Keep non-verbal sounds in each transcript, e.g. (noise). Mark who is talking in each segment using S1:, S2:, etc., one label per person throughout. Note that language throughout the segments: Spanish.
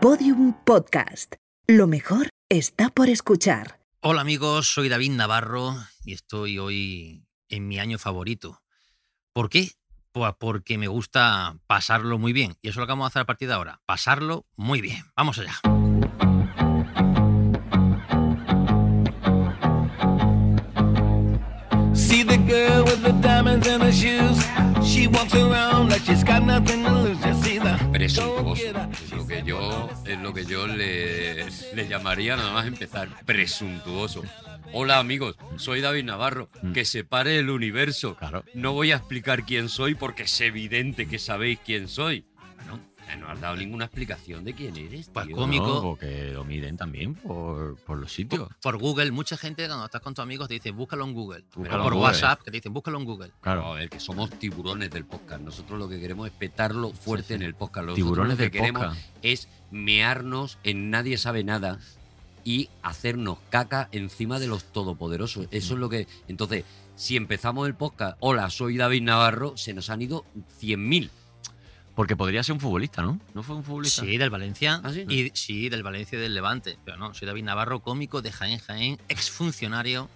S1: Podium Podcast. Lo mejor está por escuchar.
S2: Hola amigos, soy David Navarro y estoy hoy en mi año favorito. ¿Por qué? Pues porque me gusta pasarlo muy bien. Y eso es lo que vamos a hacer a partir de ahora. Pasarlo muy bien. Vamos allá.
S3: See the girl with the diamonds in her shoes. She walks around like she's got nothing to lose. Just see the
S4: presuntuoso. Es lo que yo, es lo que yo le, le llamaría nada más empezar. Presuntuoso. Hola amigos, soy David Navarro. Que se pare el universo.
S2: Claro.
S4: No voy a explicar quién soy porque es evidente que sabéis quién soy. No, no has dado ninguna explicación de quién eres.
S2: Pues
S4: tío.
S2: cómico.
S5: No, porque lo miden también por, por los sitios.
S2: Por, por Google, mucha gente cuando estás con tus amigos te dice búscalo en Google. O
S5: Búscalo en
S2: por
S5: Google.
S2: WhatsApp que te dicen búscalo en Google.
S4: No,
S5: Claro.
S4: a ver, que somos tiburones del podcast. Nosotros lo que queremos es petarlo fuerte en el podcast. Nosotros
S5: Tiburones
S4: lo que
S5: de
S4: queremos
S5: poca.
S4: es mearnos en nadie sabe nada y hacernos caca encima de los todopoderosos. Eso es lo que... Entonces, si empezamos el podcast, hola, soy David Navarro, se nos han ido 100.000.
S5: Porque podría ser un futbolista, ¿no? ¿No fue un futbolista?
S2: Sí, del Valencia.
S4: ¿Ah, sí?
S2: Y sí, del Valencia y del Levante. Pero no, soy David Navarro, cómico de Jaén Jaén, exfuncionario.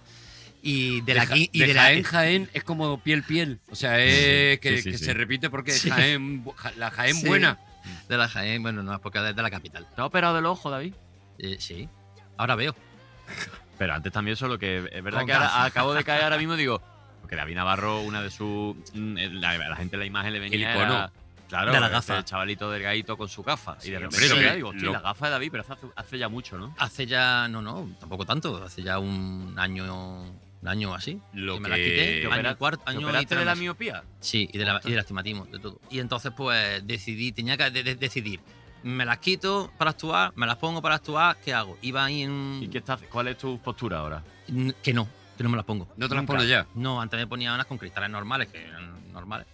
S2: Y de la,
S4: Ja-
S2: qui- y
S4: de
S2: de la-
S4: Jaén, Jaén es como piel, piel. O sea, es que,
S5: sí,
S4: que
S5: sí.
S4: se repite porque
S2: Sí.
S4: Jaén bu- ja- la Jaén
S2: Sí.
S4: buena.
S2: de la Jaén, bueno, no, porque es de la capital.
S5: ¿Te ha operado del ojo, David?
S2: Eh, sí, ahora veo.
S5: Pero antes también solo que es verdad
S2: Con
S5: que ahora-
S2: gafas.
S5: acabo de caer ahora mismo digo, porque David Navarro, una de sus... mm, La, la gente en la imagen le venía...
S4: icono.
S5: era- claro,
S2: De la
S5: este
S2: gafa.
S5: chavalito delgadito con su gafa.
S4: Sí,
S5: y de
S4: hombre,
S5: repente
S2: lo
S5: lo
S2: que-
S5: veo y digo, hostia,
S4: lo-
S5: la gafa de David, pero hace, hace ya mucho, ¿no?
S2: Hace ya, no, no, tampoco tanto, hace ya un año, un año así.
S4: Lo
S2: que me la
S4: que-
S2: quité,
S4: ¿Te
S2: año
S5: opera-
S2: y cuarto,
S5: ¿Te
S2: año y
S5: operaste
S2: tres
S5: de la
S2: meses.
S5: miopía?
S2: Sí, y, de la, y del astigmatismo, de todo. Y entonces, pues decidí, tenía que de- de- decidir, me las quito para actuar, me las pongo para actuar, ¿qué hago? Iba ahí en un-
S5: ¿Y qué estás, cuál es tu postura ahora?
S2: n- Que no, que no me las pongo.
S4: No te las
S5: Nunca.
S4: pones ya.
S2: No, antes me ponía unas con cristales normales, que eran normales.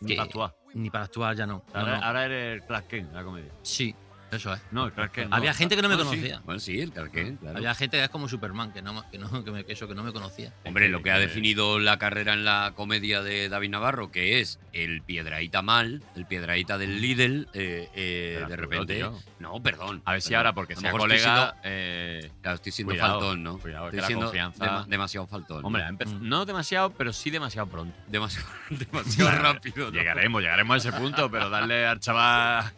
S5: ¿Qué?
S2: Que-
S5: Para actuar.
S2: Ni para actuar ya no. no,
S5: ah. Ahora,
S4: ah.
S2: no.
S5: ahora eres el Clark Kent de la comedia.
S2: Sí, eso es.
S5: No, el Clark Kent. no.
S2: Había gente que no me
S4: Ah, sí.
S2: conocía.
S4: Bueno, sí, el Clarquén, claro.
S2: Había gente que es como Superman, que no, me- que no, que me, que eso, que no me conocía.
S4: Hombre, lo que ha
S5: Eh,
S4: definido la carrera en la comedia de David Navarro, que es el piedraíta mal, el piedraíta del Lidl, eh, eh,
S5: Mm. Pero
S4: de
S5: tú,
S4: repente.
S5: tío.
S4: No, perdón.
S5: A ver si
S4: perdón.
S5: ahora, porque
S4: A lo
S5: sea
S4: mejor estoy
S5: colega,
S4: siendo-
S5: eh,
S4: claro, estoy siendo
S5: cuidado,
S4: faltón, ¿no?
S5: cuidado, que
S4: estoy
S5: la
S4: siendo
S5: confianza-
S4: dema- demasiado faltón.
S5: hombre, ha empezado-
S2: Mm.
S5: no demasiado, pero sí demasiado pronto.
S4: (laughs) demasiado, demasiado rápido. ¿no?
S5: (laughs) Llegaremos, llegaremos a ese punto, pero darle al (laughs) chaval.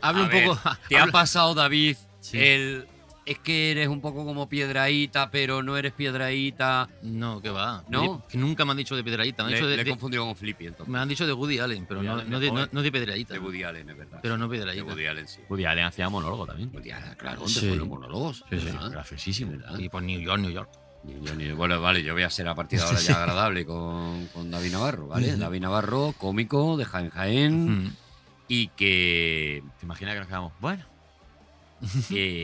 S2: Hablo
S4: A
S2: un
S4: ver,
S2: poco. (laughs) eh,
S4: ¿Te ha pasado, David,
S2: Sí.
S4: el. Es que eres un poco como piedraíta, pero no eres piedraíta.
S2: No, que va.
S4: ¿No?
S2: Que nunca me han dicho de Pedradita. Me, han
S4: Le,
S2: dicho de-
S4: le he
S2: de-
S4: confundido con Flippy, entonces.
S2: me han dicho de Woody Allen, pero
S5: Woody
S2: no,
S5: Allen
S2: no
S5: de
S2: de, no,
S5: joven.
S2: no de Pedradita.
S4: De Woody Allen, es verdad.
S2: Pero no
S4: de
S2: Pedradita.
S4: Woody Allen, sí.
S5: Woody Allen hacía monólogo también.
S4: Woody Allen, Pues claro, ¿dónde
S2: Sí.
S4: fueron los monólogos?
S2: Sí, sí,
S4: ¿Verdad?
S5: Graciosísimo.
S4: ¿Verdad?
S2: Y por New York, New York.
S4: Ni yo ni- bueno, vale, yo voy a ser a partir de ahora
S2: (laughs)
S4: ya agradable con, con David Navarro, ¿vale?
S2: Ujú.
S4: David Navarro, cómico de Jaén Jaén
S2: Mm.
S4: y que...
S5: ¿Te imaginas que nos quedamos? Bueno,
S4: que-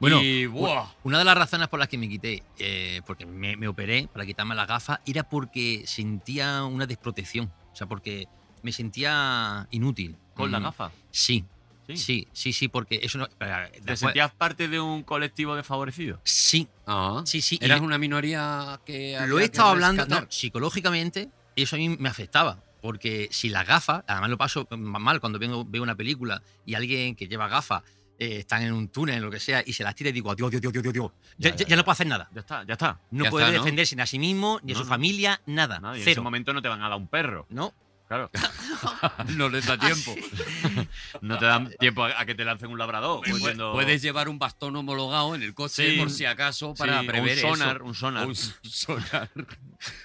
S2: Bueno,
S4: y, ¡buah!
S2: Una de las razones por las que me quité, eh, porque me, me operé para quitarme las gafas, era porque sentía una desprotección. O sea, porque me sentía inútil.
S5: con la
S2: Mm,
S5: gafa.
S2: Sí,
S5: Sí.
S2: sí, sí, sí, porque eso no. espera,
S5: ¿Te
S2: después-
S5: sentías parte de un colectivo desfavorecido?
S2: Sí,
S4: Ah,
S2: sí, sí. y
S4: eras
S2: me-
S4: una minoría que...
S2: lo
S4: había
S2: he
S4: que
S2: estado hablando no,
S4: rescatar.
S2: psicológicamente eso a mí me afectaba porque si las gafas además lo paso mal cuando vengo- veo una película y alguien que lleva gafas eh, están en un túnel lo que sea y se las tira y digo adiós, adiós, adiós, adiós, adiós". ya,
S5: Ya,
S2: ya-
S5: ya,
S2: ya no
S5: ya.
S2: puede hacer nada
S5: Ya está, ya está.
S2: no
S4: Ya
S2: puede
S4: está, ¿no?
S2: defenderse ni a sí mismo ni a
S5: No,
S2: su
S5: no.
S2: familia nada
S5: Nada, y en ese
S2: cero
S5: momento no te van a dar un perro.
S2: no
S5: Claro.
S4: (laughs) No les
S2: (laughs) Ah,
S4: da tiempo.
S5: No te (laughs) dan tiempo a, a que te lancen un labrador.
S4: Puedes-
S5: diciendo-
S4: Puedes llevar un bastón homologado en el coche
S5: Sí.
S4: por si acaso
S5: Sí,
S4: para
S5: o
S4: prever
S5: un
S4: eso.
S5: sonar, un sonar.
S4: O un (laughs) sonar.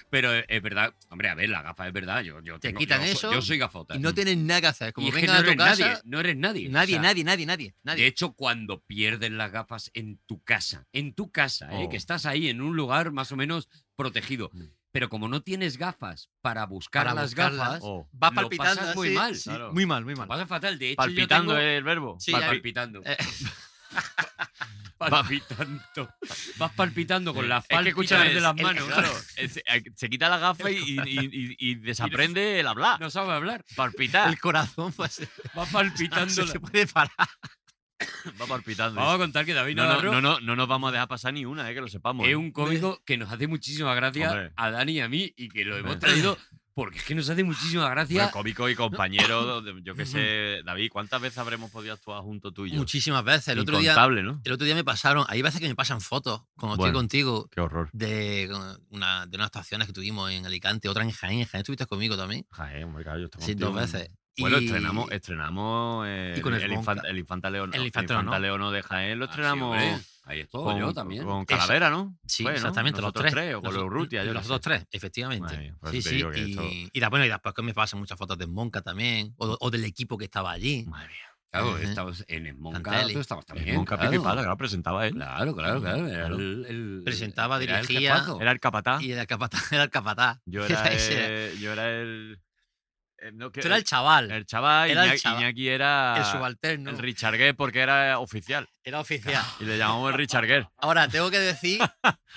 S4: Pero es- es verdad, hombre, a ver, la gafa es verdad. Yo, yo
S2: Te
S4: tengo-
S2: quitan
S4: yo soy-
S2: eso
S4: Yo soy gafota.
S2: y no tienes nada que hacer como
S4: Y es que
S2: venga
S4: no
S2: a tu
S4: eres
S2: casa
S4: nadie, no eres nadie. o
S2: nadie,
S4: sea,
S2: nadie nadie nadie nadie
S4: De hecho, cuando pierdes las gafas en tu casa, en tu casa, ¿eh?
S5: Oh.
S4: que estás ahí en un lugar más o menos protegido,
S5: Mm.
S4: pero como no tienes gafas para buscar
S2: Para
S4: las
S2: buscarlas.
S4: gafas,
S5: Oh,
S2: va
S4: lo
S2: palpitando
S4: pasas muy
S2: así,
S4: mal,
S2: sí,
S5: claro.
S2: muy mal muy
S4: lo
S2: mal
S4: pasas fatal. De hecho,
S5: palpitando eh,
S4: yo tengo-
S5: es el verbo.
S2: Sí,
S4: (laughs) Vas
S2: ahí-
S4: palpitando. (laughs)
S2: Eh.
S4: palpitando. Vas palpitando con las
S5: Es que escucha,
S4: palpitas de las
S5: el-
S4: manos.
S5: claro, es- eh, se quita la gafa y, y- y- y desaprende el
S4: (laughs)
S5: hablar,
S4: No sabe hablar.
S5: palpitar.
S2: el corazón pues,
S4: Va palpitando.
S2: no
S5: (laughs)
S2: se
S4: la-
S2: puede parar
S5: Va palpitando.
S4: Vamos a contar que David
S5: No, no,
S4: Navarro
S5: no, no, no nos vamos a dejar pasar ni una, eh, que lo sepamos.
S4: es
S5: eh.
S4: un cómico que nos hace muchísima gracia
S5: Hombre.
S4: a Dani y a mí y que lo hemos
S5: Hombre.
S4: traído Porque es que nos hace muchísima gracia.
S5: Bueno, cómico y compañero, de- yo qué sé, David, ¿cuántas veces habremos podido actuar juntos tú y yo?
S2: Muchísimas veces. El otro, día,
S5: Incontable, ¿no?
S2: el otro día me pasaron, hay veces que me pasan fotos cuando
S5: Bueno.
S2: estoy contigo
S5: Qué horror.
S2: de con una, de unas actuaciones que tuvimos en Alicante, otra en Jaén. En Jaén estuviste conmigo también.
S5: Jaén, eh, hombre, claro, yo estoy
S2: Sí, dos
S5: contigo.
S2: veces.
S5: Bueno,
S2: Y-
S5: estrenamos, estrenamos eh,
S2: y con el
S5: el,
S2: Bonca.
S5: infanta- el Infanta León.
S2: El
S5: El
S2: Infanta
S5: Infanta,
S2: León,
S5: León de Jaén lo
S4: Ah, sí,
S5: estrenamos
S4: hombre. Ahí estoy
S5: con,
S4: yo también. Eh,
S5: con Calavera, ¿no?
S2: Sí,
S5: Fue, ¿no?
S2: exactamente,
S5: Nosotros
S2: los tres.
S5: o con
S2: Noso-
S5: los Urrutia. yo
S2: Los
S5: qué
S2: dos
S5: sé.
S2: tres, efectivamente.
S5: Madre mía, por
S2: sí,
S5: eso te
S2: sí.
S5: digo que
S2: Y,
S5: esto-
S2: y da- bueno, y después que me pasan muchas fotos de Monca también, o, o del equipo que estaba allí.
S5: Madre mía.
S4: Claro,
S5: ¿eh?
S2: Ajá.
S4: estamos en Esmonca,
S2: Cantelli.
S4: tú estabas también.
S5: Bien, Monca
S4: claro.
S5: Pico y ¿eh? Pala, claro, presentaba él.
S4: Claro, claro, claro. Era
S5: Claro.
S4: el- el-
S2: Presentaba,
S4: era el
S2: dirigía.
S4: jefazo.
S5: Era el capatá.
S2: Y el capataz, (laughs) era el capataz.
S5: Ah. Yo era,
S2: ese, era-
S5: el, yo era el. eh, no, que-
S2: Tú eras el chaval, el,
S5: el chaval.
S2: era el
S5: Iñaki,
S2: chaval.
S5: Iñaki era
S2: subalterno,
S5: el Richard Gere porque era oficial.
S2: era
S5: (laughs)
S2: oficial.
S5: Y le llamamos el Richard Gere.
S2: Ahora, tengo que
S5: (laughs)
S2: decir,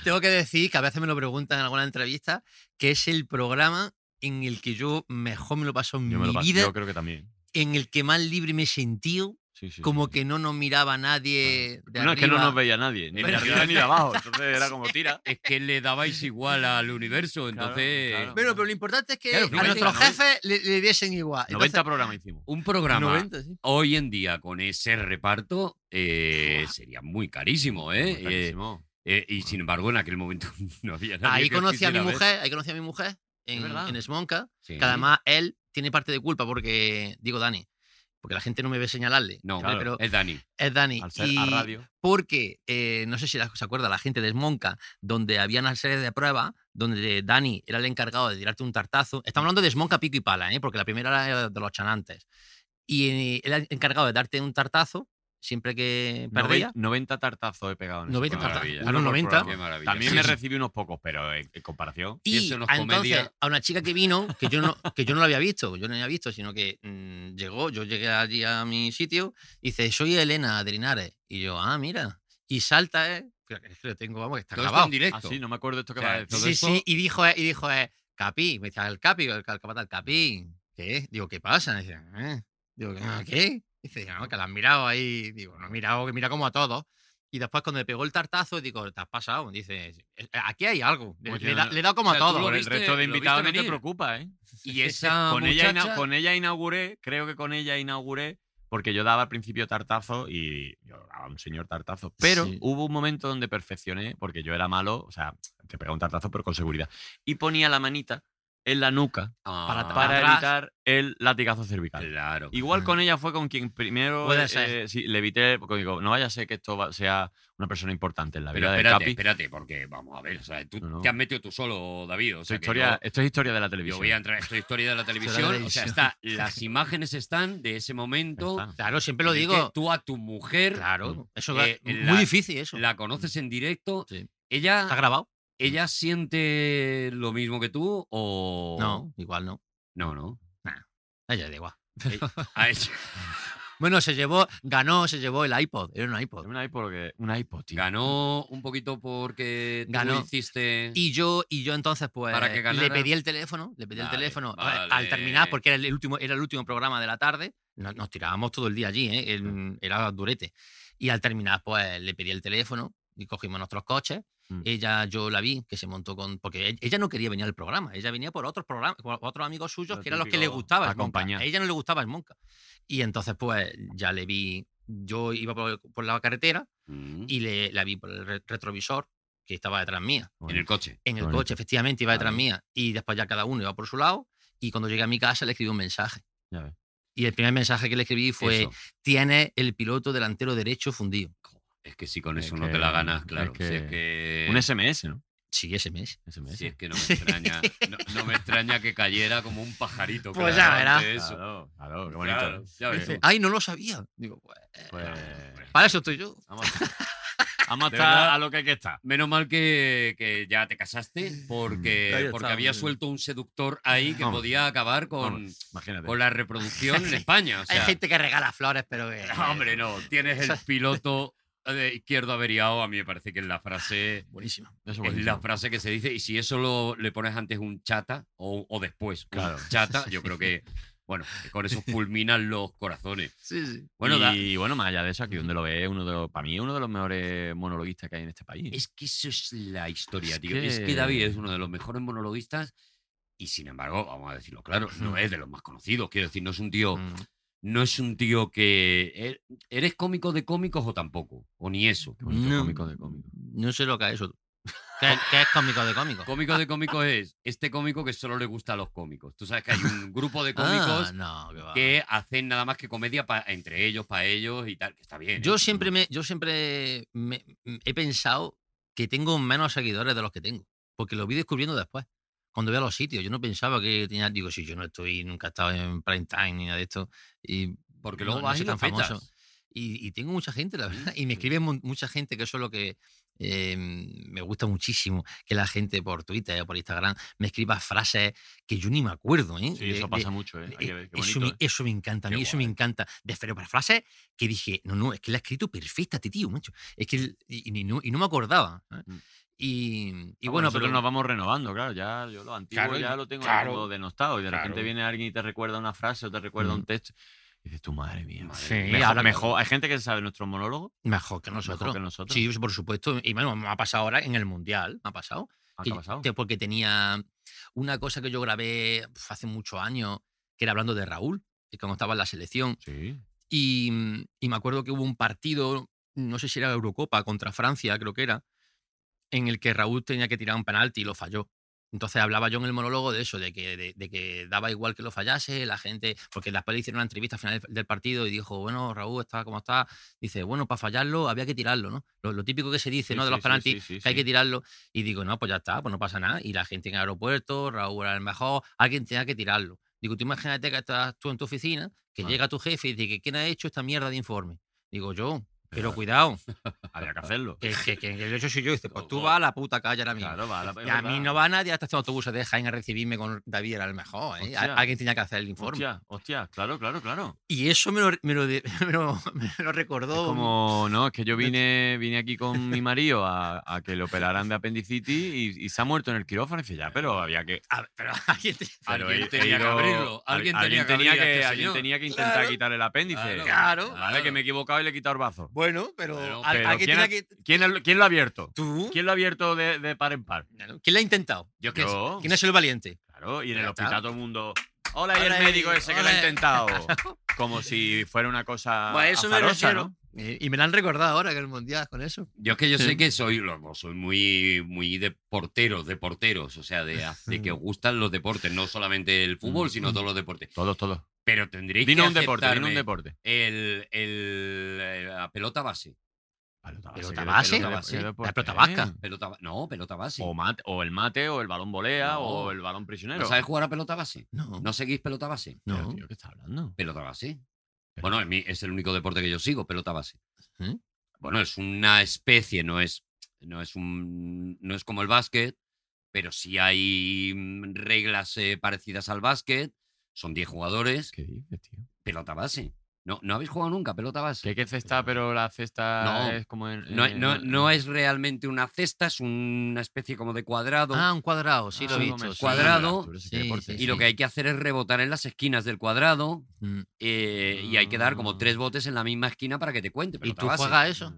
S2: tengo que decir, que a veces me lo preguntan en alguna entrevista, que es el programa en el que yo mejor me lo paso en
S5: Yo me
S2: mi
S5: lo pas-
S2: vida,
S5: Yo creo que también.
S2: en el que más libre me he sentido,
S5: Sí, sí,
S2: como
S5: sí, sí.
S2: que no nos miraba nadie de
S5: No, es que no
S2: arriba.
S5: nos veía nadie, ni de
S2: Pero-
S5: arriba
S2: (laughs)
S5: ni de abajo. Entonces era como tira.
S4: Es que le dabais igual al universo,
S5: Claro,
S4: entonces.
S5: claro.
S2: Bueno, pero lo importante es que
S4: Claro,
S2: a
S4: fíjate,
S2: nuestros
S4: noven-
S2: jefes le, le diesen igual.
S5: 90 programas hicimos.
S4: Un programa
S2: 90, sí.
S4: hoy en día con ese reparto eh, sería muy carísimo, ¿eh?
S5: Fue carísimo.
S4: Eh, eh, y sin embargo, en aquel momento (laughs) no había nadie.
S2: Ahí
S4: que
S2: conocí a mi
S4: quisiera ver.
S2: mujer, ahí conocí a mi mujer en,
S5: verdad.
S2: en Smonka,
S4: Sí.
S2: que además él tiene parte de culpa porque, digo Dani, porque la gente no me ve señalarle,
S4: No,
S2: ¿vale?
S5: claro. eh,
S2: pero
S4: es Dani.
S2: es Dani.
S5: Al ser
S2: y-
S5: a radio.
S2: porque eh, no sé si la- se acuerda la gente de Smonca, donde había una serie de pruebas donde Dani era el encargado de tirarte un tartazo. Estamos hablando de Smonca, pico y pala, ¿eh? porque la primera era de los chanantes. Y eh, era el encargado de darte un tartazo siempre que perdía.
S5: 90, 90 tartazos he pegado en ese
S2: 90
S5: programa.
S2: tartazos.
S5: Uno
S2: A los
S5: por
S2: 90.
S5: programa.
S4: Qué maravilla.
S5: También
S4: Sí,
S5: me
S4: sí.
S5: recibí unos pocos, pero en, en comparación.
S2: Y
S4: eso no es
S2: a entonces
S4: comedia.
S2: a una chica que vino, que yo no, que yo no la había visto, yo no la había visto, sino que mm, llegó, yo llegué allí a mi sitio, y dice, soy Elena de Linares. Y yo, ah, mira. Y salta, eh, que que lo tengo, vamos, que está
S4: Todo esto
S2: grabado.
S4: en directo.
S5: Así, Ah, no me acuerdo esto que
S4: O sea,
S5: va a decir.
S4: todo
S2: sí,
S4: eso-
S2: sí, y dijo, eh, y dijo eh, Capi, me decía el Capi, el cal- capataz, el Capi, ¿qué? Digo, ¿qué pasa? Me decía, "Eh". Digo, "Ah, ¿qué? Dice, no, que la has mirado ahí, digo, no he mirado, que mira como a todos. Y después cuando le pegó el tartazo, digo, te has pasado. Dice, "Eh, aquí hay algo. Le,
S5: Como
S2: le
S5: diciendo,
S2: da, le he dado como
S4: Pues o sea, tú
S2: a todos.
S4: lo
S5: Por el
S4: viste-
S5: resto de
S4: lo
S5: invitados
S4: viste
S5: no te
S4: venir.
S5: preocupa, ¿eh?
S4: Y esa ah,
S5: con, ella
S4: muchacha,
S5: ina- con ella inauguré, creo que con ella inauguré, porque yo daba al principio tartazo y yo daba un señor tartazo. Pero
S2: Sí.
S5: hubo un momento donde perfeccioné, porque yo era malo, o sea, te pegaba un tartazo, pero con seguridad. Y ponía la manita en la nuca
S4: Ah,
S2: para tapar
S5: para
S2: atrás.
S5: evitar el latigazo cervical.
S4: Claro.
S5: Igual con ella fue con quien primero
S2: Puede ser.
S5: eh, sí, le evité, porque digo, no vaya a ser que esto va- sea una persona importante en la
S4: Pero
S5: vida
S4: espérate,
S5: de Capi.
S4: espérate, porque vamos a ver, o sea, tú
S5: No, no.
S4: te has metido tú solo, David. O
S5: Esto,
S4: sea,
S5: es
S4: que
S5: historia, esto es historia de la
S4: yo, yo
S5: televisión.
S4: voy a entrar, esto es historia
S2: (laughs)
S4: de la televisión. o sea,
S2: televisión. (laughs)
S4: está, las imágenes están de ese momento.
S5: Ya está.
S2: Claro, siempre
S4: en
S2: lo
S4: el
S2: digo.
S4: que Tú a tu mujer
S2: Claro, eso
S4: Eh,
S2: es
S4: la-
S2: muy difícil
S5: Mm.
S2: eso.
S4: la conoces en directo.
S2: Sí. ¿Está
S4: Ella,
S2: grabado?
S4: ella siente lo mismo que tú o
S2: No, igual no. (laughs)
S4: no, no.
S2: A ella le da igual.
S4: A ella-
S2: Bueno, se llevó, ganó, se llevó el iPod. Era un iPod.
S5: Un iPod, que- un iPod, tío.
S4: ganó un poquito porque tú
S2: Ganó.
S4: hiciste.
S2: Y yo, y yo entonces, pues,
S4: Para que
S2: le
S4: ganara.
S2: pedí el teléfono, le pedí
S4: Vale,
S2: el teléfono a-
S4: vale.
S2: al terminar, porque era el último, era el último programa de la tarde. no- Nos, tirábamos todo el día allí, ¿eh? El- era durete. Y al terminar, pues, le pedí el teléfono y cogimos nuestros coches.
S5: Mm.
S2: Ella, yo la vi, que se montó con. Porque e- ella no quería venir al programa, ella venía por otros programas, por otros amigos suyos
S5: Lo
S2: que eran los que le
S5: típico,
S2: gustaba. el Monca.
S5: acompañar.
S2: A ella no le gustaba el Monca. Y entonces, pues, ya le vi. Yo iba por, por la carretera
S4: Mm.
S2: y le, la vi por el re- retrovisor que estaba detrás mía.
S4: en el coche.
S2: En el
S5: Bonito.
S2: coche, efectivamente, iba detrás
S4: Vale.
S2: mía. Y después ya cada uno iba por su lado. Y cuando llegué a mi casa le escribí un mensaje.
S5: Ya ves.
S2: Y el primer mensaje que le escribí fue,
S4: Eso.
S2: tiene el piloto delantero derecho fundido.
S4: Es que si con
S5: Es
S4: eso no
S5: que-
S4: te la ganas,
S5: es
S4: claro.
S5: que-
S4: si es que,
S5: Un SMS, ¿no?
S2: Sí, ese mes.
S5: SMS.
S4: si es
S5: (laughs)
S4: que no me extraña, no, no me extraña que cayera como un pajarito.
S2: Pues
S4: claro,
S2: ya verá.
S4: ante eso.
S5: Claro, claro, qué bonito.
S4: Claro, ya ves.
S5: Sí.
S2: Ay, no lo sabía. Digo, pues,
S5: Pues,
S2: para eso estoy yo.
S5: vamos (laughs) a, vamos a
S4: De
S5: estar
S4: verdad.
S5: a lo que hay que estar.
S4: Menos mal que, que ya te casaste,
S5: Mm.
S2: Ahí
S4: porque,
S2: está,
S4: porque había
S2: hombre.
S4: suelto un seductor ahí que
S5: Vamos.
S4: podía acabar con,
S5: Vamos, imagínate.
S4: con la reproducción en España. o
S2: Hay
S4: sea,
S2: gente que regala flores, pero... que-
S4: (laughs) hombre, no, tienes
S2: (laughs)
S4: el piloto de izquierdo averiado, a mí me parece que es la frase,
S2: Buenísimo.
S5: Eso
S4: es
S5: buenísimo.
S4: la frase que se dice, y si eso lo, le pones antes un chata o, o después un
S5: Claro.
S4: chata, yo creo que, bueno, con eso fulminan los corazones.
S2: Sí, sí.
S4: Bueno, da-
S5: y bueno, más allá de eso, aquí donde lo ve, uno de los, para mí es uno de los mejores monologuistas que hay en este país.
S4: Es que eso es la historia,
S5: Es
S4: tío. Es que
S5: que-
S4: David es uno de los mejores monologuistas Y sin embargo, vamos a decirlo claro, no es de los más conocidos. Quiero decir, no es un tío,
S2: Mm,
S4: no es un tío que. er- ¿Eres cómico de cómicos o tampoco? O ni eso.
S5: Qué bonito,
S2: No.
S5: cómico de cómico.
S2: No sé lo que es
S4: (laughs)
S2: eso. ¿Qué, qué es cómico de cómico?
S4: Cómico de cómicos es este cómico que solo le gusta a los cómicos. Tú sabes que hay un grupo de
S2: (laughs) Ah,
S4: cómicos
S2: no, qué va.
S4: que hacen nada más que comedia pa- entre ellos, para ellos y tal. que Está bien. ¿eh?
S2: Yo siempre me, yo siempre me- m- he pensado que tengo menos seguidores de los que tengo, porque lo vi descubriendo después, cuando voy a los sitios. Yo no pensaba que tenía, digo, si yo no estoy, nunca he estado en prime time ni nada de esto, y,
S4: Porque luego
S2: no- no
S4: vas
S2: soy
S4: y lo
S2: tan
S4: petas.
S2: famoso. y- y tengo mucha gente, la verdad, y me escribe mu- mucha gente, que eso es lo que eh, me gusta muchísimo, que la gente por Twitter o por Instagram me escriba frases que yo ni me acuerdo, ¿eh?
S5: Sí,
S2: De-
S5: eso
S2: de-
S5: pasa mucho, ¿eh? Hay que ver, qué
S2: eso,
S5: bonito,
S2: me,
S5: ¿eh?
S2: eso me encanta, a
S4: Qué
S2: mí eso me encanta. De pero para frases que dije, no, no, es que la ha escrito perfecta este tío, macho. Es que, el- y, y no, y no me acordaba. ¿eh?
S5: Mm.
S2: Y, y
S5: Ah,
S2: bueno,
S5: nosotros
S2: pero
S5: nos vamos renovando, claro, ya yo lo antiguo
S4: Claro,
S5: ya lo tengo,
S4: claro,
S5: lo tengo denostado y de repente
S4: claro.
S5: viene alguien y te recuerda una frase o te recuerda un
S2: Mm.
S5: texto y dices, tu madre mía.
S4: Madre
S2: Sí,
S4: mía.
S5: mejor,
S2: ahora-
S5: mejor- hay gente que se sabe nuestro monólogo
S2: mejor que
S5: mejor
S2: nosotros.
S5: que nosotros.
S2: Sí, por supuesto. Y bueno, me ha pasado ahora en el Mundial, me ha pasado. que
S5: Ah, ¿qué ha
S2: yo-
S5: pasado?
S2: te- porque tenía una cosa que yo grabé pf, hace muchos años, que era hablando de Raúl, que cuando estaba en la selección.
S5: Sí.
S2: Y, mm, y me acuerdo que hubo un partido, no sé si era la Eurocopa contra Francia, creo que era, en el que Raúl tenía que tirar un penalti y lo falló. Entonces hablaba yo en el monólogo de eso, de que, de, de que daba igual que lo fallase, la gente, porque después le hicieron una entrevista al final del- del partido y dijo, bueno, Raúl, está como está. Dice, bueno, para fallarlo había que tirarlo, ¿no? Lo, lo típico que se dice,
S5: Sí,
S2: ¿no? De
S5: sí,
S2: los
S5: sí,
S2: penaltis,
S5: sí, sí,
S2: que hay
S5: sí.
S2: que tirarlo. Y digo, no, pues ya está, pues no pasa nada. Y la gente en el aeropuerto, Raúl era el mejor, alguien tenía que tirarlo. Digo, tú imagínate que estás tú en tu oficina, que
S5: Ah.
S2: llega tu jefe y dice, ¿quién ha hecho esta mierda de informe? Digo, yo, pero
S5: Claro.
S2: cuidado,
S5: Había que hacerlo.
S2: que, que, que, que lo he hecho soy yo. Dice,
S5: (laughs)
S2: pues tú
S4: Ojo.
S2: vas a la puta calle ahora mismo.
S5: Oh, Claro, va, la-
S2: Y a mí no va nadie hasta este autobús de Jaén a recibirme con David, era el mejor. ¿eh?
S5: Hostia.
S2: A- Alguien tenía que hacer el informe.
S5: Hostia, hostia, claro, claro, claro.
S2: Y eso me lo, me lo, de- (laughs) me lo- me lo recordó.
S5: Es como, no, es que yo vine, vine aquí con mi marido a, a que le operaran de apendicitis y, y se ha muerto en el quirófano. Y dice, ya, pero había que.
S2: A ver, pero (laughs) alguien te-
S5: pero
S4: Alguien
S5: he- he
S4: tenía que
S5: ido-
S4: abrirlo, alguien tenía que abrir a este
S5: alguien
S4: señor".
S5: tenía que intentar
S2: Claro.
S5: quitar el apéndice.
S4: Claro.
S2: Claro.
S5: Vale, que me he equivocado y le he quitado el brazo.
S2: Bueno, pero,
S4: Bueno,
S2: al-
S5: pero
S2: alguien
S5: ¿quién
S2: tenía
S5: ha-
S2: que.
S5: ¿Quién, lo- quién lo ha abierto?
S2: ¿Tú?
S5: ¿Quién lo ha abierto de, de par en par?
S2: Claro, ¿Quién la ha intentado?
S4: Yo es que
S5: Yo.
S2: ¿Quién es el valiente?
S5: Claro, y en el
S2: Ya está.
S5: hospital todo el mundo. Hola, y el
S2: Hola, y-
S5: médico ese que lo ha
S2: hola".
S5: intentado. Como si fuera una cosa. azarosa, ¿no?
S2: Eh, Y me la han recordado ahora que el mundial con eso.
S4: Yo es que yo
S2: Sí.
S4: sé que soy, lo- pues, soy muy, muy de porteros, de porteros, o sea, de, de que os gustan los deportes, no solamente
S2: Mm,
S4: el fútbol, sino todos los deportes.
S5: Todos, todos.
S4: Pero tendréis
S5: Dino
S4: que
S5: un deporte, dino un
S4: aceptarme
S5: deporte.
S4: El, el, eh, la pelota base.
S5: Pelota
S2: Pelota
S5: ¿qué de-
S2: base,
S5: qué de-
S4: base.
S5: qué
S2: La
S5: deporte
S2: pelota
S5: es?
S2: vasca.
S4: Pelota, ba- no, pelota
S2: Oh,
S4: base.
S5: O, mate- o el mate, o el balón volea,
S4: No.
S5: o el balón prisionero.
S4: ¿No sabes jugar a pelota base?
S2: No, no.
S4: ¿No seguís pelota base?
S5: Pero,
S2: no.
S5: tío, ¿qué estás hablando?
S4: Pelota base.
S5: Pero-
S4: Bueno, es, mi- es el único deporte que yo sigo, pelota base.
S2: ¿Mm?
S4: Bueno, es una especie, no es, no es un, no es como el básquet, pero sí hay mm, reglas eh, parecidas al básquet. Son 10 jugadores,
S5: ¿Qué dices, tío?
S4: pelota base. No, no habéis jugado nunca pelota
S5: Que
S4: base.
S5: hay que cesta, pero la cesta
S4: No.
S5: es como en.
S4: No,
S5: en-
S4: no- no es realmente una cesta, es una especie como de cuadrado.
S2: Ah, un cuadrado, sí lo
S5: Ah,
S2: he
S5: como
S2: visto.
S5: en-
S2: sí.
S4: cuadrado,
S5: Sí,
S2: sí,
S5: deporte.
S2: sí,
S4: y lo que hay que hacer es rebotar en las esquinas del cuadrado
S2: Mm.
S4: eh, y hay que dar como
S5: Ah.
S4: tres botes en la misma esquina para que te cuente.
S2: ¿Y
S4: pelota
S2: tú
S4: base.
S2: juegas a eso?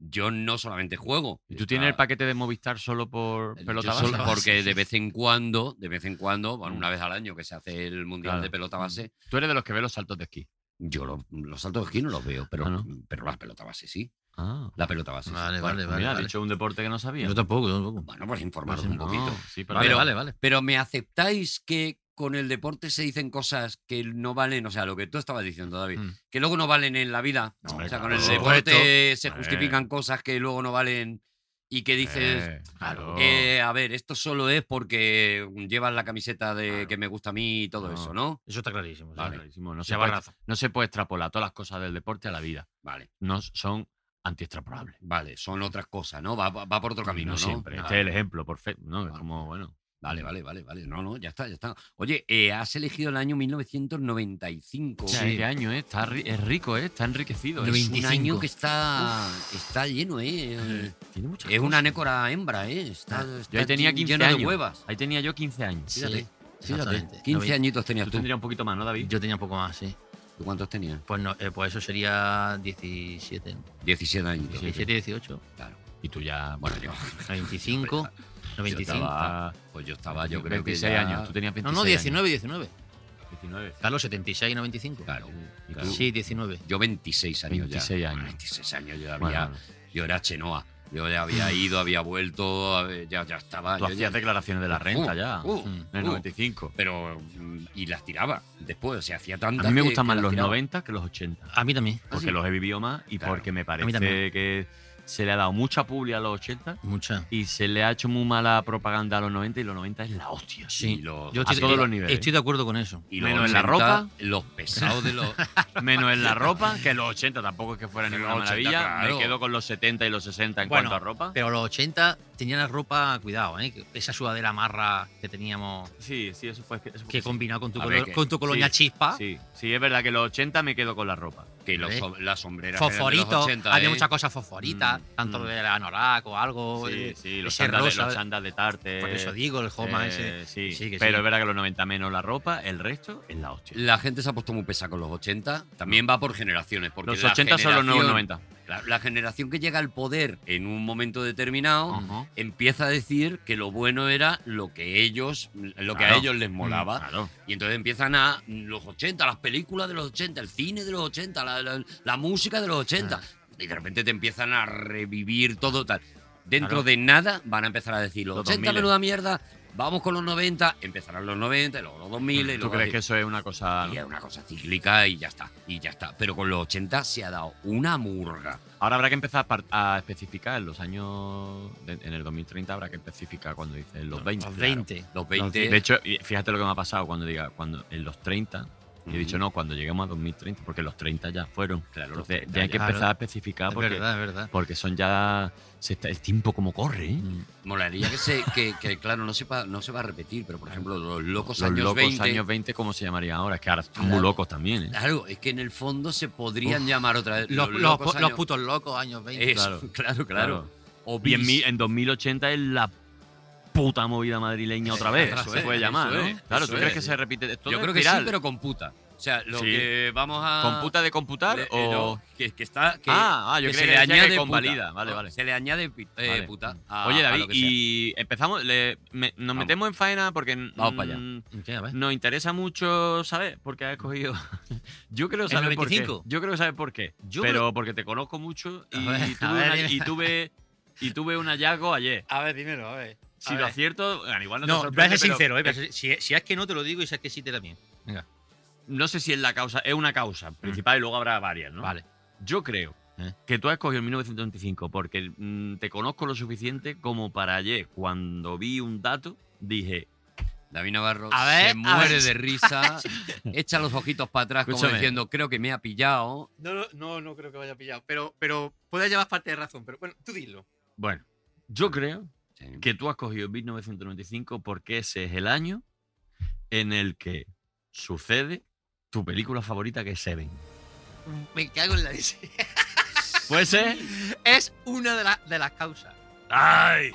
S4: Yo no solamente juego.
S5: ¿Y tú
S4: está-
S5: tienes el paquete de Movistar solo por
S4: Yo
S5: pelota base? (laughs)
S4: solo- (laughs) porque de vez en cuando, de vez en cuando, bueno,
S5: Mm.
S4: una vez al año que se hace el mundial
S5: Claro. Mm.
S4: de pelota base,
S5: Tú eres de los que ve los saltos de esquí.
S4: yo lo- los saltos de esquí no los veo, pero, mm,
S5: Ah, ¿no?
S4: pero la pelota base sí.
S5: Ah.
S4: La pelota base. sí.
S2: Vale,
S4: Bueno, pues
S2: vale,
S5: Mira,
S2: vale.
S5: has
S2: vale.
S5: dicho un deporte que no sabía.
S2: Yo tampoco, yo tampoco.
S4: Bueno, pues informaros
S2: Pues
S4: un
S2: no.
S4: poquito.
S5: No, sí, pero
S2: Vale,
S4: Pero-
S2: vale, vale.
S4: Pero ¿me aceptáis que con el deporte se dicen cosas que no valen? O sea, lo que tú estabas diciendo, David,
S5: Mm.
S4: que luego no valen en la vida.
S5: Hombre,
S4: o sea, con
S5: claro,
S4: el
S5: por
S4: deporte se
S5: A ver.
S4: justifican cosas que luego no valen y que dices,
S5: Eh, claro.
S4: Eh, a ver, esto solo es porque mm, llevas la camiseta de
S5: Claro.
S4: que me gusta a mí y todo
S5: No.
S4: eso, ¿no?
S2: Eso está clarísimo. sí.
S5: Vale, clarísimo. No,
S2: Se
S5: se
S2: va
S5: puede,
S2: raza.
S5: no se puede extrapolar todas las cosas del deporte a la vida.
S4: Vale,
S5: No s- son antiextrapolables.
S4: vale, son otras cosas, ¿no? Va, va- va por otro camino, ¿no?
S5: siempre. Este es
S4: Vale,
S5: el ejemplo perfecto. No, es
S4: Vale.
S5: como, bueno.
S4: Vale, vale, vale, vale. No, no, ya está, ya está. Oye, eh, has elegido el año 1995.
S5: Hostia,
S2: Sí.
S5: ¿Qué año, eh? Está ri- es rico, eh? Está enriquecido.
S4: Es un
S2: 95.
S4: año que está, está lleno, ¿eh?
S5: Tiene muchas
S4: Es
S5: cosas.
S4: una nécora hembra, ¿eh? Está, está
S5: ahí tenía
S4: llen-
S5: 15
S4: lleno de
S5: años.
S4: huevas.
S5: Ahí tenía yo 15 años.
S2: Sí,
S5: Fíjate.
S2: exactamente.
S4: 15
S2: Noven-
S4: añitos tenías
S5: Tú
S4: tú.
S5: tendrías un poquito más, ¿no, David?
S2: Yo tenía un poco más, sí.
S4: ¿Tú cuántos tenías?
S2: Pues, no, eh, pues eso sería 17,
S4: 17 añitos.
S2: 17,
S5: 17.
S2: 18,
S4: Claro.
S5: Y tú ya, bueno,
S4: Bueno, yo.
S2: 25. 95.
S4: Yo estaba, pues yo estaba, yo creo que.
S5: 26
S4: ya-
S5: años. Tú tenías
S2: No,
S5: 26
S2: no, 19, 19.
S4: 19.
S2: Carlos, 76, 95.
S4: Claro.
S5: ¿Y
S4: claro.
S2: Sí, 19.
S4: Yo 26 años
S5: 26
S4: ya.
S5: años.
S4: 26 años yo ya
S5: Bueno, Mm.
S4: había. Yo era Chenoa. Yo ya había ido, había vuelto, a ver, ya, ya estaba.
S5: Tú
S4: yo
S5: hacías
S4: ya-
S5: declaraciones de la renta ya. Mm.
S4: Uh,
S5: en
S4: uh,
S5: el 95.
S4: pero. mm, Y las tiraba después, o sea, hacía
S5: A
S4: tantas.
S5: mí me
S4: que-
S5: gustan
S4: que
S5: más
S4: las
S5: los
S4: tiraba.
S5: 90 que los 80.
S2: A mí también.
S5: Porque
S4: sí?
S5: los he vivido más y
S4: Claro.
S5: porque me
S2: mí
S5: parece
S2: también.
S5: que se le ha dado mucha publi a los 80
S2: Mucha.
S5: y se le ha hecho muy mala propaganda a los 90 y los 90 es la hostia.
S2: Sí.
S4: Y los-
S2: Yo
S5: a
S2: estoy,
S5: todos
S2: eh,
S5: los niveles.
S2: estoy de acuerdo con eso.
S4: Y
S5: Menos en la
S4: 80,
S5: ropa.
S4: Los pesados de
S5: (laughs)
S4: los.
S5: Menos en la ropa, que los 80 tampoco es que fuera
S4: Los
S5: ninguna
S4: 80,
S5: maravilla.
S4: claro.
S5: Me quedo con los 70 y los 60 en
S2: Bueno,
S5: cuanto a ropa.
S2: Pero los 80 tenían la ropa, cuidado, ¿eh? Que Esa sudadera marra que teníamos,
S5: Sí, sí, eso fue. eso fue-
S2: que combinado con tu,
S4: A
S2: colo-
S4: ver, que-
S2: con tu colonia
S5: sí,
S2: chispa,
S5: Sí, sí, es verdad que los 80 me quedo con la ropa.
S4: Que los,
S2: Hombre.
S4: som- las sombreras. eran de los
S2: fosforito,
S4: 80,
S2: había
S4: ¿eh?
S2: muchas cosas fosforitas,
S5: Mm,
S2: tanto
S5: mm.
S2: de la Anorak o algo.
S5: Sí,
S2: eh,
S5: sí, los
S2: ese
S5: chandas de,
S2: rosa,
S5: los chandas de Tarte.
S2: Por eso digo, el Homa
S5: eh,
S2: ese.
S5: Sí,
S2: sí, que
S5: pero
S2: sí.
S5: es verdad que los 90 menos la ropa, el resto es la hostia.
S4: La gente se ha puesto muy pesa con los 80. También va por generaciones. Porque
S5: Los
S4: la
S5: 80 son los nuevos
S4: generación-
S5: 90.
S4: La, la generación que llega al poder en un momento
S2: Oh,
S4: determinado
S5: Ajá.
S4: empieza a decir que lo bueno era lo que ellos, lo que a
S5: Claro. Mm,
S4: ellos les molaba.
S5: Claro.
S4: Y entonces empiezan a mm, los 80, las películas de los 80, el cine de los 80, la, la- la música de los 80.
S5: Ah.
S4: Y de repente te empiezan a revivir todo tal. Dentro
S2: Claro.
S4: de nada van a empezar a decir los,
S5: Los
S4: 80
S5: 2000.
S4: menuda mierda, vamos con los 90, empezarán los 90, y luego los 2000 y
S5: Mm, ¿Tú
S4: luego
S5: crees
S4: así.
S5: que eso es una cosa.?
S4: Y
S5: no?
S4: es una cosa cíclica y ya está, y ya está. Pero con los 80 se ha dado una murga.
S5: Ahora habrá que empezar a par- a especificar en los años. de- en el 2030 habrá que especificar cuando dices los 20.
S2: Los
S5: claro.
S2: 20.
S4: Los
S5: Los
S4: 20.
S5: De hecho, y fíjate lo que me ha pasado cuando diga, cuando en los 30. y he
S4: Ujú.
S5: dicho, no, cuando lleguemos a 2030, porque los 30 ya fueron.
S4: Claro, los
S5: Entonces,
S4: 30
S5: ya hay que
S2: ya.
S5: empezar a
S2: Claro.
S5: especificar
S2: es
S5: porque,
S2: verdad, es verdad.
S5: porque son ya. se está- el tiempo como corre, ¿eh?
S2: Mm.
S4: Molaría que, se, que, que, claro, no, sepa, no se va a repetir, pero por ejemplo, los locos
S5: Los
S4: años
S5: locos
S4: 20.
S5: años 20, ¿cómo se llamarían ahora? Es que ahora están
S4: Claro.
S5: muy locos también, ¿eh?
S4: Claro, es que en el fondo se podrían llamar otra vez.
S2: Los, los
S4: locos
S2: po- los
S4: años-
S2: putos locos, años 20.
S4: Eso, (laughs)
S5: claro.
S4: claro, claro. O
S5: Y en,
S4: bis.
S5: mi- en 2080 es la puta movida madrileña otra vez.
S4: Eso
S5: se
S4: es,
S5: puede
S4: eso
S5: llamar, ¿no?
S4: es,
S5: claro,
S4: eso
S5: ¿tú crees
S4: es.
S5: que se repite esto?
S4: Yo
S5: es
S4: creo que
S5: viral.
S4: sí, pero con puta. O sea, lo
S5: Sí.
S4: que vamos a.
S5: ¿Con puta de computar
S4: le- eh,
S5: o...?
S4: no, que, que está. Que,
S5: ah, ah, yo
S4: que
S5: creo que, decía que convalida.
S4: puta.
S5: Vale, vale.
S4: Se le añade pi- eh,
S5: Vale.
S4: puta. a-
S5: Oye,
S4: a
S5: David,
S4: lo que sea.
S5: y empezamos, le- me- nos
S4: Vamos.
S5: metemos en faena porque mm,
S4: Vamos para allá.
S2: ¿Qué? A ver.
S5: nos interesa mucho saber por qué has escogido. (laughs) Yo creo
S2: ¿El
S5: saber por qué.
S2: 95?
S5: Yo creo saber por qué.
S2: Yo
S5: pero porque te conozco mucho y,
S2: A ver,
S5: tuve,
S2: a ver,
S5: una-
S2: dime.
S5: y, tuve, y tuve un hallazgo
S4: (laughs)
S5: ayer.
S2: A ver, dímelo, a ver.
S5: Si lo acierto, bueno, igual no, te
S2: No, voy a
S5: sorprende,
S2: ser
S5: pero-
S2: sincero, eh, pero si, si es que no te lo digo y si es que sí te la mía. Venga,
S5: no sé si es la causa, es una
S4: Mm.
S5: causa principal y luego habrá varias, ¿no?
S2: vale.
S5: Yo creo
S2: ¿Eh?
S5: que tú has escogido el 1995 porque mm, te conozco lo suficiente como para ayer, cuando vi un dato, dije,
S4: David Navarro
S2: A ver,
S4: se
S2: a
S4: muere
S2: ver.
S4: de
S5: (laughs)
S4: risa, echa los ojitos para atrás como
S5: Escúchame.
S4: diciendo, creo que me ha pillado.
S2: No, no, no, no creo que vaya pillado, pero, pero puede llevar parte de razón, pero bueno, tú dilo.
S5: bueno, yo creo
S4: Sí.
S5: que tú has cogido 1995 porque ese es el año en el que sucede tu película favorita que es Seven.
S2: Me cago en la leche.
S4: (laughs)
S5: ¿Puede ser?
S2: Es una de, la- de las causas.
S5: ¡Ay!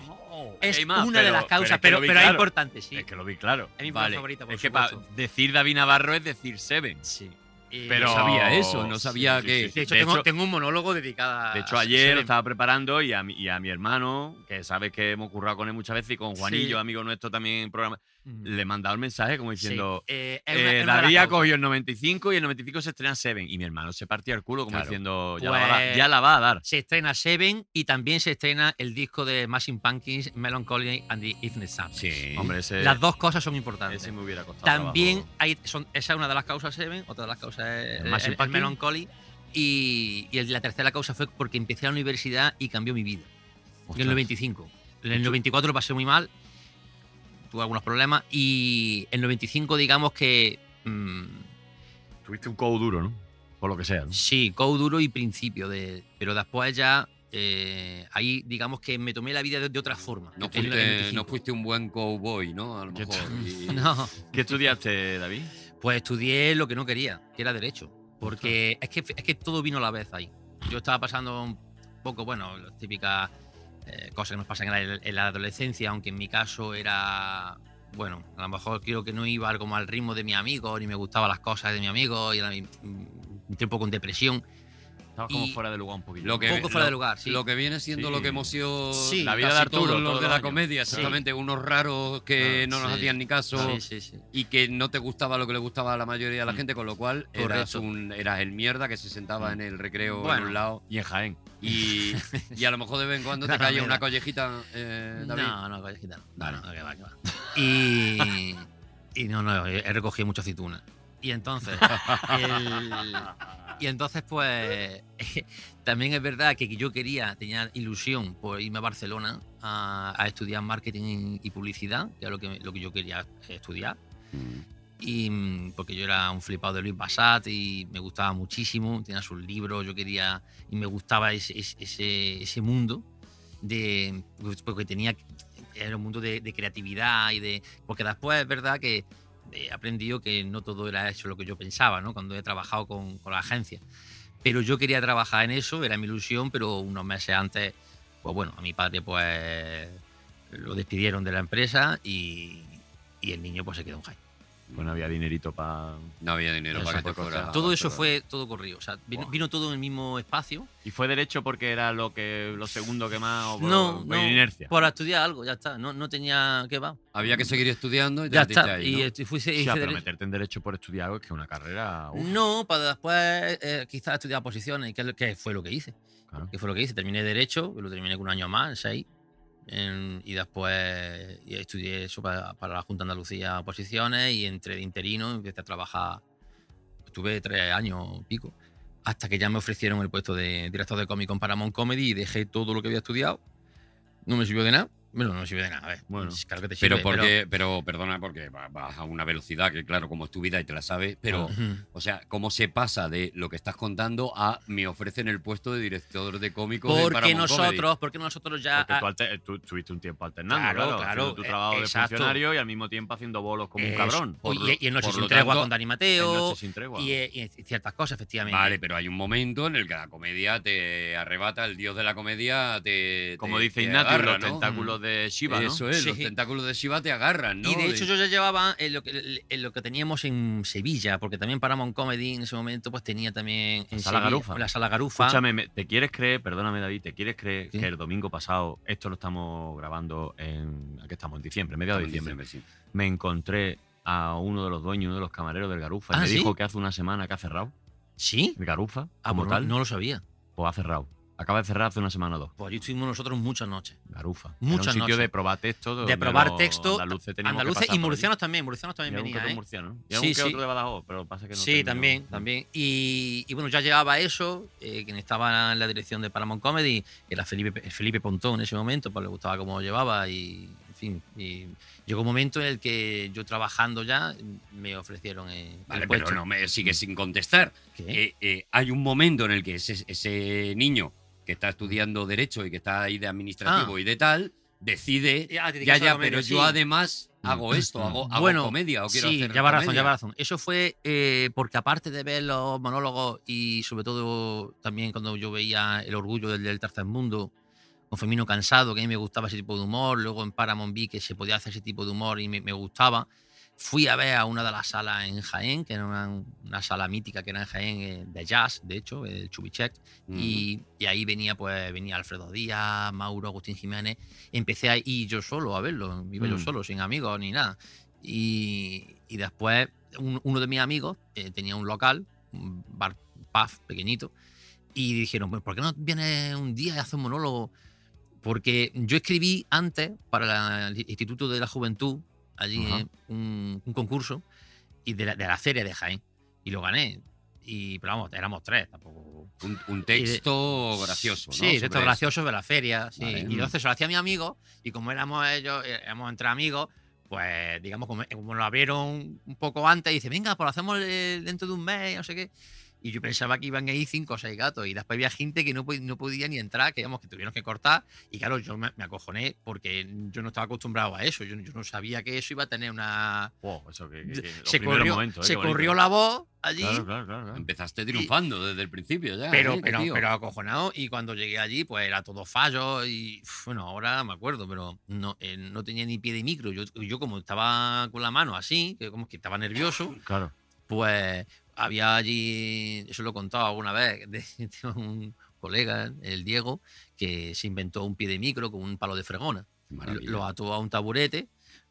S2: Es
S5: hay más,
S2: una de
S5: pero-
S2: las causas,
S5: pero es que
S2: pero,
S5: lo vi
S2: pero es
S5: claro.
S2: importante, sí.
S5: Es que lo vi claro.
S2: Es mi
S5: Vale.
S2: favorita, por
S5: Es que pa-
S2: supuesto.
S5: decir David Navarro es decir Seven.
S2: Sí. Y-
S5: Pero
S4: No sabía eso, no sabía que-
S2: De hecho, tengo, tengo un monólogo dedicado a.
S5: De hecho, ayer lo estaba preparando y a, mi, y a mi hermano, que sabes que hemos currado con él muchas veces, y con Juanillo,
S2: Sí.
S5: amigo nuestro también en programa,
S2: Mm.
S5: le he mandado el mensaje como
S2: Sí,
S5: diciendo.
S2: eh, es una-
S5: eh,
S2: es una de
S5: David
S2: las
S5: ha
S2: causas.
S5: cogido el 95 y el 95 se estrena Seven. Y mi hermano se partía el culo como
S4: Claro.
S5: diciendo, ya,
S2: Pues-
S5: la va, a dar, ya la va a dar.
S2: Se estrena Seven y también se estrena el disco de Machine Pumpkins, Melancholy and the Infinite Sun.
S4: Sí.
S5: Hombre, ese,
S2: Las dos cosas son
S5: ese
S2: importantes.
S5: me hubiera costado.
S2: También
S5: trabajo.
S2: hay, son, esa es una de las causas Seven, otra de las causas es
S5: ¿El
S2: el,
S5: Machine
S2: el- el
S5: Pumpkin?
S2: Melancholy. Y, y el- la tercera causa fue porque empecé a la universidad y cambió mi vida. Yo en el
S5: Ostras.
S2: 95. En el 94 lo pasé muy mal, tuve algunos problemas. Y en el 95, digamos que. mm,
S5: Tuviste un codo duro, ¿no? Por lo que sea. ¿no?
S2: Sí, codo duro y principio, de, pero después ya eh, ahí digamos que me tomé la vida de, de otra forma. en el
S4: No fuiste,
S2: 95.
S4: no fuiste un buen cowboy, ¿no? A lo
S5: Yo
S4: mejor. y-
S2: (laughs) No,
S5: ¿Qué estudiaste, David?
S2: pues estudié lo que no quería, que era derecho, porque es que, es que todo vino a la vez ahí. Yo estaba pasando un poco, bueno, las típicas eh, cosas que nos pasan en la, en la adolescencia, aunque en mi caso era, bueno, a lo mejor creo que no iba como al mm, ritmo de mi amigo, ni me gustaban las cosas de mi amigo, y era mi- un tiempo con depresión.
S5: Estabas como
S2: Y
S5: fuera de lugar un poquito.
S4: Lo que,
S2: Un poco fuera
S4: lo-
S2: de lugar, sí.
S4: Lo que viene siendo
S5: Sí.
S4: lo que hemos sido
S2: Sí.
S5: La vida de
S4: casi todos
S5: Arturo,
S4: los
S5: todos
S4: de
S5: los
S4: la
S5: años.
S4: comedia,
S5: Sí.
S4: exactamente. Unos raros que
S2: Ah,
S4: no nos
S2: sí.
S4: hacían ni caso
S2: Sí, sí, sí.
S4: y que no te gustaba lo que le gustaba a la mayoría de la
S2: Mm.
S4: gente, con lo cual eras,
S2: Correcto.
S4: un, eras el mierda que se sentaba en el recreo en
S2: Bueno.
S4: un lado
S5: Y en Jaén.
S4: y, y a lo mejor de vez en cuando te
S2: Claro,
S4: caía una
S2: mira.
S4: collejita, eh, David.
S2: No, no, collejita no. No,
S4: Vale.
S2: no, que va, que va. Y, y no, no, he recogido mucha aceituna. Y entonces, el- y entonces pues, (laughs) también es verdad que yo quería, tenía ilusión por irme a Barcelona a, a estudiar marketing y publicidad, que era lo que, lo que yo quería estudiar. Y mm, porque yo era un flipado de Luis Bassat y me gustaba muchísimo, tenía sus libros, yo quería y me gustaba ese, ese- ese- ese mundo de pues, porque tenía era un mundo de, de creatividad y de porque después es verdad que eh, he aprendido que no todo era eso lo que yo pensaba no cuando he trabajado con, con la agencia pero yo quería trabajar en eso era mi ilusión pero unos meses antes pues bueno a mi padre pues lo despidieron de la empresa y, y el niño pues se quedó en Jaén.
S5: Bueno, había dinerito para.
S4: No había dinero para que
S5: Exacto.
S4: te fuera.
S2: todo eso
S4: pero-
S2: fue todo corrido o sea vino,
S5: Buah.
S2: vino todo en el mismo espacio
S5: ¿Y fue derecho porque era lo que lo segundo que más o por,
S2: no,
S5: por
S2: no
S5: inercia?
S2: para estudiar algo ya está no, no tenía que va
S4: Había que seguir estudiando y te
S2: ya
S4: metiste
S2: está
S4: ahí,
S2: y
S4: ¿no?
S2: estu- fui- hice
S5: O sea, pero
S2: derecho.
S5: meterte en derecho por estudiar algo es que una carrera. uf,
S2: No, para después eh, quizás estudiar posiciones, que, es lo- que fue lo que hice.
S5: claro.
S2: Que fue lo que hice. Terminé Derecho, lo terminé con un año más, en seis. en- y después y estudié eso para, para la Junta de Andalucía Posiciones y entré de interino, empecé a trabajar. Estuve tres años y pico. Hasta que ya me ofrecieron el puesto de director de cómic con Paramount Comedy y dejé todo lo que había estudiado. No me sirvió de nada. Bueno, no me sirvió de nada. A ver,
S5: Bueno,
S2: claro que te
S4: Pero,
S2: sirve,
S4: porque, pero perdona, porque va- vas a una velocidad que, claro, como es tu vida y te la sabes, pero,
S2: Ujú.
S4: o sea, ¿cómo se pasa de lo que estás contando a me ofrecen el puesto de director de cómico de
S2: Porque
S4: Paramount Comedy?
S2: nosotros, porque nosotros ya.
S5: Porque
S2: ah,
S5: tú, alter- tú tuviste un tiempo alternando,
S2: Claro,
S5: claro,
S2: claro,
S5: haciendo tu
S2: eh,
S5: trabajo de
S2: exacto.
S5: funcionario y al mismo tiempo haciendo bolos como un
S2: Eso.
S5: cabrón.
S2: eh, Oye,
S4: Por lo-
S2: y en Noche
S4: por
S2: sin
S4: lo
S2: Tregua
S4: tanto,
S2: con Dani
S5: En
S2: Mateo.
S5: Noche sin tregua.
S2: Y, eh, y en ciertas cosas, efectivamente.
S4: Vale, pero hay un momento en el que la comedia te arrebata, el dios de la comedia te.
S5: como
S4: te-
S5: dice
S4: te
S5: Ignatius,
S4: agarra,
S5: los
S4: ¿no?
S5: tentáculos de Shiva, ¿no?
S4: Eso es, los
S2: Sí.
S4: tentáculos de Shiva te agarran, ¿no?
S2: y de hecho yo ya llevaba en lo, que, en lo que teníamos en Sevilla, porque también Paramount Comedy en ese momento pues tenía también en
S5: Sala
S2: Sevilla,
S5: Garufa.
S2: la sala Garufa.
S5: Escúchame, me- ¿te quieres creer, perdóname David, te quieres creer
S2: Sí.
S5: que el domingo pasado, esto lo estamos grabando en, aquí estamos, en diciembre, mediados de diciembre,
S4: sí.
S5: me encontré a uno de los dueños, uno de los camareros del Garufa, y
S2: ¿Ah,
S5: me
S2: sí?
S5: dijo que hace una semana que ha cerrado
S2: ¿Sí?
S5: el Garufa,
S2: Ah,
S5: como
S2: pues no,
S5: tal,
S2: no lo sabía.
S5: pues ha cerrado. Acaba de cerrar hace una semana o dos.
S2: Pues allí estuvimos nosotros muchas noches.
S5: Garufa. Era
S2: Muchas
S5: un sitio
S2: noches.
S5: de probar texto. donde
S2: De probar
S5: los
S2: texto,
S5: Andaluces, teníamos que
S2: Andaluces
S5: pasar
S2: y
S5: por allí.
S2: murcianos también, murcianos
S5: Y
S2: también
S5: algún que otro
S2: venían. ¿eh?
S5: murciano, ¿no? Y
S2: Sí,
S5: algún que
S2: sí.
S5: otro de Badajoz, pero pasa que no
S2: sí,
S5: terminó.
S2: también,
S5: Mm.
S2: también. Y, y bueno, ya llevaba eso, eh, quien estaba en la dirección de Paramount Comedy, que era Felipe, Felipe Pontón en ese momento, pues le gustaba cómo llevaba y, en fin, y llegó un momento en el que yo trabajando ya me ofrecieron eh, el
S4: Vale,
S2: puesto. Mm.
S4: pero no me sigue sin contestar.
S2: ¿Qué?
S4: Eh, eh, hay un momento en el que ese, ese niño que está estudiando Derecho y que está ahí de administrativo
S2: Ah.
S4: y de tal, decide.
S2: Ah, te
S4: Ya,
S2: dedicas a la
S4: ya,
S2: comedia,
S4: pero
S2: sí.
S4: yo además hago esto,
S5: Mm.
S4: hago, hago
S2: Bueno,
S4: comedia o quiero
S2: sí,
S4: hacer
S2: ya va razón,
S4: comedia.
S2: ya va razón. Eso fue eh, porque aparte de ver los monólogos y sobre todo también cuando yo veía El Orgullo del, del Tercer Mundo, con Femino Cansado, que a mí me gustaba ese tipo de humor, luego en Paramount vi que se podía hacer ese tipo de humor y me, me gustaba. Fui a ver a una de las salas en Jaén, que era una, una sala mítica que era en Jaén eh, de jazz, de hecho, el Chubichek,
S4: Mm.
S2: y, y ahí venía, pues, venía Alfredo Díaz, Mauro, Agustín Jiménez. Empecé a ir yo solo a verlo, iba yo
S5: Mm.
S2: solo, sin amigos ni nada. Y, y después un- uno de mis amigos eh, tenía un local, un bar pub pequeñito, y dijeron, "Pues, ¿por qué no vienes un día y haces un monólogo? Porque yo escribí antes para la- el Instituto de la Juventud, allí
S5: Ajá.
S2: eh, un, un concurso, y de la, de la feria de Jaén, y lo gané. Y, pero vamos, éramos tres, tampoco
S4: Un, un texto gracioso, ¿no?
S2: Sí,
S4: Sobre
S2: texto
S4: eso.
S2: gracioso de la feria. sí.
S4: Vale.
S2: Y entonces se lo hacía a mi amigo, y como éramos ellos, eh, éramos entre amigos, pues digamos, como, como lo abrieron un poco antes, dice, venga, pues lo hacemos eh, dentro de un mes, no sé qué. Y yo pensaba que iban ahí cinco o seis gatos, y después había gente que no, po- no podía ni entrar, que digamos que tuvieron que cortar. Y claro, yo me, me acojoné porque yo no estaba acostumbrado a eso, yo, yo no sabía que eso iba a tener una.
S5: Wow, eso que, que- que- los
S2: Se
S5: primeros
S2: corrió,
S5: momentos, eh,
S2: se
S5: qué bonito.
S2: corrió la voz allí.
S5: Claro, claro, claro, claro.
S4: Empezaste triunfando desde el principio ya.
S2: Pero,
S4: ¿eh,
S2: pero,
S4: tío?
S2: pero acojonado. Y cuando llegué allí, pues era todo fallo. Y uf, bueno, ahora me acuerdo, pero no, eh, no tenía ni pie de
S5: (laughs)
S2: micro. Yo, yo como estaba con la mano así, que como que estaba nervioso,
S5: Claro.
S2: pues había allí, eso lo he contado alguna vez, (laughs) de, de un colega, el Diego, que se inventó un pie de micro con un palo de fregona. Lo,
S4: Maravilla.
S2: lo ató a un taburete,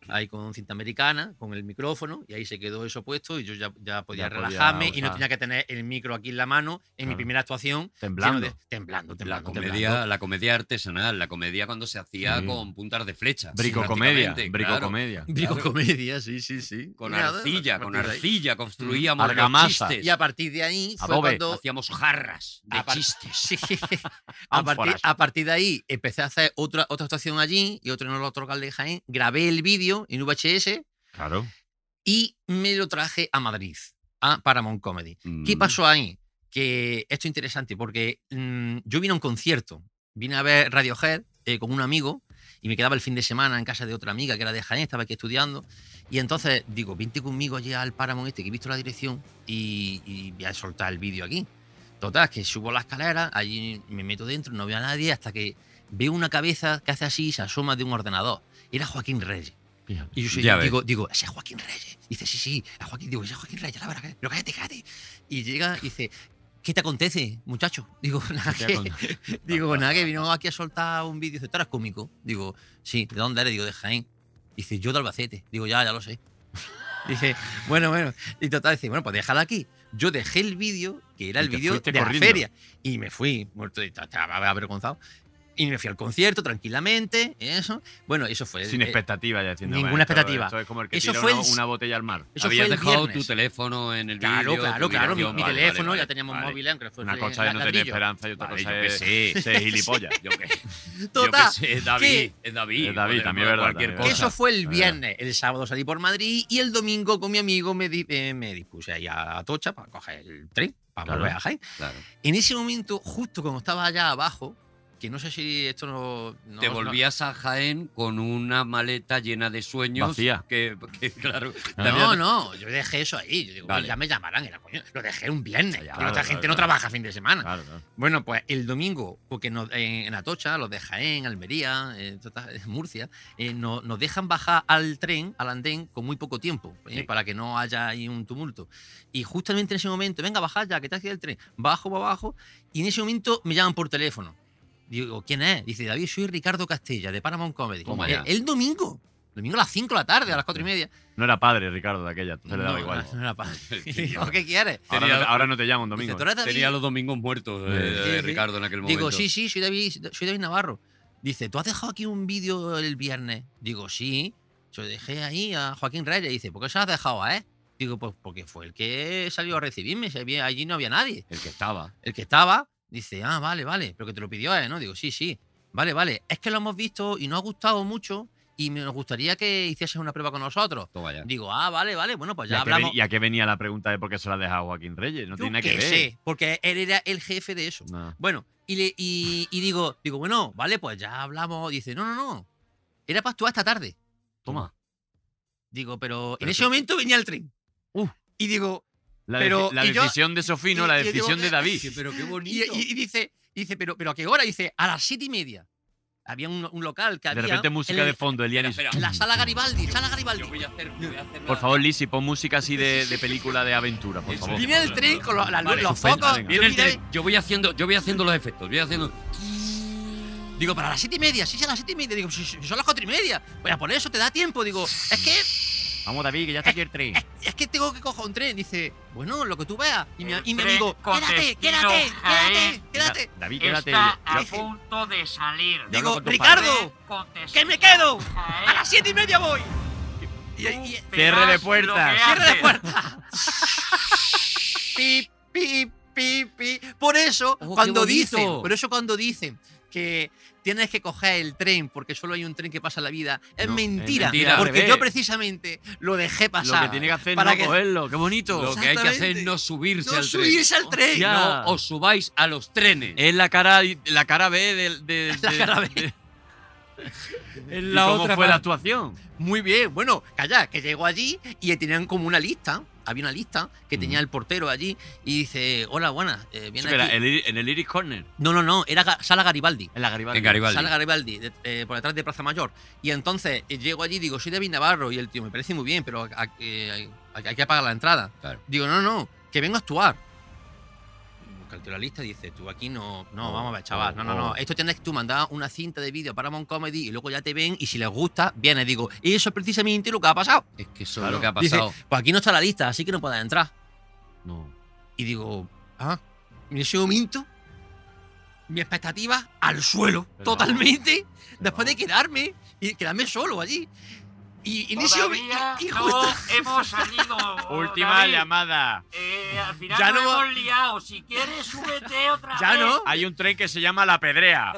S2: ahí con cinta americana, con el micrófono, y ahí se quedó eso puesto y yo ya, ya podía
S5: Ya podía
S2: relajarme y no
S5: usar.
S2: tenía que tener el micro aquí en la mano en mi
S5: Claro.
S2: primera actuación. sino
S5: Temblando.
S2: de- temblando,
S4: la
S2: temblando,
S4: comedia,
S2: temblando.
S4: la comedia artesanal, la comedia cuando se hacía
S5: Sí.
S4: con puntas de flecha.
S5: Bricocomedia.
S4: prácticamente, claro.
S5: Bricocomedia.
S2: Bricocomedia, sí, sí, sí.
S4: Con
S2: Y nada,
S4: arcilla,
S2: a
S4: con
S2: partir de ahí. Mm.
S4: arcilla construíamos los
S5: Argamasa.
S4: chistes.
S2: Y a partir de ahí fue
S5: Adobe,
S2: cuando
S4: Hacíamos jarras de
S2: A par-
S4: chistes.
S2: (laughs) Sí. a, partir,
S5: Ánforas.
S2: a partir de ahí empecé a hacer otra, otra actuación allí y otro en el otro local de Jaén. Grabé el vídeo en VHS
S5: Claro.
S2: y me lo traje a Madrid, a Paramount Comedy. ¿Qué
S4: Mm.
S2: pasó ahí? Que esto es interesante porque mm, yo vine a un concierto, vine a ver Radiohead eh, con un amigo y me quedaba el fin de semana en casa de otra amiga que era de Jaén, estaba aquí estudiando. Y entonces digo, vente conmigo allí al Paramount este que he visto la dirección y, y voy a soltar el vídeo aquí. Total, que subo la escalera, allí me meto dentro, no veo a nadie hasta que veo una cabeza que hace así y se asoma de un ordenador. Era Joaquín Reyes. Y yo soy-
S4: Ya
S2: digo, digo, ese es Joaquín Reyes. Dice, sí, sí, a Joaquín, digo, ese es Joaquín Reyes, la verdad, que- pero cállate, cállate. Y llega y dice, ¿qué te acontece, muchacho? (laughs) Digo, nada,
S5: ¿Qué
S2: que,
S5: acontece?
S2: (laughs) digo, nada, que vino aquí a soltar un vídeo. Dice, ¿tú eres cómico? Digo, sí, ¿de dónde eres? Digo, de Jaén. Dice, yo de Albacete. Digo, ya, ya lo sé. (laughs) Dije, bueno, bueno. Y total, dice, bueno, pues déjala aquí. Yo dejé el vídeo, que era
S5: Y
S2: el
S5: te
S2: vídeo
S5: fuiste
S2: de la
S5: corriendo.
S2: feria. Y me fui, muerto, de- estaba avergonzado. Y me fui al concierto tranquilamente, eso. Bueno, eso fue.
S5: Sin
S2: eh,
S5: expectativa ya diciendo.
S2: ninguna
S5: "Bueno, esto-
S2: expectativa.
S5: Esto es como el que
S2: Eso
S5: tira
S2: fue
S5: una,
S2: el-
S5: una botella al mar.
S2: Eso
S4: Habías
S2: fue el
S4: dejado tu
S2: viernes.
S4: teléfono en el
S2: Claro,
S4: vídeo,
S2: claro,
S4: tu
S2: claro. Mi,
S4: dirección,
S2: mi
S4: vale, vale,
S2: teléfono,
S4: vale,
S2: ya teníamos
S4: vale.
S2: móvil, aunque fue
S5: Una
S2: el-
S5: cosa es no tener
S2: ladrillo.
S5: esperanza y otra
S4: Vale,
S5: cosa
S4: yo qué
S5: es
S4: sé.
S5: (laughs) ser gilipollas.
S4: Yo qué,
S2: (laughs)
S4: yo
S2: Total,
S4: qué sé, David, es David. madre
S5: Es David, también
S4: mía,
S5: es verdad,
S4: Cualquier
S5: también
S2: que
S5: es
S4: cosa.
S2: eso fue el
S5: Ah.
S2: viernes. El sábado salí por Madrid y el domingo con mi amigo me, di- eh, me dispuse ahí a Tocha para coger el tren, para
S5: Claro.
S2: volver a Jaén.
S4: Claro.
S2: En ese momento, justo cuando estaba allá abajo, que no sé si esto no... no-
S4: Te
S2: no-
S4: volvías a Jaén con una maleta llena de sueños.
S5: Vacía. Ah.
S4: Que, que, claro.
S5: No,
S2: No,
S4: David-
S2: no, yo dejé eso ahí. Yo digo,
S4: Vale.
S2: ya me llamarán, era coño. Lo dejé un viernes.
S5: Ya,
S2: pero
S5: claro,
S2: esta
S5: claro,
S2: gente no
S5: claro.
S2: trabaja fin de semana.
S5: Claro, claro.
S2: Bueno, pues el domingo, porque nos- en, en Atocha, los de Jaén, Almería, eh, tota- Murcia, eh, no- nos dejan bajar al tren, al andén, con muy poco tiempo, eh,
S4: Sí.
S2: para que no haya ahí un tumulto. Y justamente en ese momento, venga, baja ya, que te has quedado el tren, bajo para abajo, y en ese momento me llaman por teléfono. Digo, ¿quién es? Dice, David, soy Ricardo Castella, de Paramount Comedy.
S4: Toma
S2: Eh,
S4: ya.
S2: el domingo, domingo a las 5 de la tarde, a las 4 y media.
S5: No era padre, Ricardo, de aquella. Entonces le daba
S2: No,
S5: igual.
S2: no
S5: (laughs)
S2: era pa- (laughs) Digo, ¿qué quieres?
S5: Ahora,
S4: Tenía-
S5: no, ahora no te llamo un
S2: Dice,
S5: domingo.
S2: "¿Tú eres David?".
S4: Tenía los domingos muertos, eh,
S2: Sí, sí.
S4: Ricardo, en aquel momento.
S2: Digo, sí, sí, soy David, soy David Navarro. Dice, ¿tú has dejado aquí un vídeo el viernes? Digo, sí. Se lo dejé ahí a Joaquín Reyes. Dice, ¿por qué se lo has dejado a él? Digo, pues porque fue el que salió a recibirme. si había- Allí no había nadie.
S4: El que estaba.
S2: El que estaba dice, ah, vale, vale, pero que te lo pidió él, ¿no? Digo, sí, sí. Vale, vale. Es que lo hemos visto y nos ha gustado mucho y me- nos gustaría que hicieses una prueba con nosotros.
S4: Toma ya.
S2: Digo, ah, vale, vale. Bueno, pues
S5: ¿Y
S2: ya
S5: a, qué
S2: hablamos.
S5: ven- y a qué venía la pregunta de por qué se la ha dejado Joaquín Reyes? No
S2: Yo
S5: tiene nada que
S2: qué
S5: ver.
S2: sé, porque él era el jefe de eso.
S5: No.
S2: Bueno, y, le, y, y digo, digo, bueno, vale, pues ya hablamos. Dice, no, no, no. Era para actuar esta tarde.
S5: Toma.
S2: Digo, pero, en
S5: Pero
S2: ese
S5: tú-
S2: momento venía el tren.
S5: Uh.
S2: Y digo,
S5: La,
S2: Pero-
S5: deci- la
S2: y yo-
S5: decisión de Sofino,
S2: y-
S5: la
S2: y digo,
S5: decisión de
S2: eh,
S5: David.
S4: Sí, pero qué
S2: y,
S4: bonito.
S2: y- y dice, dice, pero, pero ¿a qué hora? Dice, a las siete y media. Había un, un local que
S5: De
S2: había.
S5: repente música
S2: en,
S5: de fondo, Elian.
S4: Espera,
S2: en
S4: espera.
S2: la sala Garibaldi, sala Garibaldi.
S4: Yo voy a hacer, voy a hacer
S5: Por
S4: la-
S5: favor, Lizzy, pon música así de, de película de aventura, por
S4: Eso.
S5: favor.
S2: Viene el tren con lo- la luz,
S4: Vale,
S2: los
S5: estupendo,
S2: focos.
S5: venga.
S2: yo
S4: Viene el
S2: miré,
S4: tren. Yo voy haciendo, yo voy haciendo los efectos. Voy haciendo.
S2: Digo, para las siete y media, sí, sí, a las siete y media. Digo, si, si son las cuatro y media. Bueno, por eso te da tiempo. Digo, es que
S5: Vamos, David, que ya está aquí el tren.
S2: es que tengo que coger un tren. Dice, bueno, lo que tú veas. Y mi,
S6: El
S2: y mi
S6: tren
S2: amigo,
S6: con
S2: quédate,
S6: destino
S2: quédate, quédate,
S6: Jaén.
S2: quédate.
S5: Da- David, quédate.
S6: Está
S5: Ya-
S6: a punto de salir.
S5: Ya hablo
S2: Digo,
S5: con tu
S2: Ricardo,
S6: Con
S2: que
S6: destino
S2: me quedo.
S6: Jaén.
S2: A las siete y media voy. Y,
S6: Tú
S2: y-
S5: Cierre de
S6: verás lo
S5: puertas.
S6: que
S2: cierre de
S6: haces.
S2: puerta. Ah, pi, pi, pi, pi. Por eso,
S4: Oh, qué
S2: cuando
S4: bonito.
S2: dicen, por eso cuando dicen que tienes que coger el tren porque solo hay un tren que pasa la vida, es
S5: No, es
S2: mentira.
S4: mentira. Al
S2: Porque
S5: revés.
S2: yo precisamente lo dejé pasar.
S5: Lo que tiene que hacer es
S2: Para
S5: no
S2: que-
S5: cogerlo. ¡Qué bonito!
S4: Lo que hay que hacer es no subirse
S2: no
S4: al tren.
S2: subirse Eh, al tren.
S5: Hostia.
S4: No os subáis a los trenes.
S5: Es la cara, la cara B del. de-
S2: La
S5: de-
S2: cara B.
S5: de-
S4: Es
S5: ¿Y ¿Cómo fue la actuación?
S2: Muy bien, bueno, calla, que llegó allí y tenían como una lista, había una lista que tenía
S5: Mm.
S2: el portero allí y dice, hola, buenas, eh, viene
S5: Espera,
S2: aquí".
S5: el ir- en el Iris Corner.
S2: No, no, no, era Ga- Sala Garibaldi.
S5: En la Garibaldi.
S4: En Garibaldi.
S2: Sala Garibaldi, de- eh, por detrás de Plaza Mayor. Y entonces eh, llego allí y digo, soy David Navarro y el tío me parece muy bien, pero a- a- eh, hay hay que pagar la entrada.
S4: Claro.
S2: Digo, no, no, que vengo a actuar. Calculó la lista y dice, tú aquí no, no,
S5: No,
S2: vamos a ver, chaval, no, no,
S5: no.
S2: no. Esto tienes que tú mandar una cinta de vídeo para Mon Comedy y luego ya te ven y si les gusta, vienes. Digo, y eso es precisamente lo que ha pasado.
S4: Es que eso
S5: Claro.
S4: es lo que ha
S2: Dice,
S4: pasado.
S2: pues aquí no está la lista, así que no puedes entrar.
S5: No.
S2: Y digo, ah, en ese momento, mi expectativa al suelo,
S5: Pero
S2: totalmente, después de
S5: vamos.
S2: quedarme, y quedarme solo allí. Y en ese momento,
S7: (laughs)
S6: Todavía
S2: y
S6: no
S2: justo-
S6: (laughs) hemos salido.
S5: Última
S6: David.
S5: llamada.
S6: Eh, al final
S2: Ya
S6: no
S2: no-
S6: hemos liado. Si quieres,
S7: (laughs)
S6: súbete otra
S2: Ya
S6: vez.
S2: no.
S5: Hay un tren que se llama La Pedrea.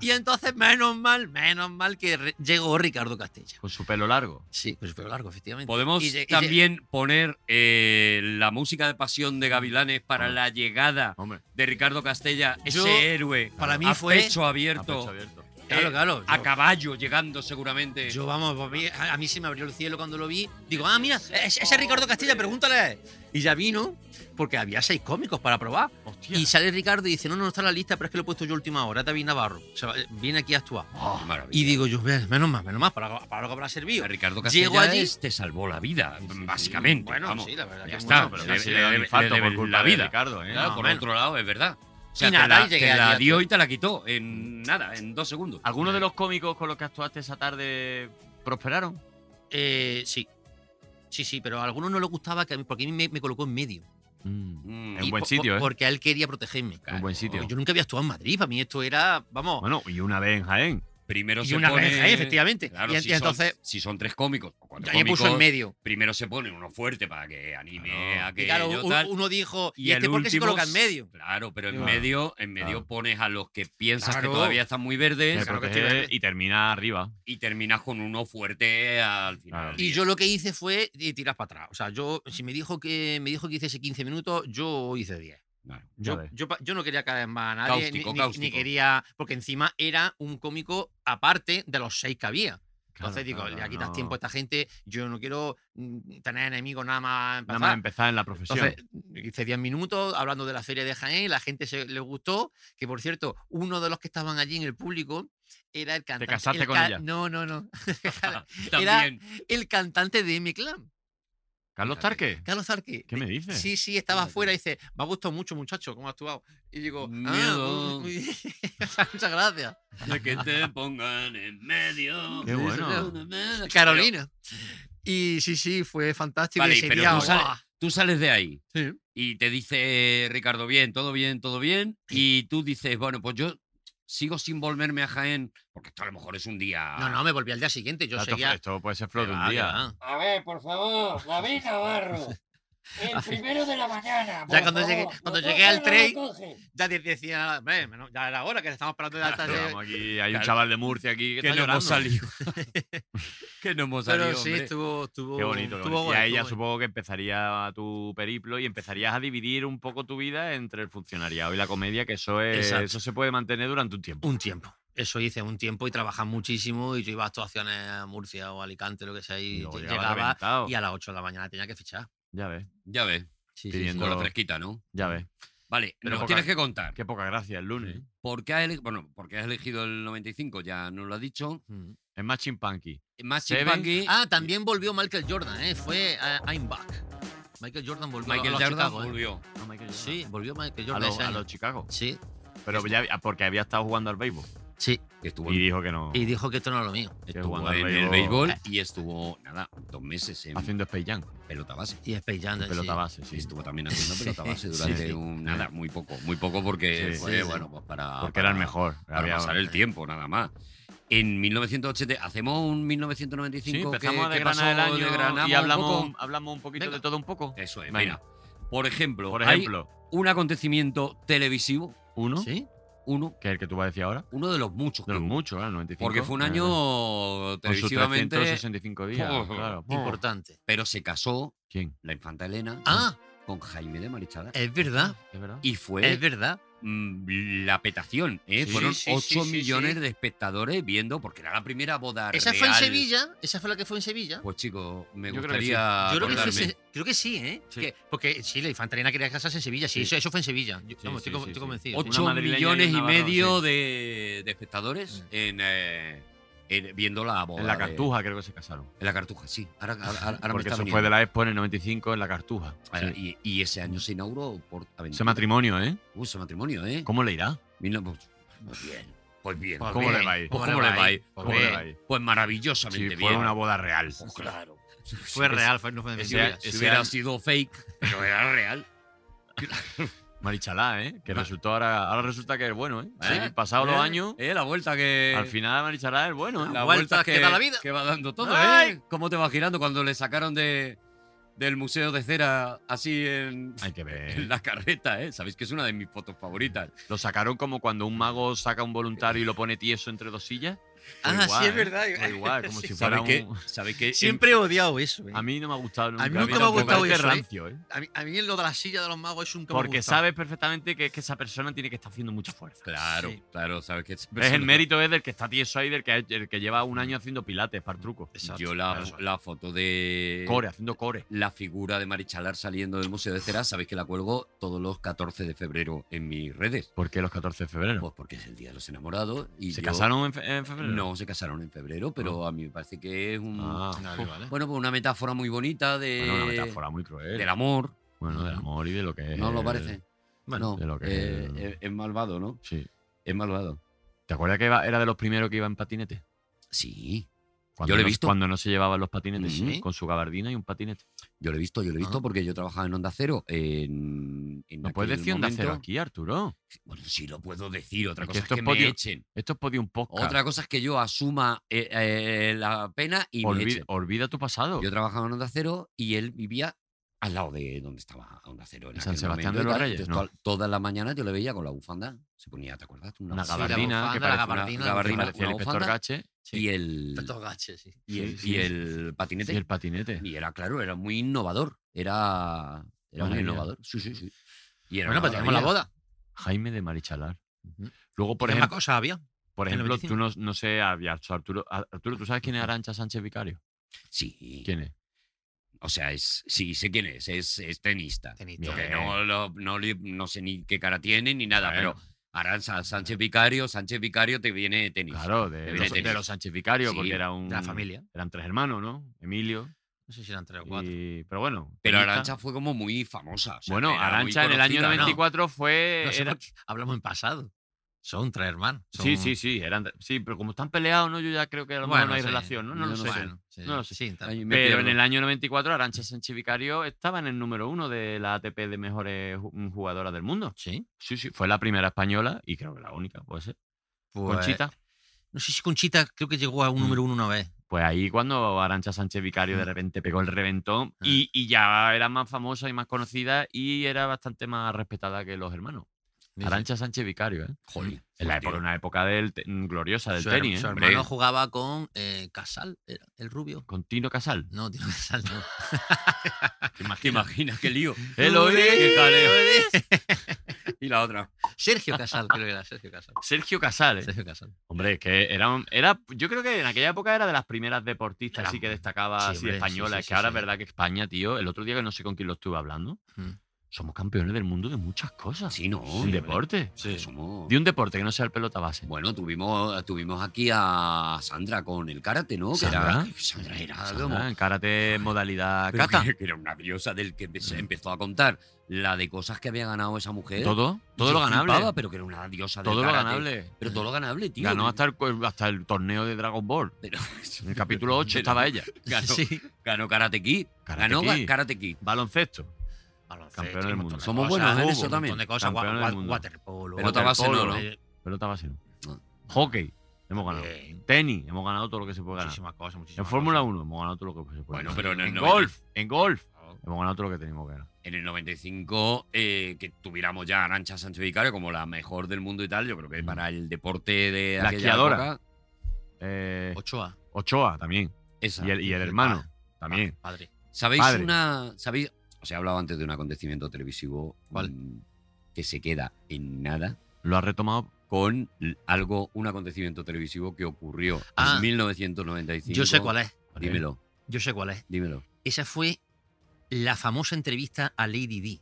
S2: Y entonces, menos mal, menos mal que re- llegó Ricardo Castella.
S5: Con su pelo largo.
S2: Sí, pues pero largo, efectivamente.
S4: Podemos
S2: Y lle- y lle-
S4: también poner eh, la música de pasión de Gavilanes para
S5: Hombre.
S4: la llegada
S5: Hombre,
S4: de Ricardo Castella,
S2: Yo-
S4: ese héroe.
S2: para mí
S4: a
S2: fue-
S4: pecho
S5: a pecho
S4: abierto,
S5: abierto.
S2: Claro, claro.
S4: a
S2: yo-
S4: caballo, llegando seguramente.
S2: Yo, vamos, a mí, a mí se me abrió el cielo cuando lo vi. Digo, ah, mira, ese, ese Ricardo Castilla, pregúntale. Y ya vino, porque había seis cómicos para probar.
S5: Hostia.
S2: Y sale Ricardo y dice, no, no, no está en la lista, pero es que lo he puesto yo a última hora, David Navarro. O sea, viene aquí a actuar.
S4: Oh, maravilla.
S2: ah, Y digo yo, "Ve, menos más, menos más, para, algo- para algo habrá
S4: A
S2: servido.
S4: Ricardo
S2: Llego
S4: Castella
S2: allí-
S4: te salvó la vida, básicamente.
S2: Bueno,
S4: vamos.
S2: sí, la verdad.
S4: ya
S2: que
S4: está,
S2: mucho,
S5: Pero
S2: pero
S4: le-
S5: casi
S4: le-
S5: le da un
S4: le-
S5: infarto
S4: le
S5: por
S4: debe
S5: culpa
S4: la
S5: de
S4: vida.
S5: Ricardo, ¿eh?
S4: Claro,
S2: No,
S4: por
S2: menos.
S4: otro lado, es verdad. O sea,
S2: Y
S4: te,
S2: nada, y
S4: la,
S2: llegué
S4: te la
S2: allí a
S4: dio
S2: tu-
S4: y te la quitó en nada, en dos segundos.
S5: ¿Alguno de los cómicos con los que actuaste esa tarde prosperaron?
S2: Eh, sí. Sí, sí, pero a algunos no le gustaba que a mí- porque a mí me, me colocó en medio.
S4: Mm.
S5: En
S2: Y
S5: buen
S2: po-
S5: sitio,
S2: po-
S5: ¿eh?
S2: Porque él quería protegerme.
S5: En buen sitio.
S2: Yo nunca había actuado en Madrid, para mí esto era, vamos,
S5: Bueno, y una vez en Jaén.
S4: Primero
S2: y
S4: se
S2: una
S4: pone...
S2: vez, ¿eh? efectivamente.
S4: Claro,
S2: y, en-
S4: si
S2: y entonces,
S4: son, si son tres cómicos, o cuatro
S2: ya me puso en
S4: cómicos,
S2: medio.
S4: primero se pone uno fuerte para que anime
S5: Claro.
S4: a
S2: Y
S4: que
S2: claro,
S4: yo
S2: u-
S4: tal.
S2: uno dijo, ¿y,
S4: Y
S2: este
S4: el
S2: por qué se
S4: último
S2: coloca en
S4: s-
S2: medio?
S4: Claro, pero en
S5: Claro.
S4: medio, en medio
S5: Claro.
S4: pones a los que piensas
S2: Claro.
S4: que todavía están muy
S5: Me
S4: verdes
S2: Claro que estoy
S5: protege
S2: verde.
S5: y termina arriba.
S4: y terminas con uno fuerte al final.
S5: Claro.
S2: Y yo lo que hice fue eh, tirar para atrás. O sea, yo, si me dijo que me dijo que hiciese 15 minutos, yo hice 10.
S4: Claro.
S5: Ya
S2: Yo,
S5: ves.
S2: yo, pa- yo no quería caer más a nadie, ni-
S4: Cáustico,
S2: ni,
S4: cáustico.
S2: ni quería, porque encima era un cómico aparte de los seis que había.
S5: Claro,
S2: Entonces digo,
S5: claro,
S2: ya quitas
S5: no.
S2: tiempo a esta gente, yo no quiero mm, tener enemigos nada más.
S5: Nada
S2: empezar.
S5: más empezar en la profesión.
S2: este Entonces, mm, hice 10 minutos hablando de la feria de Jaén, la gente se le gustó, que por cierto, uno de los que estaban allí en el público era el cantante.
S5: casaste
S2: el
S5: con
S2: ca-
S5: ella?
S2: No, no, no.
S5: (laughs)
S2: (laughs)
S4: También.
S2: el cantante de mi clan,
S5: Carlos Tarque,
S2: Carlos Zarqui.
S5: ¿qué me dices?
S2: Sí, sí, estaba
S4: Fíjate.
S2: afuera y dice, me ha gustado mucho, muchacho, cómo has actuado. Y digo, ah,
S4: Miedo.
S2: muy- muy- (laughs) muchas gracias.
S5: (laughs)
S4: de que te pongan en medio.
S5: Qué bueno.
S2: Carolina. Y sí, sí, fue fantástico.
S4: Vale,
S2: y ese
S4: pero
S2: día,
S4: tú sales-
S2: ¡guau!
S4: Pero tú sales de ahí
S2: Sí.
S4: y te dice Ricardo, bien, todo bien, todo bien. Y tú dices, bueno, pues yo sigo sin volverme a Jaén, porque esto a lo mejor es un día.
S2: No, no, me volví al día siguiente. Yo
S5: Claro, esto-
S2: seguía.
S5: Esto puede ser flor de un
S2: Ah,
S5: día.
S2: ah.
S8: A ver, por favor, David Navarro.
S7: (laughs)
S8: El primero de la mañana. por
S2: Ya cuando
S8: favor.
S2: llegué-
S8: ¿Lo
S2: cuando
S8: coge
S2: llegué al
S8: o no
S2: tren-
S8: lo coge?
S2: Ya de- decía, "Hombre, menos- ya era hora que estamos esperando de alta.
S5: Pero vamos, aquí hay un
S4: Claro.
S5: chaval de Murcia aquí que,
S4: que
S5: está
S4: no hemos
S5: llorando.
S4: salido.
S5: (laughs)
S4: que no hemos salido.
S2: Pero sí,
S4: hombre.
S2: estuvo, estuvo.
S5: Qué bonito. qué
S2: estuvo
S5: bonito. Y
S2: guay,
S5: ahí ya
S2: estuvo guay.
S5: supongo que empezaría tu periplo y empezarías a dividir un poco tu vida entre el funcionariado y la comedia, que eso es,
S2: Exacto.
S5: eso se puede mantener durante un tiempo.
S2: Un tiempo. Eso hice un tiempo y trabajaba muchísimo. Y yo iba a actuaciones a Murcia o a Alicante, lo que sea. Y,
S5: luego llegabas
S2: llegaba
S5: reventado.
S2: y a las 8 de la mañana tenía que fichar.
S5: Ya ves,
S4: Ya ves,
S2: Sí,
S5: sí, Pidiendo-
S4: con la fresquita, ¿no?
S5: ya ves.
S4: Vale,
S5: Pero
S4: nos
S5: poca-
S4: tienes que contar.
S5: Qué poca gracia el lunes.
S4: ¿Por qué, has ele- bueno, ¿Por qué has elegido el 95? Ya nos lo has dicho.
S2: Mm.
S5: Es más chimpanqui.
S4: Más
S5: Seven.
S4: Chimpanqui.
S2: Ah, también volvió Michael Jordan, ¿eh? Fue eh, I'm Back. Michael Jordan volvió
S4: Michael
S2: a los
S4: Jordan
S2: Chicago, ¿eh?
S4: volvió.
S2: Sí, volvió Michael
S5: a
S2: Jordan
S5: los,
S2: ese
S5: a
S2: año.
S5: los Chicago.
S2: Sí,
S5: Pero ya, porque había estado jugando al béisbol.
S2: sí.
S4: Que estuvo
S5: Y dijo que no.
S2: Y dijo que esto no era lo mío.
S4: Estuvo
S5: jugando al
S4: en el
S5: béisbol.
S4: béisbol y estuvo, nada, dos meses en
S5: Haciendo Space Jam.
S4: pelota base.
S2: Y Space Jam, sí.
S5: Pelota base,
S4: Sí,
S5: (laughs) sí.
S4: estuvo también haciendo pelota base
S2: Sí,
S4: durante
S2: sí.
S4: un. Nada, muy poco. Muy poco porque
S5: Sí,
S4: fue,
S2: sí, sí.
S4: bueno, pues para.
S5: Porque era el
S4: para-
S5: mejor.
S4: Para
S5: Había-
S4: pasar el tiempo, nada más. En 1980, hacemos un 1995.
S5: Sí, empezamos
S4: que,
S5: a desgranar el año y hablamos un, hablamos un poquito
S4: Venga.
S5: de todo un poco.
S4: Eso es,
S5: Venga.
S4: mira. Por ejemplo,
S5: Por
S4: hay
S5: ejemplo,
S4: un acontecimiento televisivo,
S5: uno,
S2: ¿Sí?
S4: uno,
S5: que es el que tú vas a decir ahora,
S4: uno de los muchos.
S5: de los
S4: que-
S5: muchos, ¿eh? 95.
S4: porque fue un
S5: eh,
S4: año
S5: Con sus
S4: televisivamente.
S5: 365 días.
S4: Pum.
S5: claro. pum.
S2: Importante.
S4: Pero se casó
S5: ¿Quién?
S4: la infanta Elena
S2: Ah,
S4: con Jaime de Marichalar.
S2: es verdad.
S5: ¿Es verdad?
S4: ¿Ah? Y fue
S2: Es verdad.
S4: mm, la petación, ¿eh?
S2: Sí,
S4: Fueron
S2: sí,
S4: 8
S2: sí, sí,
S4: millones
S2: sí.
S4: de espectadores viendo, porque era la primera boda
S2: Esa
S4: real.
S2: fue en Sevilla. Esa fue la que fue en Sevilla.
S4: Pues chicos, me
S5: Yo creo que sí.
S4: gustaría
S2: Yo creo que, fue,
S4: acordarme.
S2: se- creo que sí, ¿eh?
S5: Sí.
S2: Que- porque sí, la infantería quería casarse en Sevilla. Sí,
S5: Sí.
S2: Eso, eso fue en Sevilla. Yo-
S5: Sí,
S2: vamos,
S5: sí,
S2: estoy, con-
S5: sí,
S2: estoy
S5: sí.
S2: convencido.
S5: Ocho-
S4: 8
S5: madrileña y un
S4: millones y
S5: navarro,
S4: medio
S5: sí.
S4: de, de espectadores
S2: Mm.
S4: en, eh, en- viendo la boda.
S5: En la
S4: de-
S5: cartuja creo que se casaron.
S4: en la cartuja, sí. Ahora, ahora- ahora me
S5: Porque
S4: está
S5: eso
S4: viniendo.
S5: fue de la Expo en el 95 en la cartuja.
S4: Ahora,
S5: Sí.
S4: y, y ese año se inauguró por
S5: Ese matrimonio, ¿eh?
S4: Uy, ese matrimonio, ¿eh?
S5: ¿Cómo le irá?
S4: Mil no- pues, pues bien. Pues bien.
S2: Pues
S5: ¿Cómo
S2: bien,
S5: le va a ir?
S4: Pues,
S2: ¿cómo
S4: ¿Cómo le va a ir?
S2: Pues
S5: ¿Cómo
S4: Pues-
S5: le va a ir?
S4: Pues
S5: Si
S4: maravillosamente
S5: fue
S4: bien.
S5: una boda real.
S4: Pues claro.
S2: Fue
S5: pues,
S2: real, fue- no fue de
S4: Si
S2: mentira.
S4: hubiera, si hubiera sido fake, pero era real.
S5: Marichalá, ¿eh? Que
S4: Ma-
S5: resultó ahora, ahora resulta que es bueno, ¿eh?
S4: ¿Eh?
S5: Sí, pasado los
S4: Ah. Eh,
S5: años,
S4: Eh, la vuelta que.
S5: al final Marichalá es bueno, ¿eh?
S4: la
S2: vuelta
S4: vuelta
S2: que
S4: que,
S2: da la vida.
S4: que va dando todo,
S5: ¡Ay!
S4: ¿eh? ¿Cómo te va girando cuando le sacaron de, del Museo de Cera así en,
S5: Hay que
S4: en
S5: ver.
S4: (laughs) la carreta, ¿eh? Sabéis que es una de mis fotos favoritas.
S5: Lo sacaron como cuando un mago saca a un voluntario y lo pone tieso entre dos sillas. Fue
S2: Ah, sí, es
S5: ¿eh?
S2: verdad.
S5: Fue igual, como si fuera
S4: ¿Sabéis que,
S5: un...
S4: ¿Sabéis que
S2: (laughs)
S4: en-
S2: Siempre he odiado eso. eh.
S5: A mí no me ha gustado nunca.
S2: mí nunca me ha
S5: tampoco.
S2: gustado
S5: Parece
S2: eso, ¿eh?
S5: rancio, ¿eh?
S2: A mí, a mí lo de la silla de los magos es un
S5: Porque sabes perfectamente que, es que esa persona tiene que estar haciendo mucha fuerza.
S4: Claro,
S2: Sí.
S4: claro, ¿sabéis que es
S5: Es el mérito es del que está tieso ahí, del que, el que lleva un año haciendo pilates para el truco.
S4: Yo la,
S5: Eso.
S4: la foto de.
S5: Core, haciendo core.
S4: La figura de Marichalar saliendo del Museo de Cera, sabéis que la cuelgo todos los 14 de febrero en mis redes.
S5: ¿Por qué los 14 de febrero?
S4: Pues porque es el Día de los Enamorados. Y
S5: ¿Se
S4: yo-
S5: casaron en, fe- en febrero?
S4: No, se casaron en febrero, pero a mí me parece que es un.
S5: Ah,
S4: Bueno, pues una metáfora muy bonita de,
S5: bueno, una metáfora muy cruel.
S4: del amor.
S5: Bueno, del amor y de lo que es.
S4: Mm. ¿No lo parece?
S2: Bueno,
S4: no,
S5: de lo que
S4: eh,
S5: es el-
S4: es- es malvado, ¿no?
S5: Sí.
S4: Es malvado.
S5: ¿Te acuerdas que iba- era de los primeros que iba en patinete?
S4: Sí,
S5: Cuando
S4: Yo lo he
S5: no-
S4: visto. Mm.
S5: Cuando no se llevaban los patinetes,
S4: Ujú.
S5: sí, con su gabardina y un patinete.
S4: yo lo he visto, yo lo he visto
S2: Ah.
S4: porque yo trabajaba en Onda Cero. En, en
S5: ¿No puedes
S4: aquel
S5: decir onda cero
S4: momento.
S5: aquí, Arturo?
S4: Bueno, sí lo puedo decir. Otra
S5: Es que
S4: cosa es
S5: esto
S4: que
S5: es
S4: me
S5: podio-
S4: echen.
S5: Esto es podium podcast.
S4: Otra cosa es que yo asuma eh, eh, la pena y me
S5: Olvi-
S4: echen.
S5: olvida tu pasado.
S4: Yo trabajaba en Onda Cero y él vivía al lado de donde estaba Onda Cero. En
S5: San
S4: aquel
S5: Sebastián
S4: momento
S5: de
S4: y
S5: los
S4: tal.
S5: Reyes,
S4: Yo
S5: ¿no?
S4: to- Todas las mañanas yo le veía con la bufanda. Se ponía, ¿te acuerdas? tú?
S5: Una
S4: bufanda.
S2: la
S5: gabardina
S2: bufanda,
S5: que
S2: la
S5: parece una-
S2: gabardina,
S5: que
S2: la
S5: parecía
S4: bufanda,
S5: el
S4: una
S5: inspector
S4: bufanda.
S5: Gache
S4: Y el,
S2: Tantos gaches, sí.
S4: y el,
S5: Sí,
S4: y
S5: sí.
S4: el patinete.
S5: y el patinete.
S4: Y era, claro, era muy innovador. Era, era
S5: Madre
S4: muy
S5: mía.
S4: innovador. Sí, sí, sí. Y era
S2: Bueno,
S4: una
S2: pues tenemos la
S4: maravilla.
S2: boda.
S5: Jaime de Marichalar.
S2: Ujú.
S5: Luego, por
S2: ¿Qué más
S5: ejemplo,
S2: cosas había?
S5: por
S2: en el
S5: ejemplo
S2: 25.
S5: tú no, no sé, había- Arturo, Arturo, ¿tú sabes quién es Arancha Sánchez Vicario?
S4: Sí.
S5: ¿Quién es?
S4: O sea, es, sí, sé quién es. Es, es tenista.
S2: Tenito.
S5: Bien.
S4: Que no, lo- no, le- no sé ni qué cara tiene ni nada,
S5: eh. Bueno.
S4: pero Aranza, Sánchez Vicario, Sánchez Vicario te viene tenis.
S5: Claro, de, los,
S4: tenis.
S5: de los Sánchez Vicario,
S4: Sí,
S5: porque era un.
S2: de la familia.
S5: Eran tres hermanos, ¿no? Emilio.
S2: No sé si eran tres o
S5: (laughs)
S2: cuatro.
S5: Y, pero bueno.
S4: Pero
S5: tenista.
S4: Arancha fue como muy famosa. o sea,
S5: Bueno,
S4: era muy
S5: Arancha en el año
S4: conocida, ¿no?
S5: 94 fue.
S2: No sé
S5: era-
S2: por qué hablamos en pasado. Son tres hermanos.
S5: sí,
S2: son-
S5: sí, sí. eran- sí, pero como están peleados, ¿no? Yo ya creo que a lo mejor
S2: Bueno,
S5: no hay
S2: sí.
S5: relación, ¿no? No
S4: Yo no
S5: lo sé.
S4: sé.
S2: Bueno, sí,
S5: No lo sé.
S2: sí, tal.
S4: Ay, me
S5: Pero en
S4: pierdo.
S5: el año 94, Arancha Sánchez Vicario estaba en el número uno de la ATP de mejores ju- jugadoras del mundo.
S2: Sí,
S5: Sí, sí, fue la primera española y creo que la única, puede ser.
S2: pues-
S5: Conchita.
S2: No sé si Conchita creo que llegó a un
S5: Mm.
S2: número uno una vez.
S5: Pues ahí cuando Arancha Sánchez Vicario
S2: (laughs)
S5: de
S2: Mm.
S5: repente pegó el reventón
S2: Ah.
S5: y, y ya era más famosa y más conocida y era bastante más respetada que los hermanos.
S2: Sí, sí.
S5: Arancha Sánchez Vicario, ¿eh?
S4: Jolín,
S5: En la
S4: tío.
S5: época, una época del te- mm, gloriosa del
S2: Su her-
S5: tenis,
S2: su
S5: ¿eh?
S2: hermano
S4: Hombre.
S2: jugaba con eh, Casal, era el rubio.
S5: Con Tino Casal.
S2: No, (laughs) tío, Casal no.
S4: ¿Te imaginas qué lío?
S5: Eloy, qué eh? jaleo.
S4: Y la otra.
S2: Sergio Casal, creo que era Sergio Casal.
S5: Sergio Casal, ¿eh?
S2: Sergio Casal.
S5: Hombre, es que era, un- era. Yo creo que en aquella época era de las primeras deportistas
S2: Era-
S5: así que destacaba,
S2: sí,
S5: así
S2: hombre, sí,
S5: española.
S2: sí,
S5: es
S2: sí,
S5: que ahora
S2: sí.
S5: es verdad que España, tío, el otro día que no sé con quién lo estuve hablando,
S2: Mm.
S5: somos campeones del mundo de muchas cosas.
S4: Sí, no.
S5: Un deporte.
S4: Sí. Somos...
S5: De un deporte que no sea el pelota base.
S4: Bueno, tuvimos, tuvimos aquí a Sandra con el karate, ¿no? Que era-
S5: ¿Sandra?
S4: Sandra era
S5: Sandra,
S4: como-
S5: en Pues karate modalidad
S4: pero
S5: kata.
S4: Que, que era una diosa del que empe- empezó a contar la de cosas que había ganado esa mujer.
S5: Todo,
S4: Y
S5: todo
S4: yo
S5: lo ganable.
S4: flipaba, pero que era una diosa del
S5: todo lo
S4: karate.
S5: ganable.
S4: Pero todo lo ganable, tío.
S5: Ganó hasta el, cu- hasta el torneo de Dragon Ball.
S4: Pero-
S5: En el capítulo
S4: (laughs)
S5: 8 estaba ella.
S4: Ganó,
S2: Sí.
S4: ganó Karate Kid.
S5: Karate
S4: ganó ga-
S5: Kid.
S4: Karate Kid.
S5: Baloncesto.
S2: Baloncesto,
S5: Campeón del
S2: un
S5: mundo.
S2: montón de
S4: Somos
S2: cosas,
S4: buenos en
S2: un
S4: eso
S2: montón
S4: también.
S2: de cosas,
S5: Campeón
S2: gua-
S5: del
S2: gua-
S5: mundo.
S2: waterpolo.
S4: Pelota base no,
S2: waterpolo,
S4: ¿no?
S2: eh,
S5: Pelota base no.
S4: No.
S5: Hockey. Hemos ganado.
S2: bien,
S5: Tenis. Hemos ganado todo lo que se puede ganar.
S2: Muchísimas cosas, muchísimas
S5: En Fórmula
S2: cosas.
S5: 1 hemos ganado todo lo que se puede
S4: Bueno,
S5: ganar.
S4: pero en el
S5: en
S4: 90
S5: golf. En golf.
S4: Ah,
S5: Hemos ganado todo lo que tenemos que ganar.
S4: En el 95, eh, que tuviéramos ya a Arancha Sánchez Vicario como la mejor del mundo y tal, yo
S2: Mm.
S4: creo que para el deporte de
S5: La
S4: aquella
S5: esquiadora.
S4: época,
S5: Eh,
S2: Ochoa.
S5: Ochoa también.
S4: esa.
S5: Y el, y el hermano
S4: Ah.
S5: también.
S2: Padre.
S4: ¿Sabéis
S5: Padre.
S4: una. ¿Sabéis? Os he hablado antes de un acontecimiento televisivo
S5: ¿Cuál?
S4: mm, que se queda en nada
S5: Lo ha retomado.
S4: con l- algo, un acontecimiento televisivo que ocurrió
S2: Ah,
S4: en 1995.
S2: Yo sé cuál es.
S4: Dímelo,
S2: Yo sé cuál es.
S4: dímelo.
S2: Esa fue la famosa entrevista a Lady D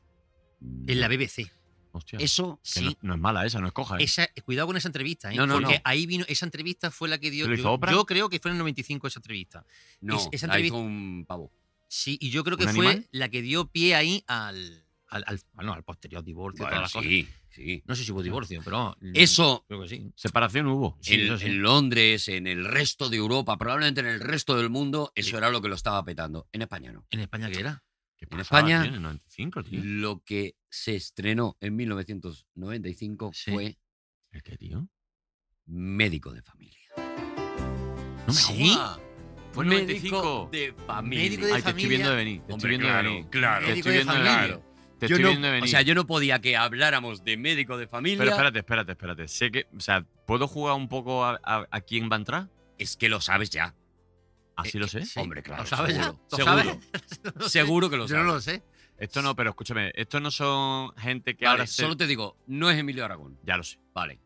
S2: en la BBC.
S5: Hostia,
S4: Eso
S5: que
S4: sí.
S5: no, no es mala esa, no es coja. ¿eh?
S2: Esa- cuidado con esa entrevista, ¿eh?
S4: No, no,
S2: porque
S4: no.
S2: ahí vino. Esa entrevista fue la que dio.
S5: ¿Lo hizo
S2: yo-
S5: Oprah?
S2: yo creo que fue en el 95 esa entrevista.
S4: No,
S2: es- esa
S4: la hizo
S2: entrevista-
S4: un pavo.
S2: Sí, y yo creo que
S5: ¿Un
S2: fue
S5: animal?
S2: la que dio pie ahí al, al, al- bueno, al posterior divorcio,
S4: Bueno,
S2: todas las cosas.
S4: sí, sí.
S2: No sé si hubo divorcio, pero mm,
S4: Eso
S2: creo que sí.
S5: Separación hubo.
S2: Sí,
S4: en,
S2: eso sí.
S4: en Londres, en el resto de Europa, probablemente en el resto del mundo, eso era lo que lo estaba petando. En España no.
S2: ¿En España qué era?
S5: ¿Qué
S4: en
S5: pasada
S4: España-
S5: tiene? 95, tío.
S4: Lo que se estrenó en 1995
S2: Sí.
S4: fue
S5: ¿El qué, tío?
S4: Médico de Familia.
S2: No me jodas.
S4: ¡Ah!
S5: Fue en
S4: Médico
S5: 95.
S4: de Familia.
S2: Médico de
S5: Ay, te estoy
S2: familia.
S5: viendo de venir. Te estoy
S4: Hombre,
S5: viendo
S4: claro,
S5: de venir.
S4: claro.
S5: Te
S2: Médico
S5: estoy
S2: de
S5: viendo de
S2: familia.
S5: venir. Te
S4: Yo
S5: estoy
S4: no-
S5: viendo de venir.
S4: o sea, yo no podía que habláramos de Médico de Familia.
S5: Pero espérate, espérate, espérate. Sé que. O sea, ¿puedo jugar un poco a, a- a quién va a entrar?
S4: Es que lo sabes ya.
S5: Así
S2: Eh,
S5: ¿Ah, lo
S2: eh,
S5: sé.
S2: sí.
S4: Hombre, claro.
S2: ¿Lo sabes
S4: seguro,
S2: ya? ¿Lo
S4: seguro, (laughs) seguro que lo
S2: Yo
S4: sabes.
S2: no lo sé.
S5: Esto no, pero escúchame. Esto no son gente que
S4: Vale,
S5: ahora se-
S4: solo te digo, no es Emilio Aragón.
S5: Ya lo sé.
S4: Vale.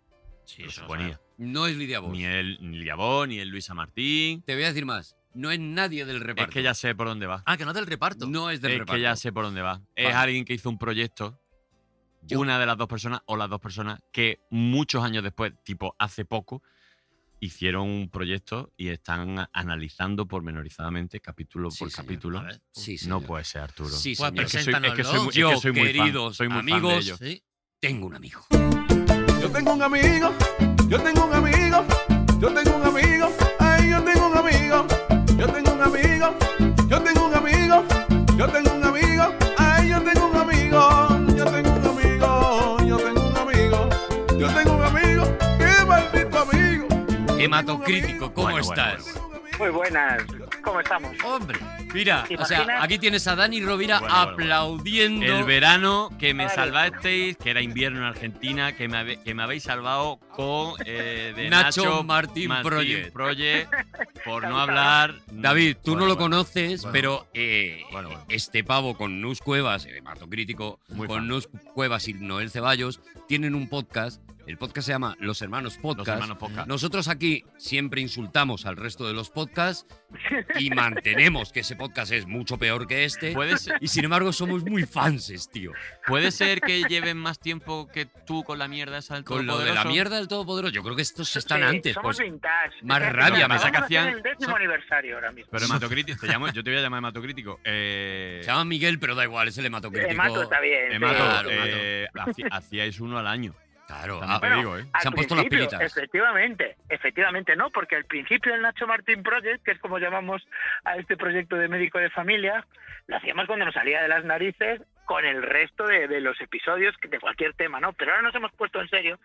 S2: Sí,
S5: lo
S2: eso lo
S5: suponía.
S2: sabemos.
S4: No es Lidia Bosch.
S5: Ni el ni el Yabón, ni el Luisa Martín.
S4: Te voy a decir más. No es nadie del reparto.
S5: Es que ya sé por dónde va.
S2: Ah, que no es del reparto.
S4: No es del
S5: es
S4: reparto.
S5: que ya sé por dónde va. Es
S4: Vale.
S5: alguien que hizo un proyecto,
S4: Yo-
S5: una de las dos personas o las dos personas que muchos años después, tipo hace poco, hicieron un proyecto y están a- analizando pormenorizadamente capítulo
S4: Sí,
S5: por
S4: señor.
S5: capítulo.
S2: A ver, pues,
S4: Sí,
S5: No
S4: señor.
S5: puede ser, Arturo.
S4: Sí,
S2: Pues,
S4: señor.
S5: es que soy, es que soy muy- es que
S4: Yo,
S5: soy muy fan,
S4: queridos
S5: soy muy fan de
S4: amigos,
S5: ellos.
S2: sí.
S4: Tengo un amigo.
S9: Yo tengo un amigo, yo tengo un amigo, yo tengo un amigo, ay, yo tengo un amigo, yo tengo un amigo, yo tengo un amigo, yo tengo un amigo, ay, yo tengo un amigo, yo tengo un amigo, yo tengo un amigo, yo tengo un amigo, qué maldito amigo.
S4: Hematocrítico, ¿cómo
S5: Bueno, bueno,
S4: estás?
S5: bueno,
S7: Muy buenas, ¿cómo estamos?
S2: Hombre,
S4: Mira, o sea,
S7: Imagina-
S4: aquí tienes a Dani Rovira
S5: Bueno, bueno, bueno.
S4: aplaudiendo.
S5: El verano que me
S7: Vale.
S5: salvasteis, que era invierno en Argentina, que me, habe- que me habéis salvado con eh, de
S4: Nacho
S5: Nacho,
S4: Martín Project.
S5: Project, por no hablar.
S4: David, tú
S5: Bueno,
S4: no lo
S5: bueno.
S4: conoces,
S2: bueno.
S4: pero eh,
S5: Bueno, bueno.
S4: este pavo con Nus Cuevas, el hematocrítico,
S5: Muy
S4: con
S5: fan.
S4: Nus Cuevas y Noel Ceballos, tienen un podcast. El podcast se llama Los Hermanos
S5: Los
S4: Podcast.
S5: hermanos Podcast.
S4: Nosotros aquí siempre insultamos al resto de los podcasts y mantenemos que ese podcast es mucho peor que este.
S5: ¿Puede ser,
S4: Y sin embargo somos muy fanses, tío.
S5: puede ser que lleven más tiempo que tú con la mierda esa del
S4: Con lo de la
S5: Todopoderoso?
S4: mierda del Todopoderoso, yo creo que estos están
S7: Sí,
S4: antes.
S7: Somos
S4: Pues,
S7: vintage.
S4: más
S7: Fíjate,
S4: rabia, me
S7: vamos a
S5: saca
S7: hacer
S5: cien-
S7: el décimo
S5: son-
S7: aniversario ahora mismo.
S5: Pero hematocrítico, te llamo, yo te voy a llamar hematocrítico. Eh,
S4: se llama Miguel, pero da igual, es el hematocrítico.
S7: Hemato está bien.
S5: hemato,
S7: sí.
S4: Claro,
S5: eh, haci- hacíais uno al año.
S4: Claro,
S5: También
S4: ah,
S5: te
S7: bueno,
S5: digo, ¿eh?
S7: Al
S4: se han puesto las
S7: principio,
S4: pilitas.
S7: Efectivamente, efectivamente no, porque al principio el Nacho Martín Project, que es como llamamos a este proyecto de médico de familia, lo hacíamos cuando nos salía de las narices con el resto de, de los episodios que- de cualquier tema, ¿no? Pero ahora nos hemos puesto en serio.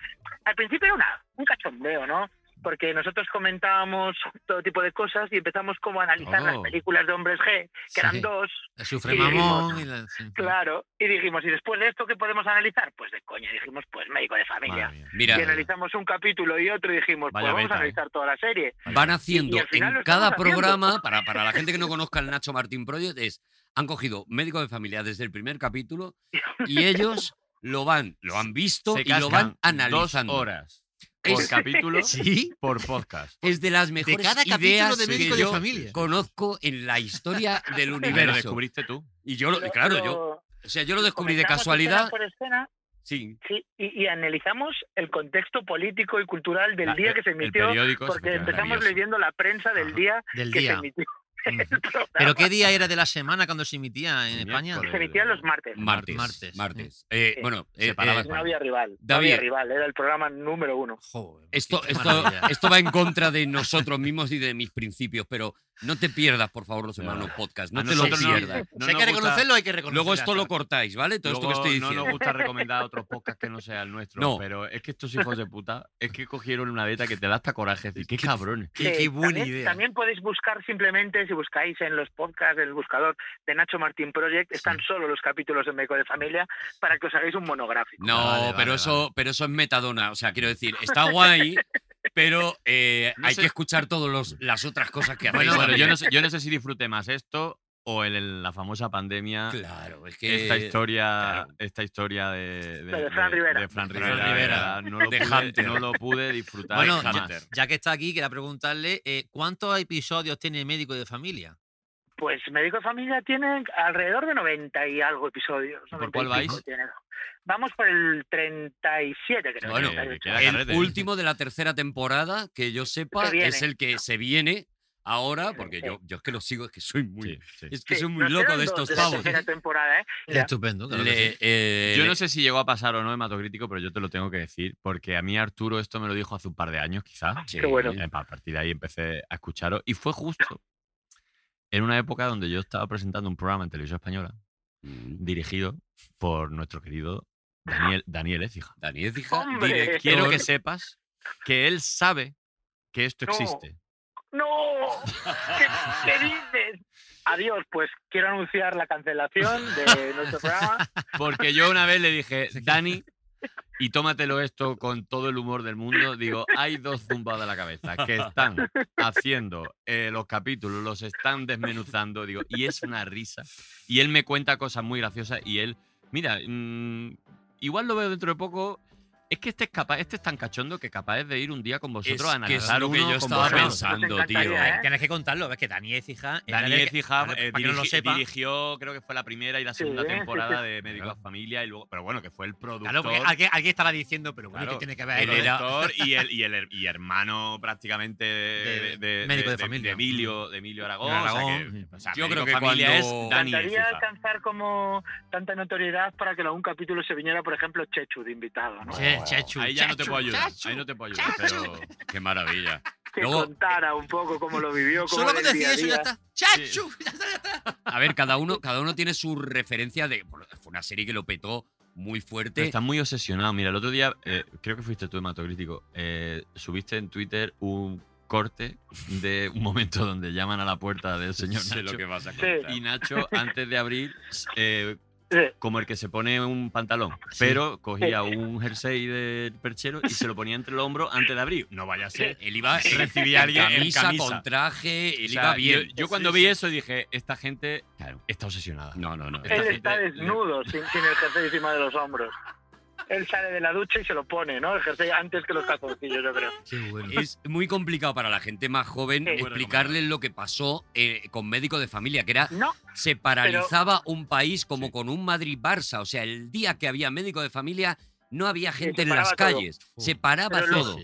S7: Al principio era una, un cachondeo, ¿no? Porque nosotros comentábamos todo tipo de cosas y empezamos como a analizar
S5: Todo.
S4: Oh.
S7: las películas de hombres G, que
S2: Sí.
S7: eran dos,
S2: sufre
S7: Sí,
S2: mamón. y la- sí.
S7: claro, y dijimos, ¿y después de esto qué podemos analizar? Pues de coña, dijimos, pues médico de familia.
S5: Madre mía.
S4: Mira,
S7: Y analizamos un capítulo y otro y dijimos,
S5: Vaya
S7: pues vamos
S5: beta,
S7: a analizar toda la serie.
S4: van haciendo
S7: Y al final
S4: en
S7: lo
S4: cada
S7: estamos haciendo.
S4: programa, para, para la gente que no conozca el Nacho Martín Project, es han cogido médico de familia desde el primer capítulo
S7: (laughs)
S4: y ellos lo van, lo han visto
S5: Se
S4: y lo van
S5: cascan
S4: analizando.
S5: Dos horas por
S4: Es, (laughs)
S5: capítulo,
S2: Sí.
S5: por podcast.
S4: es de las mejores
S2: cada capítulo
S4: ideas
S2: de médico
S4: que
S2: de
S4: yo
S2: familia.
S4: conozco en la
S7: (laughs)
S4: historia del
S5: Pero
S4: universo.
S5: descubriste tú.
S4: Y yo, lo-
S7: Lo-
S4: claro,
S7: lo
S4: yo, o sea, yo lo descubrí de
S7: comentamos
S4: casualidad.
S7: escena por escena,
S4: Sí,
S7: sí, y, y analizamos el contexto político y cultural del
S5: La-
S7: día que se
S5: el
S7: emitió,
S5: periódico,
S7: porque
S5: efectivamente,
S7: empezamos
S5: maravilloso.
S7: leyendo la prensa del
S5: Ajá.
S7: día
S2: Del
S7: que se
S2: día.
S7: emitió.
S2: Ujú.
S7: el programa,
S2: ¿Pero qué día era de la semana cuando se emitía en España?
S7: que se emitían los martes.
S4: martes. Martes.
S2: Martes.
S4: Eh,
S7: Sí.
S4: bueno,
S5: Se
S4: eh, eh,
S5: paraba el
S7: No había rival, no
S4: David.
S7: había rival, era el programa número uno.
S2: Joder,
S4: Esto,
S2: qué
S4: esto,
S2: maravilla.
S4: esto va en contra de nosotros mismos y de mis principios, pero no te pierdas, por favor, los
S5: Pero-
S4: hermanos podcast.
S5: a
S4: No te lo
S5: nosotros no-
S2: Si
S4: pierdas.
S5: no
S2: hay
S5: nos
S2: que
S5: gusta-
S2: reconocerlo, hay que reconocerlo.
S4: Luego esto lo cortáis, ¿vale? Todo esto
S5: Luego
S4: que estoy diciendo.
S5: No nos gusta
S4: (laughs)
S5: recomendar otros podcasts que no sea el nuestro.
S4: No.
S5: Pero es que estos hijos de puta es que cogieron una beta que te da hasta coraje. Decir, qué cabrones.
S2: Qué,
S7: Eh,
S2: qué buena
S7: también,
S2: idea.
S7: también podéis buscar simplemente, si buscáis en los podcasts del buscador de Nacho Martín Project, están solo los capítulos de Médico de Familia para que os hagáis un monográfico.
S4: No,
S2: Vale, vale,
S4: pero, eso, pero eso es metadona. O sea, quiero decir, está guay, pero eh,
S5: No
S4: hay
S5: sé-
S4: que escuchar todas las otras cosas que hacéis.
S5: Bueno, bueno, yo,
S4: también.
S5: no sé, yo no sé si disfruté más esto o el- el- la famosa pandemia.
S4: Claro, es que.
S5: esta historia,
S4: claro.
S5: esta historia de,
S7: La de Fran Rivera.
S5: de Fran
S4: De
S5: Rivera,
S4: Fran
S5: la
S4: Rivera.
S5: verdad, No, lo
S4: De
S5: pude,
S4: Hunter.
S5: no lo pude disfrutar.
S2: Bueno,
S5: jamás.
S2: ya, ya que está aquí, quería preguntarle eh, ¿cuántos episodios tiene Médico de Familia?
S7: Pues Médico de Familia tiene alrededor de 90 y algo episodios.
S5: por cuál
S7: 95
S5: vais?
S7: tiene. Vamos por el 37, creo.
S4: Bueno,
S7: que es.
S5: eh, queda
S4: El
S5: carrete.
S4: último de la tercera temporada, que yo sepa,
S7: viene.
S4: es el que se viene ahora, porque yo, yo es que lo sigo, es que soy muy,
S5: Sí, sí.
S4: es que
S7: Sí,
S4: soy muy
S7: nos
S4: loco
S7: quedan
S4: de
S7: dos
S4: estos
S7: la
S4: pavos. (laughs)
S7: tercera temporada, ¿eh?
S2: Qué
S7: Ya.
S2: estupendo, claro que
S4: Le-
S2: sí.
S4: eh,
S5: Yo
S4: le-
S5: no sé si llegó a pasar o no hematocrítico, pero yo te lo tengo que decir, porque a mí Arturo esto me lo dijo hace un par de años, quizás.
S4: Sí.
S7: Qué bueno.
S5: Y eh, A partir de ahí empecé a escucharos. Y fue justo en una época donde yo estaba presentando un programa en televisión española
S4: Mm,
S5: dirigido por nuestro querido Daniel, Daniel Écija.
S4: Daniel Fija,
S7: Hombre.
S4: director-
S5: Quiero que sepas que él sabe que esto
S7: No.
S5: existe.
S7: ¡No! ¿Qué, qué dices? Adiós, pues quiero anunciar la cancelación de nuestro programa.
S5: Porque yo una vez le
S10: (laughs)
S5: dije, Dani, y tómatelo esto con todo el humor del mundo, digo, hay dos zumbados a la cabeza que están haciendo eh, los capítulos, los están desmenuzando, digo, y es una risa. Y él me cuenta cosas muy graciosas y él, mira, mm, igual lo veo dentro de poco. Es que este es capaz, este es tan cachondo que capaz es de ir un día con
S4: Es
S5: vosotros a
S4: que es
S5: analizar
S4: lo que
S5: uno
S4: yo
S5: con
S4: estaba
S5: vosotros.
S4: pensando,
S7: Nos
S4: tío.
S7: encantaría, ¿eh?
S10: Tienes que contarlo, ves que Daniel Fija.
S5: Daniel Fija
S10: para
S5: eh,
S10: que no lo
S5: dirigi-
S10: sepa.
S5: dirigió, creo que fue la primera y la segunda
S7: sí, sí,
S10: (laughs)
S5: temporada de Médico a Familia, y luego, pero bueno, que fue el productor.
S10: Claro, porque alguien, alguien estará diciendo, pero bueno,
S5: Claro,
S10: ¿qué tiene que ver?
S5: el
S10: Él era-
S5: productor y el, y el her- y hermano prácticamente de,
S10: De-
S5: de-
S10: médico
S5: de-
S10: de
S5: de-
S10: familia.
S5: de Emilio, de Emilio Aragón.
S10: De
S5: Oh, o sea
S10: Aragón,
S5: que-
S10: sí.
S5: o sea,
S4: Yo creo
S5: Médico
S4: que
S5: familia
S4: cuando-
S5: es
S4: Me
S5: Dani
S7: encantaría
S5: Ecija.
S7: alcanzar como tanta notoriedad para que en algún capítulo se viniera, por ejemplo, Chechu de invitado, ¿no?
S10: Che- Chechu,
S5: Ahí ya no te
S10: Chechu,
S5: puedo ayudar.
S10: Chechu.
S5: Ahí no te puedo ayudar. Pero
S4: Qué maravilla.
S7: Que
S4: Luego-
S7: contara un poco cómo lo vivió, cómo
S10: Solo con
S7: era el
S10: decir
S7: día a
S10: eso ya
S7: día.
S10: está. ¡Chachu! Ya está, ya está.
S4: A ver, cada uno, cada uno tiene su referencia de. bueno, Fue una serie que lo petó muy
S5: pero
S4: fuerte.
S5: estás muy obsesionado. Mira, el otro día, eh, creo que fuiste tú, hematocrítico, eh, subiste en Twitter un corte de un momento donde llaman a la puerta del señor
S4: Sé
S5: Nacho.
S4: lo que vas a
S7: Sí.
S4: contar.
S5: Y Nacho, antes de abrir, eh,
S7: Sí.
S5: como el que se pone un pantalón, pero cogía un jersey del perchero y se lo ponía entre los hombros antes de abrir. No vaya a ser.
S4: Él iba
S5: Recibía a alguien en
S4: camisa,
S5: camisa.
S4: con traje, él
S5: O sea,
S4: iba bien.
S5: Yo, yo cuando vi eso dije, esta gente está obsesionada.
S4: No, no, no.
S5: Esta
S7: Él
S5: gente
S7: está
S5: le-
S7: desnudo, sin, sin el jersey encima de los hombros. Él sale de la ducha y se lo pone, ¿no? El jersey antes que los calzoncillos, yo creo.
S2: Qué bueno.
S4: Es muy complicado para la gente más joven
S7: Sí. Muy
S4: explicarles lo que pasó eh, con médico de familia, que era
S7: No,
S4: se paralizaba un país como con un Madrid-Barça. O sea, el día que había médico de familia no había gente
S7: se
S4: en las
S7: paraba todo.
S4: calles. Se paraba
S7: Pero lo-
S4: todo.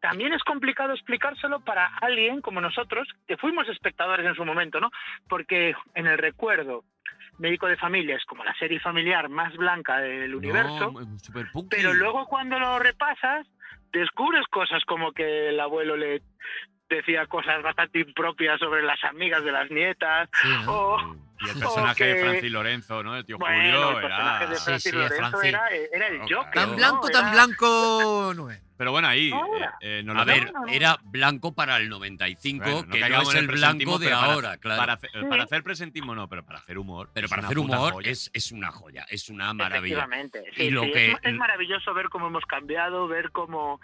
S7: también es complicado explicárselo para alguien como nosotros, que fuimos espectadores en su momento, ¿no? Porque en el recuerdo, Médico de Familia es como la serie familiar más blanca del universo,
S5: No, super punky.
S7: pero luego cuando lo repasas, descubres cosas como que el abuelo le decía cosas bastante impropias sobre las amigas de las nietas,
S2: Sí,
S5: Ah.
S2: ¿no?
S5: Oh,
S7: o...
S5: Y el personaje
S7: Ok.
S5: de Francis Lorenzo, ¿no? El tío
S7: Bueno,
S5: Julio
S7: el
S5: era.
S7: personaje de Francis
S2: sí,
S7: Lorenzo
S2: Francis.
S7: Era, eh, era el
S4: No,
S7: Joker.
S4: claro.
S7: ¿no?
S2: Tan blanco, tan
S7: Era-
S2: blanco no es.
S5: Pero bueno, ahí.
S7: Ahora.
S5: eh, eh, no
S4: A
S5: lo-
S4: ver,
S7: no, no.
S4: era blanco para el 95,
S5: Bueno, no
S4: que no
S5: caigamos
S4: es
S5: en el
S4: el blanco
S5: presentismo,
S4: de
S5: pero para-
S4: ahora, claro.
S5: Para, hacer, para hacer presentismo no, pero para hacer humor.
S4: pero
S5: es
S4: para
S5: una
S4: hacer
S5: puta
S4: humor
S5: joya.
S4: es, es una joya, es una maravilla.
S7: Efectivamente.
S4: Y
S7: Sí,
S4: lo
S7: sí,
S4: que-
S7: es, ma- es maravilloso ver cómo hemos cambiado, ver cómo,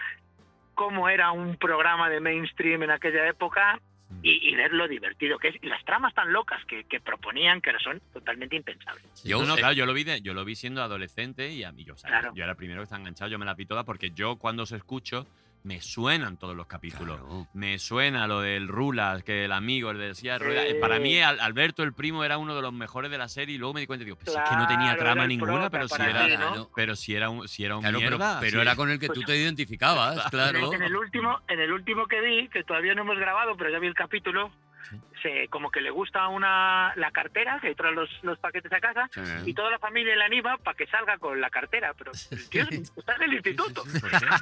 S7: cómo era un programa de mainstream en aquella época y, y ver lo divertido que es. Y las tramas tan locas que, que proponían que son totalmente impensables.
S4: Yo-
S5: no, no,
S4: eh,
S5: claro, yo lo vi, de- yo lo vi siendo adolescente y a mí yo, o sea,
S7: Claro.
S5: yo era el primero que estaba enganchado, yo me la vi toda porque yo cuando os escucho me suenan todos los capítulos.
S4: claro.
S5: Me suena lo del Rulas, que el amigo, el de Silla de Ruedas.
S7: Sí.
S5: Eh, Para mí, Al- Alberto el primo era uno de los mejores de la serie y luego me di cuenta y digo, pues es que no tenía
S7: Claro, era
S5: trama
S7: el
S5: ninguna,
S7: prota
S5: pero si
S7: para
S5: era,
S7: ti, ¿no?
S4: Claro,
S5: pero si era un, si era un
S4: Claro, pero,
S5: mierda,
S4: pero
S5: sí.
S4: era con el que tú te identificabas, claro.
S7: En el último, en el último que vi, que todavía no hemos grabado, pero ya vi el capítulo, se, como que le gusta una la cartera, que trae los, los paquetes a casa, y toda la familia la anima para que salga con la cartera. Pero, tío, está en el instituto. (laughs)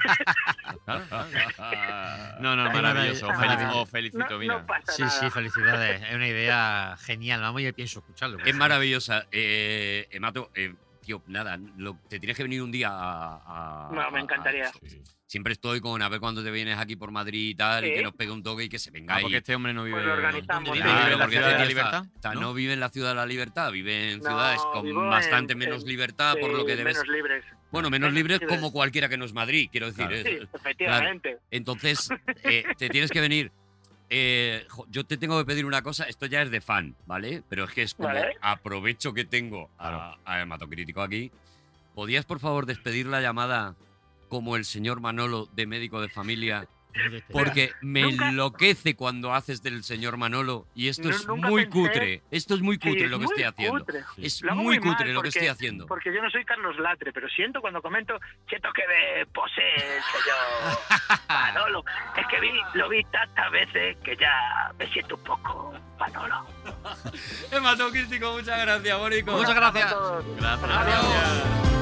S5: Claro, claro. No, no, maravilloso.
S7: Ah,
S5: Feliz-
S7: no,
S5: os felicito,
S7: no
S5: mira.
S7: pasa
S2: Sí,
S7: nada.
S2: sí, felicidades. Es una idea genial. Vamos, yo pienso escucharlo.
S4: Es maravillosa. Eh, Emato, eh, tío, nada, lo- te tienes que venir un día a. a-
S7: No, me
S4: a-
S7: encantaría.
S4: a- siempre estoy con a ver cuándo te vienes aquí por Madrid y tal, y
S7: Sí.
S4: que nos pegue un toque y que se venga
S5: Ah,
S4: ahí.
S5: porque este hombre no vive.
S7: Pues lo organizamos.
S5: ¿Dónde vive?
S7: Claro,
S5: ¿Vive en la
S4: porque
S5: ciudad de
S4: este
S5: la
S4: tío está-
S5: libertad?
S4: está-
S5: ¿No?
S4: no vive en la ciudad de la libertad, vive en
S7: No,
S4: ciudades con
S7: vivo en-
S4: bastante menos
S7: en-
S4: libertad, ah, por lo que
S7: Sí,
S4: debes.
S7: Eh, menos libres.
S4: bueno, menos
S7: menos
S4: libres
S7: libres.
S4: como cualquiera que no es Madrid, quiero decir.
S5: Claro.
S4: eh.
S7: Sí, efectivamente. (laughs)
S4: Entonces, eh, te tienes que venir. Eh, jo- yo te tengo que pedir una cosa, esto ya es de fan, ¿vale? Pero es que es como
S7: Vale.
S4: aprovecho que tengo a, a Hematocrítico aquí. ¿Podías, por favor, despedir la llamada como el señor Manolo de médico de familia Porque me
S11: Nunca-
S4: enloquece cuando haces del señor Manolo y esto
S11: No,
S4: es
S11: nunca
S4: muy
S11: pensé-
S4: cutre. Esto es muy
S11: Sí,
S4: cutre
S11: es
S4: lo que
S11: muy
S4: estoy haciendo.
S11: cutre.
S4: Es
S11: Lo hago
S4: muy
S11: mal
S4: cutre lo que
S11: porque-
S4: estoy haciendo.
S11: Porque yo no soy Carlos Latre, pero siento cuando comento, siento que me posee el
S2: (laughs)
S11: señor Manolo. Es que vi, lo vi tantas veces que ya me siento un poco Manolo.
S4: Hematocrítico, muchas gracias, Borico.
S2: Muchas gracias.
S5: Gracias.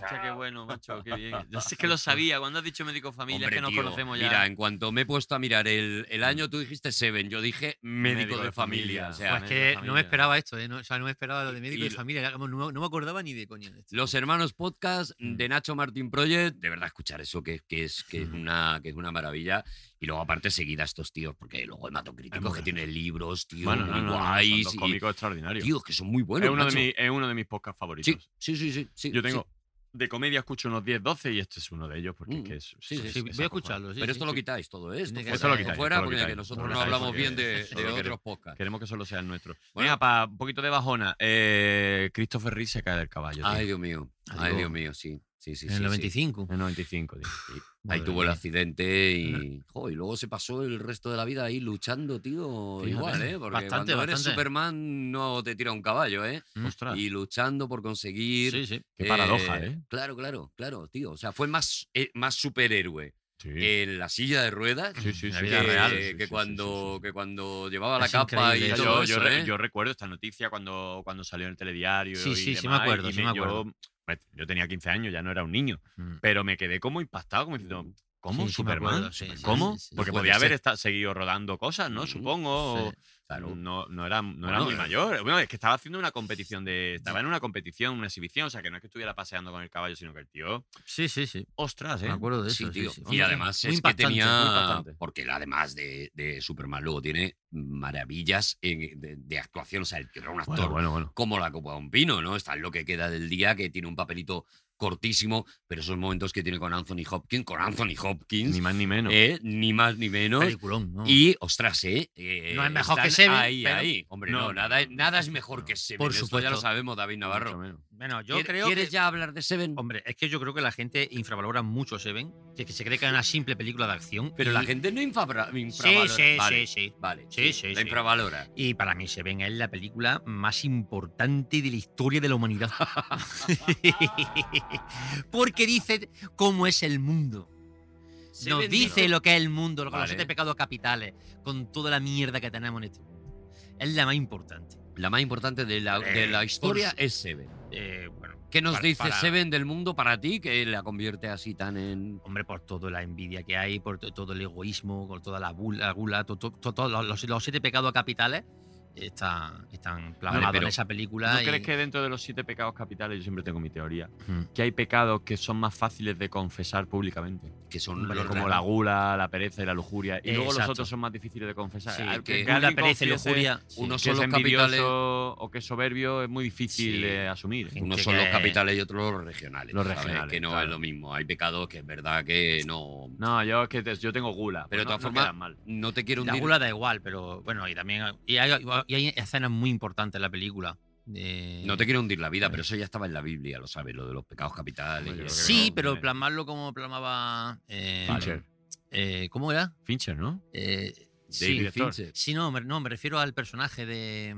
S5: Hostia, qué bueno, macho, qué
S4: (laughs)
S5: bien. Yo sé que lo sabía, cuando has dicho médico familia, es
S4: Hombre,
S5: que nos
S4: tío,
S5: conocemos ya.
S4: Mira, en cuanto me he puesto a mirar el, el año, tú dijiste Seven, yo dije médico, de, familia. O sea,
S2: Es
S5: Pues Médico de
S2: que no me
S5: familia.
S2: esperaba esto, ¿eh? No, o sea, no me esperaba lo de médico
S4: Y
S2: de
S4: lo-
S2: familia. ya como No, no me acordaba ni de coño. de esto.
S4: Los hermanos podcast
S5: Mm.
S4: de Nacho Martín Project, de verdad escuchar eso que, que es, que,
S5: Mm.
S4: es una, que es una maravilla. Y luego aparte seguida a estos tíos, porque luego hematocríticos que tiene libros, tío,
S5: Bueno, no,
S4: muy
S5: no, no,
S4: guays.
S5: son dos
S4: y-
S5: cómicos extraordinarios.
S4: tíos que son muy buenos.
S5: es, uno de
S4: macho.
S5: mis, es uno de mis podcasts favoritos.
S4: Sí, sí, sí, sí, sí,
S5: Yo tengo.
S4: sí.
S5: De comedia escucho unos 10, 12 y este es uno de ellos porque es
S4: Mm,
S5: que es.
S4: sí, sí,
S5: es-
S4: sí,
S5: es
S2: Voy a escucharlo. sí,
S4: Pero
S2: sí,
S4: esto lo
S2: sí.
S4: quitáis todo, ¿eh? Esto
S2: Tiene que
S4: fuera,
S2: Esto lo
S4: esto
S5: quitáis,
S4: fuera,
S5: esto lo
S4: porque
S5: quitáis.
S4: nosotros
S5: Lo
S4: no
S5: quitáis
S4: hablamos
S5: porque
S4: bien de,
S5: eso
S4: de
S5: lo
S4: otros
S5: queremos.
S4: podcasts.
S5: Queremos que solo sea el nuestro.
S4: Bueno.
S5: Venga, para un poquito de bajona. Eh, Christopher Reeve se cae del caballo. tío.
S4: Ay, Dios mío. Ay,
S2: Digo,
S4: Dios mío, sí. Sí, sí,
S2: En el
S4: sí, sí.
S2: 95.
S5: En 95,
S4: (laughs)
S5: tío.
S2: Madre
S4: Ahí tuvo el
S2: mía.
S4: accidente y, jo, y luego se pasó el resto de la vida ahí luchando, tío.
S2: Fíjate,
S4: igual, ¿eh? Porque
S2: bastante,
S4: cuando eres
S2: bastante.
S4: Superman no te tira un caballo, ¿eh?
S2: Mm.
S5: Ostras.
S4: Y luchando por conseguir.
S2: Sí, sí.
S5: Qué paradoja, ¿eh?
S4: Claro, claro, claro, tío. O sea, fue más, eh, más superhéroe
S5: Sí.
S4: en la silla de ruedas
S5: Sí, sí,
S2: la
S5: sí,
S2: vida
S5: sí,
S4: que,
S2: real,
S5: sí, sí,
S4: que
S5: sí,
S4: cuando,
S5: sí, sí.
S4: que cuando llevaba la
S2: Es
S4: capa y
S2: increíble
S5: Mira,
S2: eso.
S4: todo
S5: yo, yo
S4: eso,
S5: re-
S4: ¿eh?
S5: yo recuerdo esta noticia cuando, cuando salió en el telediario.
S2: Sí,
S5: y
S2: sí, sí me
S5: demás,
S2: acuerdo,
S5: y
S2: sí me acuerdo.
S5: Yo, pues, yo tenía 15 años, ya no era un niño,
S2: Mm.
S5: pero me quedé como impactado, como diciendo, ¿cómo?
S2: Sí, sí me
S5: ¿Superman?
S2: acuerdo, sí, sí,
S5: ¿Cómo?
S2: sí, sí, sí.
S5: Porque
S4: No puede
S5: podía haber
S4: ser.
S5: esta- seguido rodando cosas, ¿no?
S4: Mm,
S5: Supongo. o-
S4: Claro.
S5: No, no era, no era
S4: Bueno,
S5: muy
S4: eh.
S5: mayor. Bueno, es que estaba haciendo una competición de. Estaba en una competición, una exhibición. O sea, que no es que estuviera paseando con el caballo, sino que el tío.
S2: Sí, sí, sí.
S5: Ostras,
S2: Me
S5: ¿eh?
S2: acuerdo de eso.
S4: Sí,
S2: sí,
S4: tío.
S2: sí.
S4: Y
S2: Hombre,
S4: además
S2: muy
S4: es que
S2: impactante, muy
S4: tenía.
S2: impactante.
S4: Porque él, además de, de Superman, luego tiene maravillas en- de, de actuación. O sea, él era un actor
S5: Bueno, bueno, bueno.
S4: como la copa de un pino, ¿no? Está en lo que queda del día, que tiene un papelito cortísimo, pero esos momentos que tiene con Anthony Hopkins, con Anthony Hopkins,
S5: Ni más ni menos.
S4: eh, ni más ni menos.
S2: Peliculón, ¿no?
S4: Y, ostras, ¿eh? eh,
S2: No es mejor
S4: están
S2: que Seven,
S4: Ahí,
S2: pero-
S4: ahí. Hombre, no,
S5: No,
S4: nada,
S5: no, no,
S4: nada
S5: no,
S4: es mejor
S5: no.
S4: que Seven.
S2: Por
S4: esto ya lo
S2: supuesto.
S4: sabemos, David
S5: Mucho
S4: Navarro.
S5: menos.
S2: Bueno, yo
S4: ¿Quieres,
S2: creo
S4: quieres
S2: que-
S4: ya hablar de Seven?
S2: Hombre, es que yo creo que la gente infravalora mucho Seven, que, que se cree que es una simple película de acción.
S4: Pero la
S2: y-
S4: gente no infravra- infravalora.
S2: Sí, sí, sí,
S4: Vale,
S2: sí.
S4: Vale,
S2: Sí, sí,
S4: La
S2: sí.
S4: infravalora.
S2: Y para mí Seven es la película más importante de la historia de la humanidad. (laughs) Porque dice cómo es el mundo. Nos
S4: Seven
S2: dice
S4: dice-
S2: lo que es el mundo, lo que los
S4: Vale.
S2: siete pecados capitales, con toda la mierda que tenemos en este mundo. Es la más importante.
S4: La más importante de la, de la
S2: Eh,
S4: historia
S2: por
S4: es Seven.
S2: Eh, bueno,
S4: ¿Qué nos
S2: Para-
S4: dice
S2: para-
S4: Seven del mundo para ti que la convierte así tan en.
S2: hombre, por toda la envidia que hay, por to- todo el egoísmo, por toda la bula, la gula, to- to- to- todos los- los, los siete pecados capitales está- están plasmados
S5: pero
S2: en esa película.
S5: ¿No
S2: y-
S5: crees que dentro de los siete pecados capitales, yo siempre tengo mi teoría,
S2: Mm.
S5: que hay pecados que son más fáciles de confesar públicamente?
S4: que son
S2: Hombre,
S4: los
S5: Como
S4: ra-
S5: la gula, la pereza y la lujuria. Y luego los
S2: Mm, Exacto.
S5: otros son más difíciles de confesar.
S4: Sí,
S5: Al-
S4: que
S5: que
S4: gula,
S2: Gula,
S5: alguien
S2: pereza y
S5: confiese
S2: lujuria.
S4: uno son
S5: que
S4: los
S5: es
S4: capitales.
S5: envidioso o que es soberbio es muy difícil
S4: Sí.
S5: de asumir.
S2: Gente
S4: Unos son
S2: que-
S4: los capitales y otros los regionales.
S5: Los
S4: ¿sabes?
S5: regionales,
S4: Que no
S5: claro.
S4: es lo mismo. Hay pecados que es verdad que no.
S5: No, yo es que te- yo tengo gula. pues
S4: Pero de
S5: no-
S4: todas
S5: no
S4: formas-
S5: quedan mal.
S4: No te quiero
S2: La
S4: hundir.
S2: gula da igual, pero bueno, y también y hay, y hay escenas muy importantes en la película. de-
S4: No te quiero hundir la vida,
S2: Vale.
S4: pero eso ya estaba en la Biblia, lo sabes, lo de los pecados capitales.
S5: Hombre,
S4: y
S5: yo
S4: eso.
S5: creo
S2: Sí,
S5: no,
S2: pero
S5: hombre.
S2: plasmarlo como plasmaba. eh,
S5: Fincher.
S2: eh, ¿Cómo era?
S5: Fincher, ¿no?
S2: Eh,
S4: David
S2: sí,
S5: director.
S4: Fincher.
S2: sí, no, me- no, me refiero al personaje de.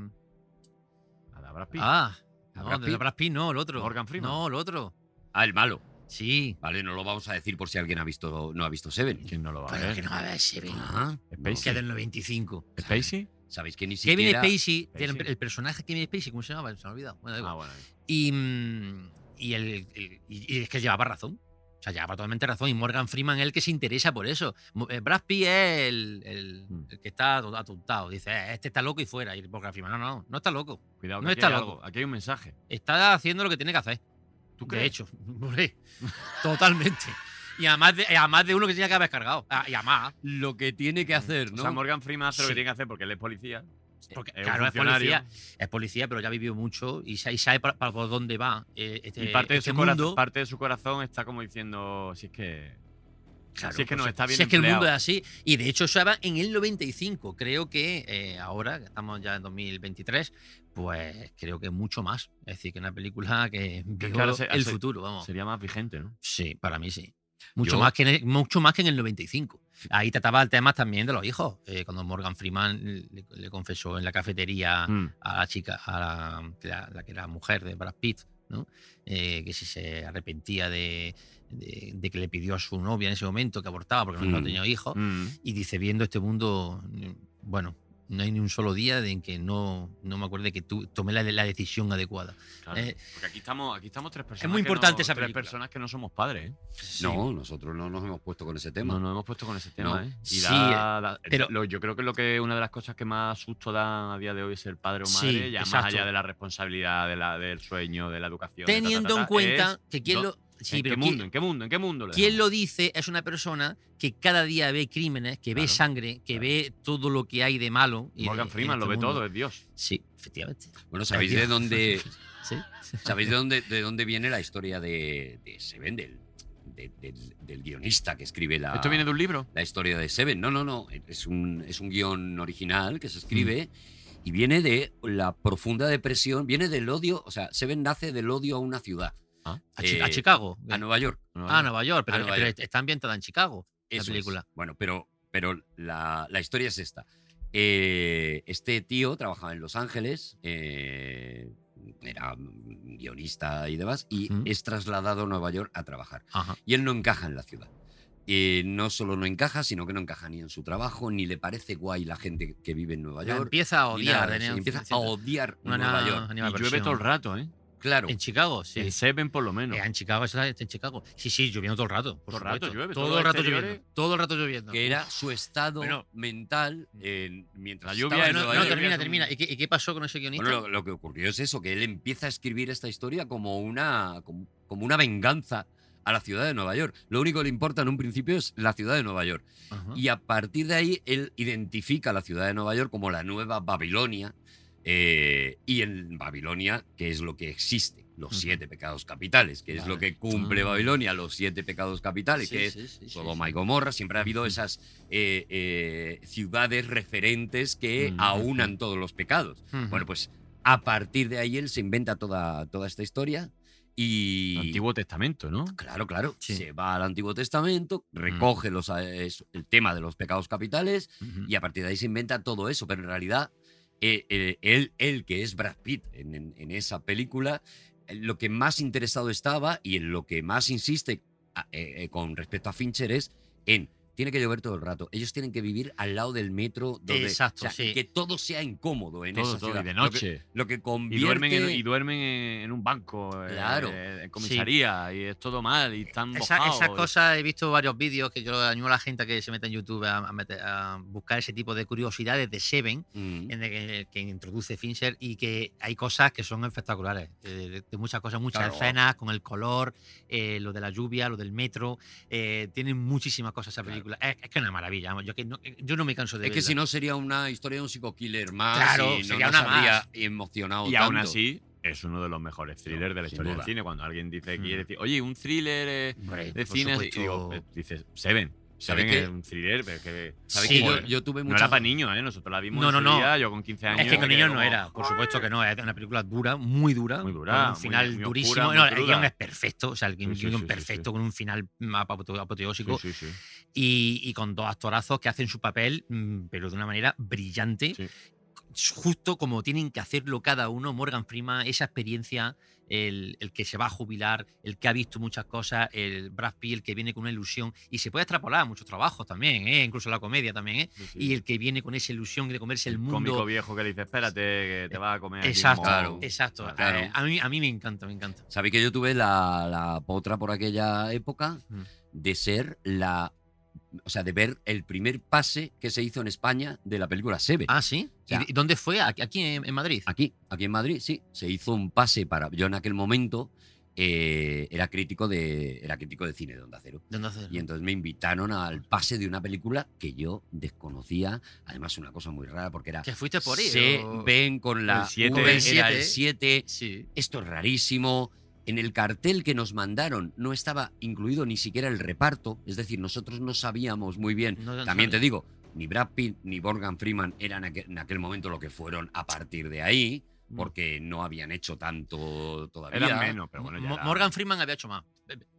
S5: A la Brad Pitt.
S2: Ah,
S4: ¿A
S2: no,
S4: Brad
S2: de
S4: Pitt?
S2: Brad Pitt, no, el otro.
S5: Morgan Freeman.
S2: No, el otro.
S4: Ah, el malo.
S2: Sí.
S4: Vale, no lo vamos a decir por si alguien ha visto, no ha visto Seven.
S5: ¿Quién no lo va a
S2: Pero es
S5: ver?
S2: que no, a ver, se ve.
S4: Ah,
S2: Que es
S5: Spacey.
S2: del 95.
S5: ¿Spacey?
S4: Sabéis que ni
S2: Kevin
S4: siquiera.
S2: Spacey, del-
S5: Spacey.
S2: el personaje Kevin Spacey, ¿cómo se llamaba? Se me ha olvidado. Bueno, da igual.
S5: Ah, bueno.
S2: Y, mm, y, el- el- y- y es que llevaba razón. O sea, llevaba totalmente razón. Y Morgan Freeman es el que se interesa por eso. Mo- eh, Brad Pitt es el, el-
S5: Mm.
S2: el que está ato- atontado. Dice, "Eh, este está loco y fuera. Y Morgan Freeman, no, no, no está loco.
S5: Cuidado, que
S2: No
S5: aquí
S2: está
S5: hay
S2: loco.
S5: algo. Aquí hay un mensaje.
S2: Está haciendo lo que tiene que hacer.
S5: ¿Tú
S2: De hecho, (laughs)
S4: (laughs)
S2: hombre, totalmente. Y además de, además de uno que tenía que haber cargado. Ah, Y Mm. además,
S4: Lo que tiene que hacer,
S5: O
S4: ¿no?
S5: sea, Morgan Freeman hace lo
S2: Sí.
S5: que tiene que hacer porque él es policía.
S2: porque
S5: un
S2: claro, es
S5: funcionario.
S2: policía, es policía, pero ya ha vivido mucho y sa- y sabe para, para por dónde va eh, este,
S5: y
S2: este
S5: parte, de su
S2: mundo.
S5: corazón, parte de su corazón está como diciendo, si es que...
S2: Claro,
S5: Si es que
S2: por
S5: no,
S2: su-
S5: está bien
S2: si es que el mundo es
S5: empleado.
S2: así. Y de hecho, eso era en el 95. Creo que eh, ahora, que estamos ya en 2023, pues creo que mucho más. Es decir, que una película que vio
S5: claro, se-
S2: el
S5: se-
S2: futuro, vamos.
S5: Sería más vigente, ¿no?
S2: Sí, para mí sí. Mucho,
S5: Yo-
S2: más que en el, mucho más que en el 95. Ahí trataba el tema también de los hijos. Eh, cuando Morgan Freeman le, le confesó en la cafetería
S5: Mm.
S2: a la chica, a la, que era- la que era mujer de Brad Pitt, ¿no? Eh, que si se arrepentía de, de- de que le pidió a su novia en ese momento que abortaba porque no
S5: Mm.
S2: tenía hijos.
S5: Mm.
S2: Y dice, viendo este mundo, mm, bueno, no hay ni un solo día de en que no, no me acuerde que tú tomé la, la decisión adecuada.
S5: Claro,
S2: Eh,
S5: porque aquí estamos, aquí estamos tres personas.
S2: muy
S5: que no-
S2: importante esa
S5: tres
S2: película.
S5: personas que no somos padres. ¿eh?
S4: No, nosotros no nos hemos puesto con ese tema.
S5: No nos hemos puesto con ese tema,
S4: No.
S5: ¿eh? Y
S2: Sí,
S5: da- da-
S2: pero-
S5: lo- yo creo que lo que una de las cosas que más susto da a día de hoy es ser padre o madre,
S2: Sí,
S5: ya más
S2: exacto.
S5: allá de la responsabilidad, de la, del sueño, de la educación. de ta, ta,
S2: Teniendo
S5: ta,
S2: en
S5: ta,
S2: cuenta
S5: es-
S2: que quien
S5: do-
S2: lo... sí,
S5: ¿En
S2: pero
S5: qué
S2: quién-
S5: mundo? ¿En qué mundo? ¿En qué mundo? le
S2: Quien
S5: dejamos?
S2: lo dice es una persona que cada día ve crímenes, que ve
S5: Claro,
S2: sangre, que ve todo lo que hay de malo. y de-
S5: Morgan
S2: en
S5: Freeman
S2: este
S5: lo ve
S2: mundo.
S5: todo, es Dios.
S2: Sí, efectivamente.
S4: Bueno, ¿sabéis de
S5: (laughs)
S4: dónde,
S2: Sí.
S4: ¿sabéis de dónde, de dónde viene la historia de, de Seven, del, de- del, del guionista que escribe la,
S5: Esto viene de un libro.
S4: la historia de Seven? No, no, no. Es un, es un guión original que
S5: Mm.
S4: se escribe y viene de la profunda depresión, viene del odio. O sea, Seven nace del odio a una ciudad,
S2: A, Chi-
S4: Eh,
S2: a Chicago.
S4: a Nueva York.
S2: Ah, Nueva York, pero,
S4: A Nueva
S2: pero
S4: York.
S2: está ambientada en Chicago. la
S4: Eso es.
S2: película.
S4: Bueno, pero, pero la, la historia es esta. Eh, este tío trabajaba en Los Ángeles, eh, era mm, guionista y demás, y
S2: Ujú.
S4: es trasladado a Nueva York a trabajar.
S2: Ajá.
S4: Y él no encaja en la ciudad. Eh, no solo no encaja, sino que no encaja ni en su trabajo, ni le parece guay la gente que vive en Nueva
S2: La
S4: York.
S2: empieza a
S4: ni
S2: odiar.
S4: nada de
S2: de
S4: eso.
S2: neo-
S4: Y empieza a
S2: cierta-
S4: odiar
S2: una
S4: Nueva
S2: na-
S4: York.
S5: Y
S2: animaversión.
S5: llueve todo el rato, ¿eh?
S4: Claro.
S2: En Chicago, sí.
S5: En Seven, por lo menos.
S2: Eh, En Chicago, eso está en Chicago. Sí, sí, lloviendo todo el rato. por
S5: Todo el rato
S2: supuesto.
S5: llueve,
S2: Todo,
S5: todo
S2: el rato
S5: exteriores.
S2: lloviendo. Todo el rato lloviendo.
S4: Que era su estado
S2: Bueno. mm.
S4: mental en- mientras
S5: La lluvia
S4: estaba en
S5: no-
S4: Nueva
S2: No,
S4: York.
S2: termina,
S5: es un-
S2: termina. ¿Y qué, y qué pasó con ese guionista?
S4: Bueno, lo, lo que ocurrió es eso, que él empieza a escribir esta historia como una, como, como una venganza a la ciudad de Nueva York. Lo único que le importa en un principio es la ciudad de Nueva York.
S2: Ajá.
S4: Y a partir de ahí, él identifica a la ciudad de Nueva York como la nueva Babilonia. eh, y en Babilonia, que es lo que existe, los
S2: Ujú.
S4: siete pecados capitales, que es lo
S2: Vale.
S4: que cumple
S2: Ah.
S4: Babilonia, los siete pecados capitales,
S2: Sí,
S4: que es
S2: sí, sí, sí,
S4: Sodoma
S2: sí.
S4: y Gomorra, siempre ha habido esas eh, eh, ciudades referentes que
S5: Mm,
S4: aunan todos los pecados.
S2: Ujú.
S4: Bueno, pues a partir de ahí él se inventa toda, toda esta historia y...
S5: Antiguo Testamento, ¿no?
S4: Claro, claro.
S2: Sí.
S4: Se va al Antiguo Testamento, recoge los, eh, es- el tema de los pecados capitales
S2: Ujú.
S4: y a partir de ahí se inventa todo eso, pero en realidad eh, eh, él, él, que es Brad Pitt en, en- en esa película, eh, lo que más interesado estaba y en lo que más insiste a- eh, eh, con respecto a Fincher es en... Tiene que llover todo el rato. Ellos tienen que vivir al lado del metro. Donde,
S2: Exacto,
S4: o sea,
S2: sí.
S4: Que todo sea incómodo en
S5: Todo,
S4: esa
S5: todo.
S4: ciudad.
S5: Y de
S4: Lo que-
S5: noche.
S4: lo que
S5: Y
S4: convierte...
S5: duermen, en, y duermen en- en un banco, eh,
S4: Claro.
S5: en comisaría, y es todo mal, y están
S2: Esa-
S5: mojados.
S2: esas cosas, he visto varios vídeos que yo animo a la gente a que se meta en YouTube a, a meter- a buscar ese tipo de curiosidades de Seven,
S4: Mm.
S2: en el que, en el que introduce Fincher, y que hay cosas que son espectaculares. eh, de, de muchas cosas, muchas
S4: Claro.
S2: escenas con el color, eh, lo de la lluvia, lo del metro. eh, tienen muchísimas cosas esa
S4: Claro.
S2: película. Es, es que es una maravilla. vamos, Yo, que no, eh, yo no me canso de
S4: Es que
S2: verla.
S4: si no sería una historia de un psico-killer más.
S2: Claro,
S4: y no
S2: sería
S4: nos
S2: una
S4: habría
S2: más.
S4: emocionado
S5: Y aún
S4: tanto.
S5: así, es uno de los mejores thrillers de la
S4: sin
S5: historia del
S4: duda.
S5: cine. Cuando alguien dice,
S2: Mm.
S5: quiere decir, oye, un thriller eh,
S2: Hombre,
S5: de
S2: por
S5: cine. Y
S2: supuesto,
S5: digo, eh, dices, Seven.
S4: ¿Sabéis
S5: Seven
S4: qué?
S5: es un thriller, pero es que.
S4: ¿Sabes
S2: Sí.
S4: que yo,
S5: Joder,
S4: yo tuve
S5: No
S4: mucha.
S5: era para niños, ¿eh? Nosotros la vimos
S2: No,
S5: en
S2: no, no.
S5: su día, yo con 15
S2: es
S5: años.
S2: que con
S5: me
S2: niños
S5: quedé
S2: no
S5: como,
S2: era, por supuesto que no, es una película dura, muy dura,
S5: Muy dura,
S2: con
S5: muy-
S2: un final
S5: muy oscura,
S2: durísimo,
S5: muy
S2: no, el
S5: cruda.
S2: guión es perfecto, o sea, el guión
S5: sí, sí, sí,
S2: perfecto
S5: sí.
S2: con un final mm, apote- apoteósico,
S5: Sí, sí, sí.
S2: y, y con dos actorazos que hacen su papel, mm, pero de una manera brillante,
S5: Sí.
S2: s- justo como tienen que hacerlo cada uno. Morgan Freeman, esa experiencia, el, el que se va a jubilar, el que ha visto muchas cosas, el Brad Pitt, el que viene con una ilusión, y se puede extrapolar a muchos trabajos también, ¿eh? incluso la comedia también, ¿eh?
S5: Sí, sí.
S2: y el que viene con esa ilusión de comerse el,
S5: cómico
S2: mundo.
S5: viejo que le dice, espérate, que te vas a comer. aquí
S2: Exacto,
S5: como-".
S2: exacto.
S4: Claro.
S2: Eh, A, mí, a mí me encanta, me encanta.
S4: ¿Sabéis que yo tuve la, la potra por aquella época
S2: Mm.
S4: de ser la. O sea, de ver el primer pase que se hizo en España de la película Seven.
S2: Ah, ¿sí? ¿Y
S4: Ya.
S2: y dónde fue? ¿Aquí- ¿Aquí en, en Madrid?
S4: Aquí, aquí en Madrid, sí, se hizo un pase para. Yo en aquel momento eh, era crítico de. Era crítico de cine de Onda Cero.
S2: ¿Dónde hacer?
S4: Y entonces me invitaron al pase de una película que yo desconocía. Además, una cosa muy rara porque era.
S2: ¿Que fuiste por ahí?
S4: se
S2: o-
S4: ven con la
S5: El siete.
S4: V, era el
S2: El
S4: 7.
S2: Sí.
S4: Esto es rarísimo. En el cartel que nos mandaron no estaba incluido ni siquiera el reparto. Es decir, nosotros no sabíamos muy bien.
S2: No, no
S4: También te
S2: sabía.
S4: digo, ni Brad Pitt ni Morgan Freeman eran aqu- en aquel momento lo que fueron a partir de ahí. porque no habían hecho tanto todavía.
S5: Eran menos, pero bueno, ya
S2: Mo-
S5: era-
S2: Morgan Freeman había hecho más.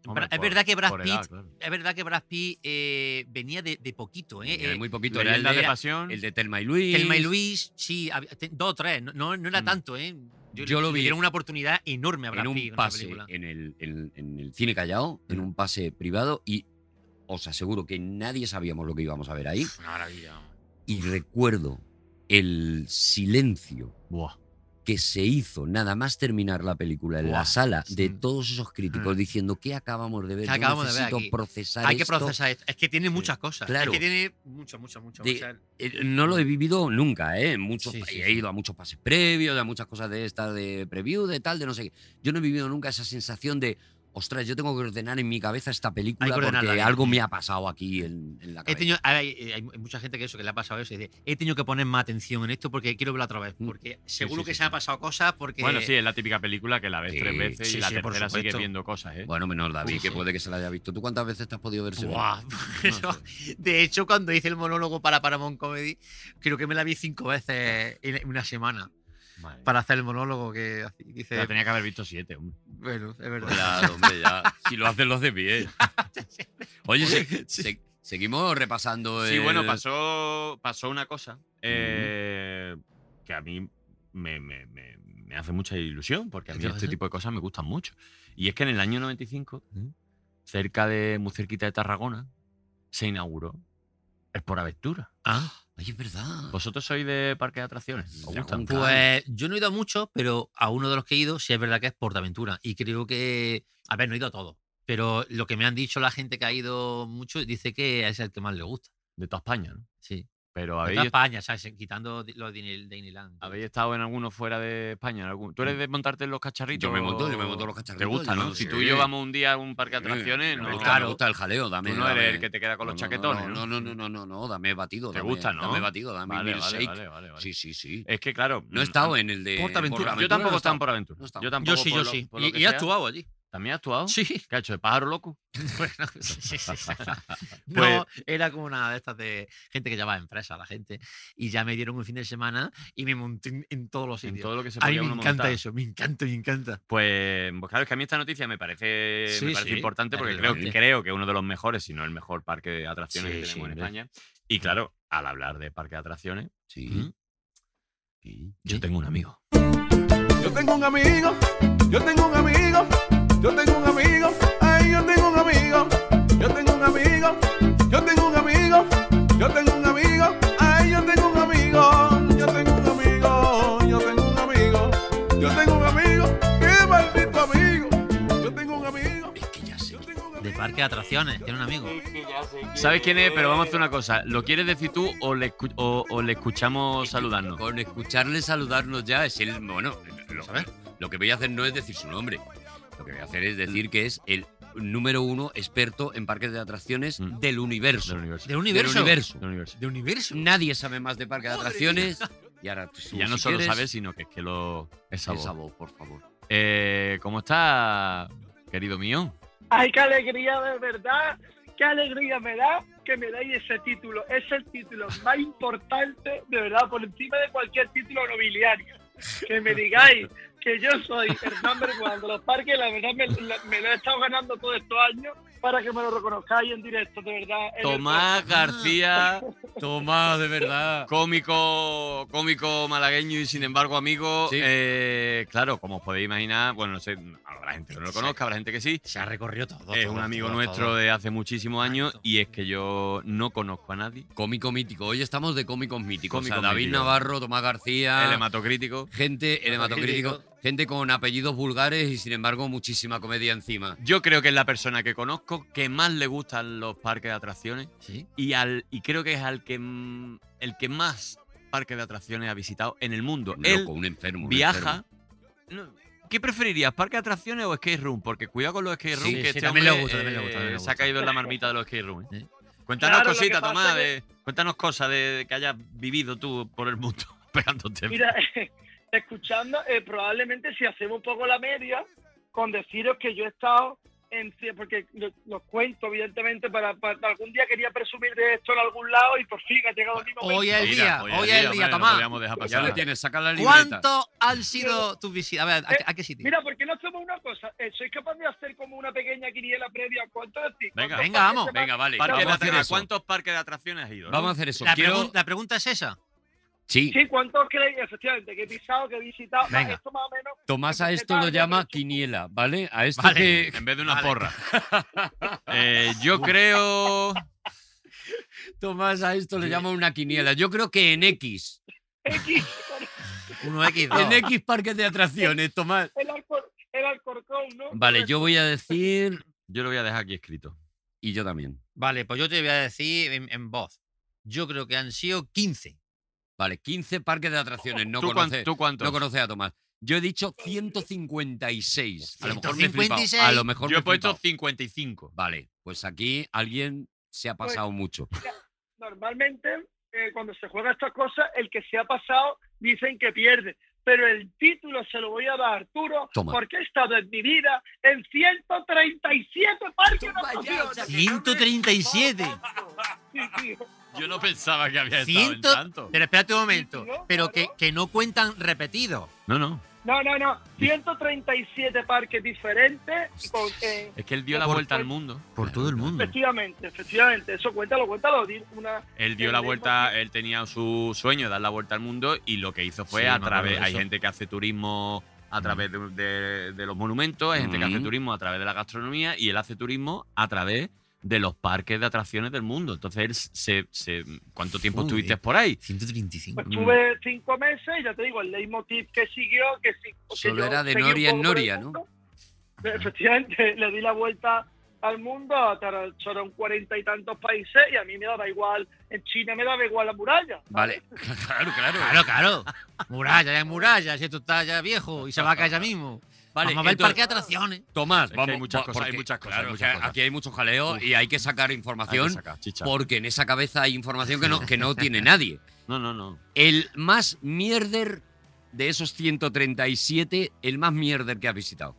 S5: Hombre,
S2: Bra- es
S5: por-
S2: verdad que Brad
S5: por
S2: Pitt,
S5: edad, claro.
S2: es verdad que Brad Pitt eh, venía de, de poquito, ¿eh?
S4: Era
S2: Eh,
S4: muy poquito. Era el
S5: Leyenda
S4: de,
S5: de pasión.
S4: el de Telma y Luis.
S2: Thelma y Luis, sí, había- te- dos o tres, no- no, no era
S4: Mm.
S2: tanto, ¿eh?
S4: Yo lo
S2: le
S4: vi.
S2: dieron una oportunidad enorme a Brad
S4: en un
S2: Pitt esa
S4: pase
S2: película.
S5: eh,
S2: Mm.
S4: en el, en- en el cine Callao, en un pase privado y os aseguro que nadie sabíamos lo que íbamos a ver ahí.
S2: Una maravilla.
S4: Y recuerdo el silencio
S5: Buah.
S4: que se hizo nada más terminar la película en
S5: Buah,
S4: la sala de
S5: sí.
S4: todos esos críticos
S5: Mm.
S4: diciendo qué acabamos de ver.
S2: ¿Qué
S4: Yo
S2: acabamos de ver
S4: necesito
S2: aquí?
S4: procesar
S2: Hay que
S4: esto".
S2: procesar esto. Es que tiene muchas cosas.
S4: Claro.
S2: Es que tiene mucho, mucho, mucho.
S4: De-
S2: muchas-
S4: Eh, No lo he vivido nunca, ¿eh? En Muchos,
S2: Sí, sí,
S4: he
S2: sí.
S4: ido a muchos pases previos, a muchas cosas de estas, de preview, de tal, de no sé qué. Yo no he vivido nunca esa sensación de, ostras, yo tengo que ordenar en mi cabeza esta película porque
S2: ordenarla bien.
S4: algo me ha pasado aquí en, en la
S2: He
S4: cabeza.
S2: tenido- ahora hay, eh, hay- hay mucha gente que eso que le ha pasado eso y dice, he tenido que poner más atención en esto porque quiero verlo otra vez.
S4: Mm.
S2: Porque seguro
S5: sí,
S2: que
S5: sí,
S2: se me ha
S5: sí.
S2: pasado cosas porque.
S5: Bueno, sí, es la típica película que la ves
S4: Sí,
S5: tres veces
S2: sí,
S5: y la
S2: sí, por
S5: tercera sigues
S2: supuesto.
S5: viendo cosas, ¿eh?
S4: Bueno, menos David,
S2: Uf.
S4: que puede que se la haya visto. ¿Tú cuántas veces te has podido ver Seven?
S2: Buah, (laughs) pero, de hecho, cuando hice el monólogo para Paramount Comedy, creo que me la vi cinco veces en una semana
S5: Madre.
S2: para hacer el monólogo que hace-
S5: La
S2: dice.
S5: tenía que haber visto siete, hombre.
S2: Bueno, es verdad.
S4: Claro, hombre, Pues ya. Si lo haces, lo haces bien. Oye, se- se- seguimos repasando
S5: Sí,
S4: el-
S5: bueno, pasó, pasó una cosa eh, que a mí me, me- me- me hace mucha ilusión, porque a
S2: ¿Qué
S5: mí
S2: te
S5: este
S2: pasa?
S5: tipo de cosas me gustan mucho. Y es que en el año 95, cerca de, muy cerquita de Tarragona, se inauguró Es por Aventura.
S2: Ah,
S4: Oye, es verdad.
S5: ¿Vosotros sois de parque de atracciones? ¿Os gustan?
S4: Claro.
S2: Pues yo no he ido a muchos, pero a uno de los que he ido sí es verdad que es Portaventura. Y creo que. A ver, no he ido a todos. Pero lo que me han dicho la gente que ha ido mucho dice que es el que más le gusta.
S5: De toda España, ¿no?
S2: Sí.
S5: Pero
S2: De toda
S5: habéis,
S2: España, ¿sabes? Quitando di- los de Inil- de Disneyland.
S5: habéis estado en alguno fuera de España. en algún- ¿Tú eres de montarte en los cacharritos?
S4: Mm. Yo me monto, yo me monto en los
S5: ¿Te
S4: cacharritos,
S5: gusta,
S4: yo
S5: no?
S4: no
S5: Si
S4: sé.
S5: tú y yo vamos un día a un parque de
S4: Sí,
S5: atracciones,
S4: me
S5: no,
S4: gusta,
S2: claro.
S4: me gusta el jaleo, dame.
S5: tú no
S4: dame.
S5: eres el que te queda con
S4: No,
S5: los
S4: no,
S5: chaquetones.
S4: No, no, no, no, no, no, dame batido.
S5: ¿Te
S4: dame-
S5: gusta, no?
S4: Dame batido, dame
S5: Vale, vale,
S4: milkshake.
S5: vale, vale, vale.
S4: Sí, sí, sí.
S5: Es que, claro.
S4: No he
S5: mm,
S4: estado en el de.
S5: Portaventura.
S4: Portaventura,
S5: Yo tampoco
S4: no
S5: he
S4: he
S5: estado en
S4: estado.
S5: Portaventura.
S4: No he estado.
S5: yo
S2: Yo
S5: tampoco.
S2: sí,
S5: por
S2: yo
S5: lo-
S2: sí.
S5: por lo
S2: Y,
S5: que
S2: y he
S5: sea.
S2: actuado allí.
S5: ¿También has actuado?
S2: Sí. (laughs)
S5: ¿Qué ha hecho? ¿El pájaro loco?
S2: Bueno, sí, sí, sí.
S5: (laughs)
S4: (laughs)
S5: Pues-
S2: No, era como una de estas de gente que llamaba a empresa, la gente. Y ya me dieron un fin de semana y me monté en, en todos los
S5: En
S2: sitios.
S5: todo lo que se
S2: a mí
S5: podía
S2: me
S5: uno
S2: encanta
S5: montar.
S2: eso, me encanta, me encanta.
S5: Pues, pues claro, es que a mí esta noticia me parece, me
S2: Sí,
S5: parece
S2: sí,
S5: importante
S2: es
S5: porque creo,
S2: relevante.
S5: creo que uno de los mejores, si no el mejor parque de atracciones
S2: Sí,
S5: que
S2: sí,
S5: tenemos en
S2: hombre.
S5: España. Y claro, al hablar de parque de atracciones, ¿Mm?
S4: Sí. Sí.
S5: yo tengo un amigo.
S9: Yo tengo un amigo, yo tengo un amigo, yo tengo un amigo, ay, yo tengo un amigo, yo tengo un amigo, yo tengo un amigo, yo tengo un amigo, ay, yo tengo un amigo, yo tengo un amigo, yo tengo un amigo, yo tengo un amigo, qué maldito amigo, yo tengo un amigo,
S4: Es que ya sé.
S9: yo tengo un amigo.
S2: De parque de atracciones, tiene un amigo.
S8: Es que ya sé quién
S5: ¿Sabes quién es? Pero vamos a hacer una cosa. ¿Lo quieres decir tú o le, escu- o, o le escuchamos saludarnos?
S4: Con escucharle saludarnos ya es el. Bueno, lo,
S2: ¿Sabes?
S4: lo que voy a hacer no es decir su nombre. Lo que voy a hacer
S5: Mm.
S4: es decir que es el número uno experto en parques de atracciones
S5: Mm.
S4: del universo.
S5: Del universo.
S2: ¿De universo?
S4: Del universo.
S5: Del universo.
S2: ¿De universo?
S4: Nadie sabe más de parques de atracciones. Y ahora tú,
S5: Y ya no
S4: si
S5: solo
S4: quieres,
S5: sabes, sino que es que lo. Esa voz.
S4: esa voz, por favor.
S5: Eh, ¿Cómo está, querido mío?
S11: ¡Ay, qué alegría de verdad! ¡Qué alegría me da que me dais ese título! Es el título más importante, de verdad, por encima de cualquier título nobiliario. Que me digáis que yo soy Hernán Berguán de los Parques, la verdad me, la- me lo he estado ganando todos estos años para que me lo reconozcáis en directo, de verdad. en el
S5: Tomás García,
S4: Tomás, de verdad.
S5: cómico, cómico malagueño y sin embargo amigo.
S4: Sí.
S5: Eh, claro, como os podéis imaginar, bueno, no sé, habrá gente que no lo conozca, habrá gente que sí.
S2: Se ha recorrido todo.
S5: Es
S2: todo,
S5: un amigo
S2: todo,
S5: nuestro
S2: todo.
S5: de hace muchísimos años
S2: Exacto.
S5: y es que yo no conozco a nadie.
S4: Cómico mítico. Hoy estamos de cómicos míticos.
S5: Cómico
S4: o sea, David
S5: mítico.
S4: Navarro, Tomás
S5: El
S4: García.
S5: hematocrítico.
S4: gente, el hematocrítico. Gente con apellidos vulgares y sin embargo muchísima comedia encima.
S5: Yo creo que es la persona que conozco que más le gustan los parques de atracciones
S2: Sí.
S5: y, al, y creo que es al que, mm, el que más parques de atracciones ha visitado en el mundo.
S4: Un
S5: Él
S4: loco, un enfermo. un
S5: viaja.
S4: enfermo.
S5: No, ¿Qué preferirías, parque de atracciones o skate room? Porque cuidado con los skate room,
S2: Sí,
S5: que
S2: sí,
S5: este
S2: también le
S5: hombre,
S2: gusta, también le gusta,
S5: eh,
S2: también le
S5: se ha
S2: gusta.
S5: caído en la marmita de los skate room. ¿eh? Cuéntanos
S11: Claro, lo que
S5: cositas,
S11: pasa
S5: Tomás,
S11: que-
S5: de- cuéntanos cosas de que hayas vivido tú por el mundo (laughs) pegándote.
S11: Mira, escuchando, eh, probablemente si hacemos un poco la media, con deciros que yo he estado
S7: en sí, porque lo- los cuento, evidentemente, para, para- algún día quería presumir de esto en algún lado y por fin ha llegado mi momento.
S2: Hoy es el día, hoy es el día,
S5: hombre, no
S2: Tomás.
S5: podíamos dejar pasar.
S4: Ya lo tienes, saca la libreta.
S2: ¿Cuánto han sido tus visitas? A ver, ¿a, qué- a qué sitio?
S7: Mira, porque no hacemos una cosa, Eh, sois capaz de hacer como una pequeña quiniela previa cuánto decís.
S5: Venga,
S2: Venga, vamos.
S4: Venga, vale.
S5: Parque de
S4: Vamos a hacer
S5: atracciones.
S4: eso.
S5: ¿Cuántos parques de atracciones has ido? no?
S4: Vamos a hacer eso.
S2: La,
S4: Quiero-
S2: pregun- la pregunta es esa.
S4: Sí,
S7: Sí, ¿cuántos creéis? Efectivamente, que he pisado, que he visitado. Más
S4: Venga.
S7: Esto más o menos.
S4: Tomás a esto lo llama quiniela, ¿vale? A esto
S5: Vale,
S4: que (laughs)
S5: en vez de una
S2: Vale.
S5: porra. Eh, yo creo.
S4: Tomás a esto le llama una quiniela. Yo creo que en X.
S7: X,
S5: Ah,
S2: 1X,
S4: En
S2: 2.
S4: X parques de atracciones, Tomás.
S7: el, Alcor- el Alcorcón, ¿no?
S4: Vale, yo voy a decir.
S5: Yo lo voy a dejar aquí escrito.
S4: Y yo también.
S2: Vale, pues yo te voy a decir en, en voz. Yo creo que han sido 15.
S4: Vale, 15 parques de atracciones. No
S5: ¿Tú, cuán-
S4: conoces.
S5: tú cuántos?
S4: No conoces a Tomás. Yo he dicho 156. A lo mejor me he flipado.
S2: 156.
S4: A lo mejor
S5: yo
S4: me
S5: he puesto
S4: flipado.
S5: 55.
S4: Vale, pues aquí alguien se ha pasado mucho.
S7: Normalmente, eh, cuando se juega estas cosas, el que se ha pasado dicen que pierde. Pero el título se lo voy a dar a Arturo
S4: Toma.
S7: porque he estado en mi vida en 137 parques de
S4: Toma ya, o sea
S7: atracciones.
S4: que
S2: 137.
S7: Sí, tío.
S5: Yo no pensaba que había
S2: Ciento-
S5: estado en tanto.
S2: Pero espérate un momento.
S7: Sí, tío,
S2: Pero que,
S7: claro.
S2: que no cuentan repetidos.
S5: No, no.
S7: No, no, no. 137 parques diferentes. Con, eh,
S5: Es que él dio la
S7: Por-
S5: vuelta al mundo.
S2: Por todo el mundo.
S7: Pues efectivamente, efectivamente. Eso cuéntalo, cuéntalo. di Una,
S5: Él dio la vuelta, él tenía su sueño de dar la vuelta al mundo y lo que hizo fue
S2: Sí, me
S5: a
S2: acuerdo
S5: través.
S2: de
S5: Hay
S2: eso.
S5: gente que hace turismo a través de, de- de los monumentos, hay gente que hace
S4: Mm.
S5: turismo a través de la gastronomía y él hace turismo a través de los parques de atracciones del mundo. Entonces él se. se- ¿Cuánto tiempo
S2: Uy.
S5: estuviste por ahí?
S2: 135.
S4: Mm.
S7: Pues tuve cinco meses y ya te digo, el leitmotiv que siguió, que sí. que
S4: Solo
S7: yo
S4: era de
S7: seguí un
S4: noria en
S7: poco por el
S4: noria, ¿no?
S7: mundo. Pues, Efectivamente, (laughs) le di la vuelta al mundo, tar- fueron cuarenta y tantos países y a mí me daba igual, en China me daba igual la muralla.
S4: Vale, claro, claro.
S2: Claro, claro. Muralla, ya es muralla. Si esto está ya viejo y se va a caer ya mismo.
S4: Vale,
S2: Vamos a ver el
S4: entonces-
S2: parque de atracciones.
S4: Tomás,
S5: Es que
S4: vamos.
S5: hay muchas
S4: va-
S5: cosas, hay muchas cosas,
S4: claro,
S5: hay
S4: o sea,
S5: muchas cosas.
S4: Aquí hay muchos jaleos
S5: Uf.
S4: y hay que sacar
S5: Hay que
S4: información
S5: sacar chicha.
S4: porque en esa cabeza hay información que no, que no tiene nadie.
S5: No, no, no.
S4: El más mierder de esos 137, el más mierder que has visitado.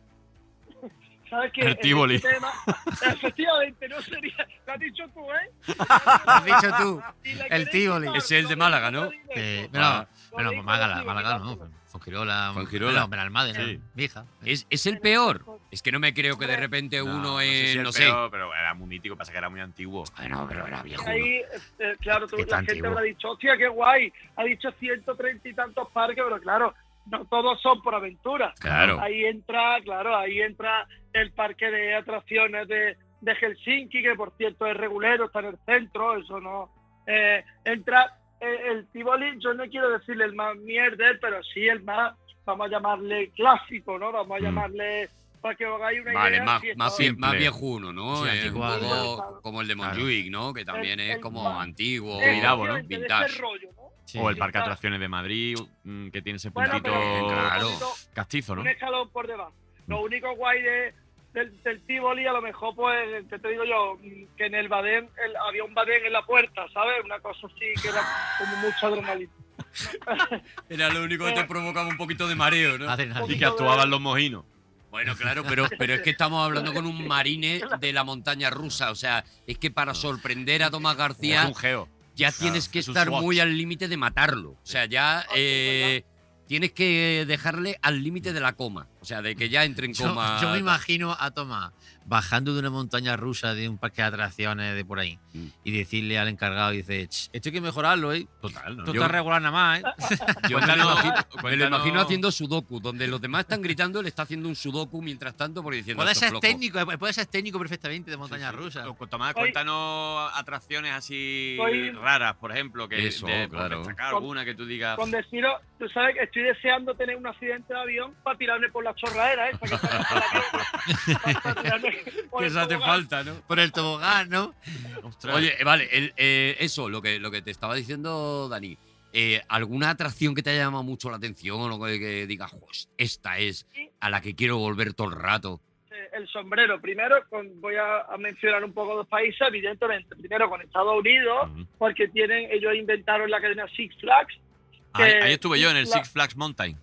S7: ¿Sabes qué?
S5: El
S7: En este
S5: Tívoli.
S7: tema- (laughs) efectivamente, no sería, lo has dicho tú, ¿eh?
S4: (laughs)
S2: has dicho tú.
S7: Y la
S2: El
S7: queréis
S2: Tívoli.
S7: quitar,
S4: Ese es el de
S7: lo
S4: Málaga,
S7: digo,
S4: ¿no?
S7: lo digo,
S2: Eh,
S7: lo
S2: no,
S7: digo,
S2: bueno,
S7: lo
S2: Málaga,
S7: digo,
S2: Málaga, ¿no?
S7: quitártelo.
S2: Fongirola,
S4: Fuengirola.
S2: No, Benalmádena,
S5: Sí.
S2: Vija.
S4: ¿Es, es el peor? Es que no me creo que de repente
S5: No,
S4: uno
S5: no sé
S4: es,
S5: si
S4: no
S5: es
S4: sé.
S5: peor, pero era muy mítico, pasa que era muy antiguo.
S4: Bueno, pero era viejo.
S7: Ahí, eh, claro, tú-
S2: Qué
S7: la
S2: tan
S7: gente
S2: antiguo.
S7: habrá dicho, hostia, qué guay, ha dicho 130 y tantos parques, pero claro, no todos son por aventura.
S4: Claro.
S7: Ahí entra, claro, ahí entra el parque de atracciones de, de Helsinki, que por cierto es regulero, está en el centro, eso no. Eh, entra eh, el Tivoli, yo no quiero decirle el más mierder, pero sí el más, vamos a llamarle clásico, ¿no? Vamos a
S4: Mm.
S7: llamarle, para que os hagáis una
S4: Vale,
S7: idea.
S4: más, más,
S7: sí, estaba-
S4: vie- más
S5: Simple.
S4: viejuno, ¿no?
S2: Sí,
S4: Es un
S2: anticuado.
S4: poco como el de Montjuic, ¿no? Que también
S7: El-
S4: es
S7: el-
S4: como antiguo,
S5: el Vidavo, ¿no?
S7: efectivamente, de ese
S4: vintage.
S7: rollo, ¿no?
S5: O el Parque
S7: Sí,
S5: de
S7: claro.
S5: Atracciones de Madrid, mm, que tiene ese
S7: Bueno,
S5: puntito
S7: pero-
S4: Claro.
S5: castizo, ¿no?
S7: un escalón por debajo. Lo único guay de, del, del Tivoli, a lo mejor, pues, que te digo yo, Mm, que en el Badén el, había un Badén en la puerta, ¿sabes? Una cosa así que era como mucha adrenalina.
S4: Era lo único que te provocaba un poquito de mareo, ¿no?
S5: Y que actuaban los mojinos.
S4: Bueno, claro, pero, pero es que estamos hablando con
S7: (laughs)
S4: un marine de la montaña rusa. O sea, es que para sorprender a Tomás
S5: Es
S4: García
S5: un geo.
S4: ya tienes que
S5: es un
S4: estar
S5: Swatch.
S4: muy al límite de matarlo. O sea,
S7: Ah,
S4: ya eh, tienes que dejarle al límite de la coma. O sea, de que ya entre en
S2: Yo,
S4: coma.
S2: yo me imagino a Tomás bajando de una montaña rusa de un parque de atracciones de por ahí
S4: Mm.
S2: y decirle al encargado, dice, "Ch, esto hay que mejorarlo, ¿eh?
S5: Total, ¿no?
S2: Esto
S5: Yo-
S2: está regular nada más, ¿eh?
S5: yo me lo imagino-
S4: Me lo
S5: cuéntanos-
S4: imagino haciendo sudoku, donde los demás están gritando, él está haciendo un sudoku mientras tanto por diciendo.
S2: Puede
S4: "Esto
S2: ser
S4: es flojo".
S2: técnico, eh, puede ser técnico perfectamente de montaña
S5: Sí, sí.
S2: rusa.
S5: O- Tomás,
S7: Soy-
S5: cuéntanos atracciones así
S7: Soy-
S5: raras, por ejemplo, que
S4: Eso,
S5: de- por
S4: claro.
S5: destacar alguna que tú digas.
S7: Con deciros, tú sabes que estoy deseando tener un accidente de avión para tirarme por la chorradera, ¿eh? Para que salga el avión, para- para tirarme
S4: (laughs)
S7: por
S4: Que
S7: el
S4: eso hace
S7: tobogán.
S4: falta, ¿no?
S2: Por el tobogán, ¿no?
S5: Ostras,
S4: Oye, eh, vale, el, eh, eso, lo que, lo que te estaba diciendo, Dani. eh, ¿Alguna atracción que te haya llamado mucho la atención o que, que digas, "Jos, esta es a la que quiero volver todo el rato?
S7: Eh, el sombrero. Primero, con- voy a, a mencionar un poco dos países, evidentemente. Primero, con Estados Unidos,
S5: Ujú.
S7: porque tienen ellos inventaron la cadena Six Flags.
S5: ahí,
S7: que
S5: ahí estuve yo en el
S7: la-
S5: Six Flags Mountain.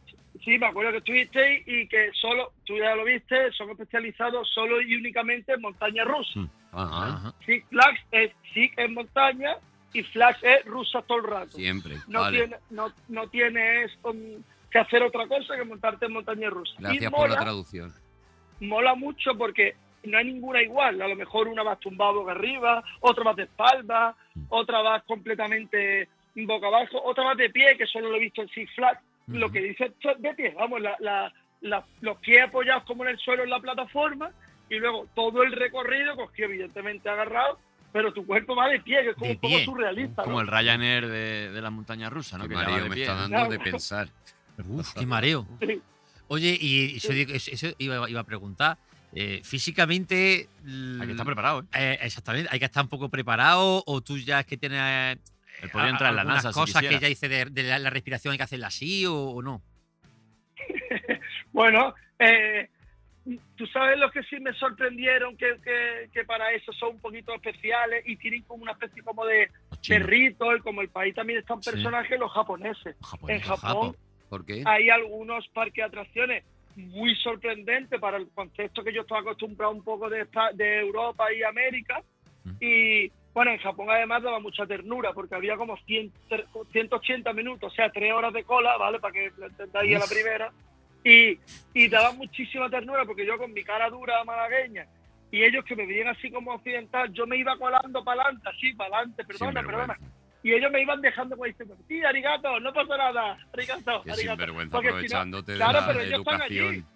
S7: Sí, me acuerdo que estuviste y que solo, tú ya lo viste, son especializados solo y únicamente en montaña rusa.
S4: Ajá, ajá.
S7: Six Flags es Six en montaña y Flags es rusa todo el rato.
S4: Siempre.
S7: No,
S4: vale.
S7: tiene, no, no tienes um, que hacer otra cosa que montarte en montaña rusa. Y
S4: Gracias por
S7: mola,
S4: la traducción.
S7: mola mucho porque no hay ninguna igual. A lo mejor una vas tumbado boca arriba, otra vas de espalda,
S5: Mm.
S7: otra vas completamente boca abajo, otra vas de pie, que solo lo he visto en Six Flags. Lo que dice esto es de pie, vamos, la- la- la- los pies apoyados como en el suelo en la plataforma y luego todo el recorrido cogido evidentemente agarrado, pero tu cuerpo va de pie, que es como
S5: De
S7: un poco
S5: pie,
S7: surrealista.
S5: Como
S7: ¿no?
S5: el Ryanair de, de las montañas rusas, ¿no?
S4: Qué
S5: Que ya va
S4: mareo
S5: de
S4: me
S5: pie,
S4: está
S5: ¿no?
S7: dando de
S4: pensar.
S2: Uf, qué mareo.
S7: Sí.
S2: Oye, y eso, digo- eso- eso iba, iba a preguntar. eh, físicamente. Hay
S5: que estar preparado, ¿eh?
S2: exactamente, hay que estar un poco preparado o tú ya es que tienes. eh,
S5: podría entrar en la
S2: algunas
S5: NASA si
S2: cosas que
S5: quisiera.
S2: ya hice de, de la, la respiración hay que hacerla así o, o no.
S7: Bueno, eh, tú sabes los que sí me sorprendieron, que, que- que para eso son un poquito especiales y tienen como una especie como de, de
S4: chinos.
S7: rito, y como el país también está un
S4: Sí.
S7: personaje, los japoneses. en
S4: Japo.
S7: Japón
S4: ¿Por qué?
S7: hay algunos parques de atracciones muy sorprendentes para el concepto que yo estaba acostumbrado un poco de, esta- de Europa y América. Y bueno, en Japón además daba mucha ternura porque había como 100 tre- 180 minutos, o sea, tres horas de cola, ¿vale? Para que lo entendáis a la
S12: Uf.
S7: primera. Y, y daba muchísima ternura porque yo con mi cara dura malagueña y ellos que me veían así como occidental, yo me iba colando para adelante, así, para adelante, perdona, perdona. Y ellos me iban dejando como diciendo, sí, arigato, no pasa nada, arigato,
S4: Qué
S7: arigato.
S4: sinvergüenza
S7: Porque si no-
S4: aprovechándote
S7: claro,
S4: de
S7: pero
S4: la
S7: ellos están allí.
S4: educación.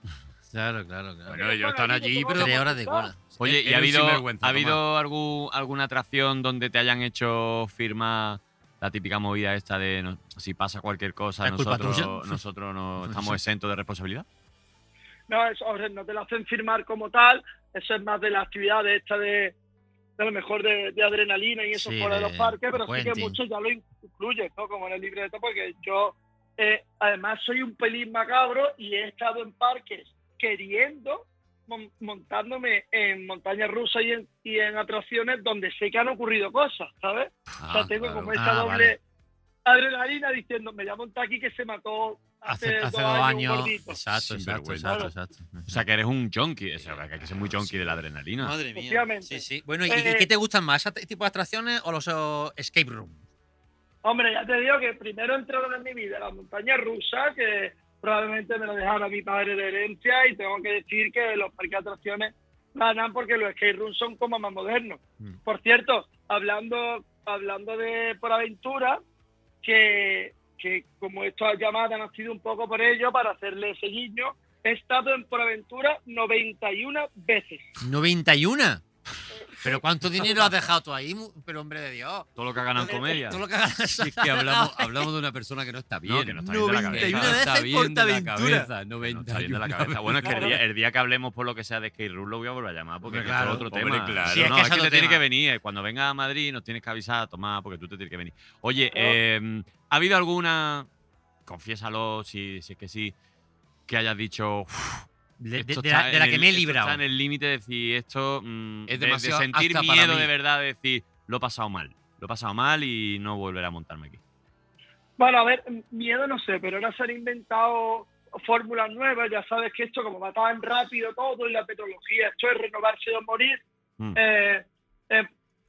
S2: Claro, claro, claro.
S4: Bueno, ellos están allí, pero.
S2: Tres horas de cola.
S5: Oye, ¿y
S4: Era
S5: ha
S4: un
S5: habido,
S4: sinvergüenza,
S5: ¿ha habido algún, alguna atracción donde te hayan hecho firmar la típica movida esta de no- si pasa cualquier cosa,
S2: ¿Es culpa
S5: nosotros,
S2: tuya?
S5: (laughs) nosotros
S2: (laughs)
S5: no
S2: Sí.
S5: estamos exentos de responsabilidad?
S7: No, eso, o sea, no te lo hacen firmar como tal, eso es más de la actividad de esta de, de a lo mejor de, de adrenalina y eso
S12: Sí,
S7: fuera de
S12: de-
S7: los parques, pero sí que
S12: puenting.
S7: muchos ya lo incluyen, ¿no? Como en el libreto, porque yo eh, además soy un pelín macabro y he estado en parques queriendo mon- montándome en montañas rusas y en, y en atracciones donde sé que han ocurrido cosas, ¿sabes? o
S2: Ah,
S7: sea, tengo
S2: claro.
S7: como esta
S2: Ah,
S7: doble
S2: vale.
S7: adrenalina diciendo, me voy a montar aquí que se mató hace,
S2: Hace, hace
S7: dos años un gordito".
S2: Exacto, exacto, exacto, exacto.
S5: O sea, que eres un junkie. o sea, que hay que ser muy junkie de la adrenalina.
S2: Madre mía.
S7: Efectivamente.
S2: Sí, sí. Bueno, ¿y, y
S7: Eh,
S2: qué te gustan más? ¿Ese tipo de atracciones o los oh, escape room?
S7: Hombre, ya te digo que primero entraron en mi vida las montañas rusas, que probablemente me lo dejaron a mi padre de herencia, y tengo que decir que los parques de atracciones ganan porque los skate rooms son como más modernos. Por cierto, hablando, hablando de por aventura, que, que como estas llamadas han sido un poco por ello, para hacerle ese guiño, he estado en por aventura 91 veces.
S2: 91. Pero ¿cuánto dinero has dejado tú ahí? mu- Pero hombre de Dios.
S5: Todo lo que ganan comedia.
S2: Todo lo que ganas.
S4: Si es que hablamos, hablamos de una persona que no está bien.
S5: No, que no está bien de la
S4: 91
S5: cabeza.
S4: veces
S5: Está bien de la
S4: Portaventura.
S5: cabeza, No está bien
S4: 91
S5: de la cabeza. Bueno, es que el día,
S4: veces.
S5: el día que hablemos por lo que sea de Skate Room lo voy a volver a llamar porque
S4: Hombre,
S5: es que esto
S4: claro.
S5: es otro
S4: Hombre,
S5: tema.
S4: claro.
S5: Sí, es
S4: No,
S5: que,
S4: es
S5: es
S4: que
S5: te
S4: otro
S5: tiene
S4: tema.
S5: que venir. eh. Cuando venga a Madrid nos tienes que avisar, Tomás, porque tú te tienes que venir. Oye, eh, ¿ha habido alguna, confiésalo si, si es que sí, que hayas dicho... "Uf,
S2: De- de-
S5: esto
S2: de la-
S5: está
S2: de la
S5: en
S2: que
S5: el-
S2: me he
S5: esto
S2: librado".
S5: Está en el límite de decir esto. mm,
S4: Es
S5: de-
S4: demasiado
S5: De sentir
S4: apta para
S5: miedo
S4: mí.
S5: de verdad, de decir, lo he pasado mal. Lo he pasado mal y no volveré a montarme aquí.
S7: Bueno, a ver, m- miedo no sé, pero ahora se han inventado fórmulas nuevas, ya sabes que esto como va tan rápido todo y la petrología, esto es renovarse o morir.
S5: Mm.
S7: Eh, eh,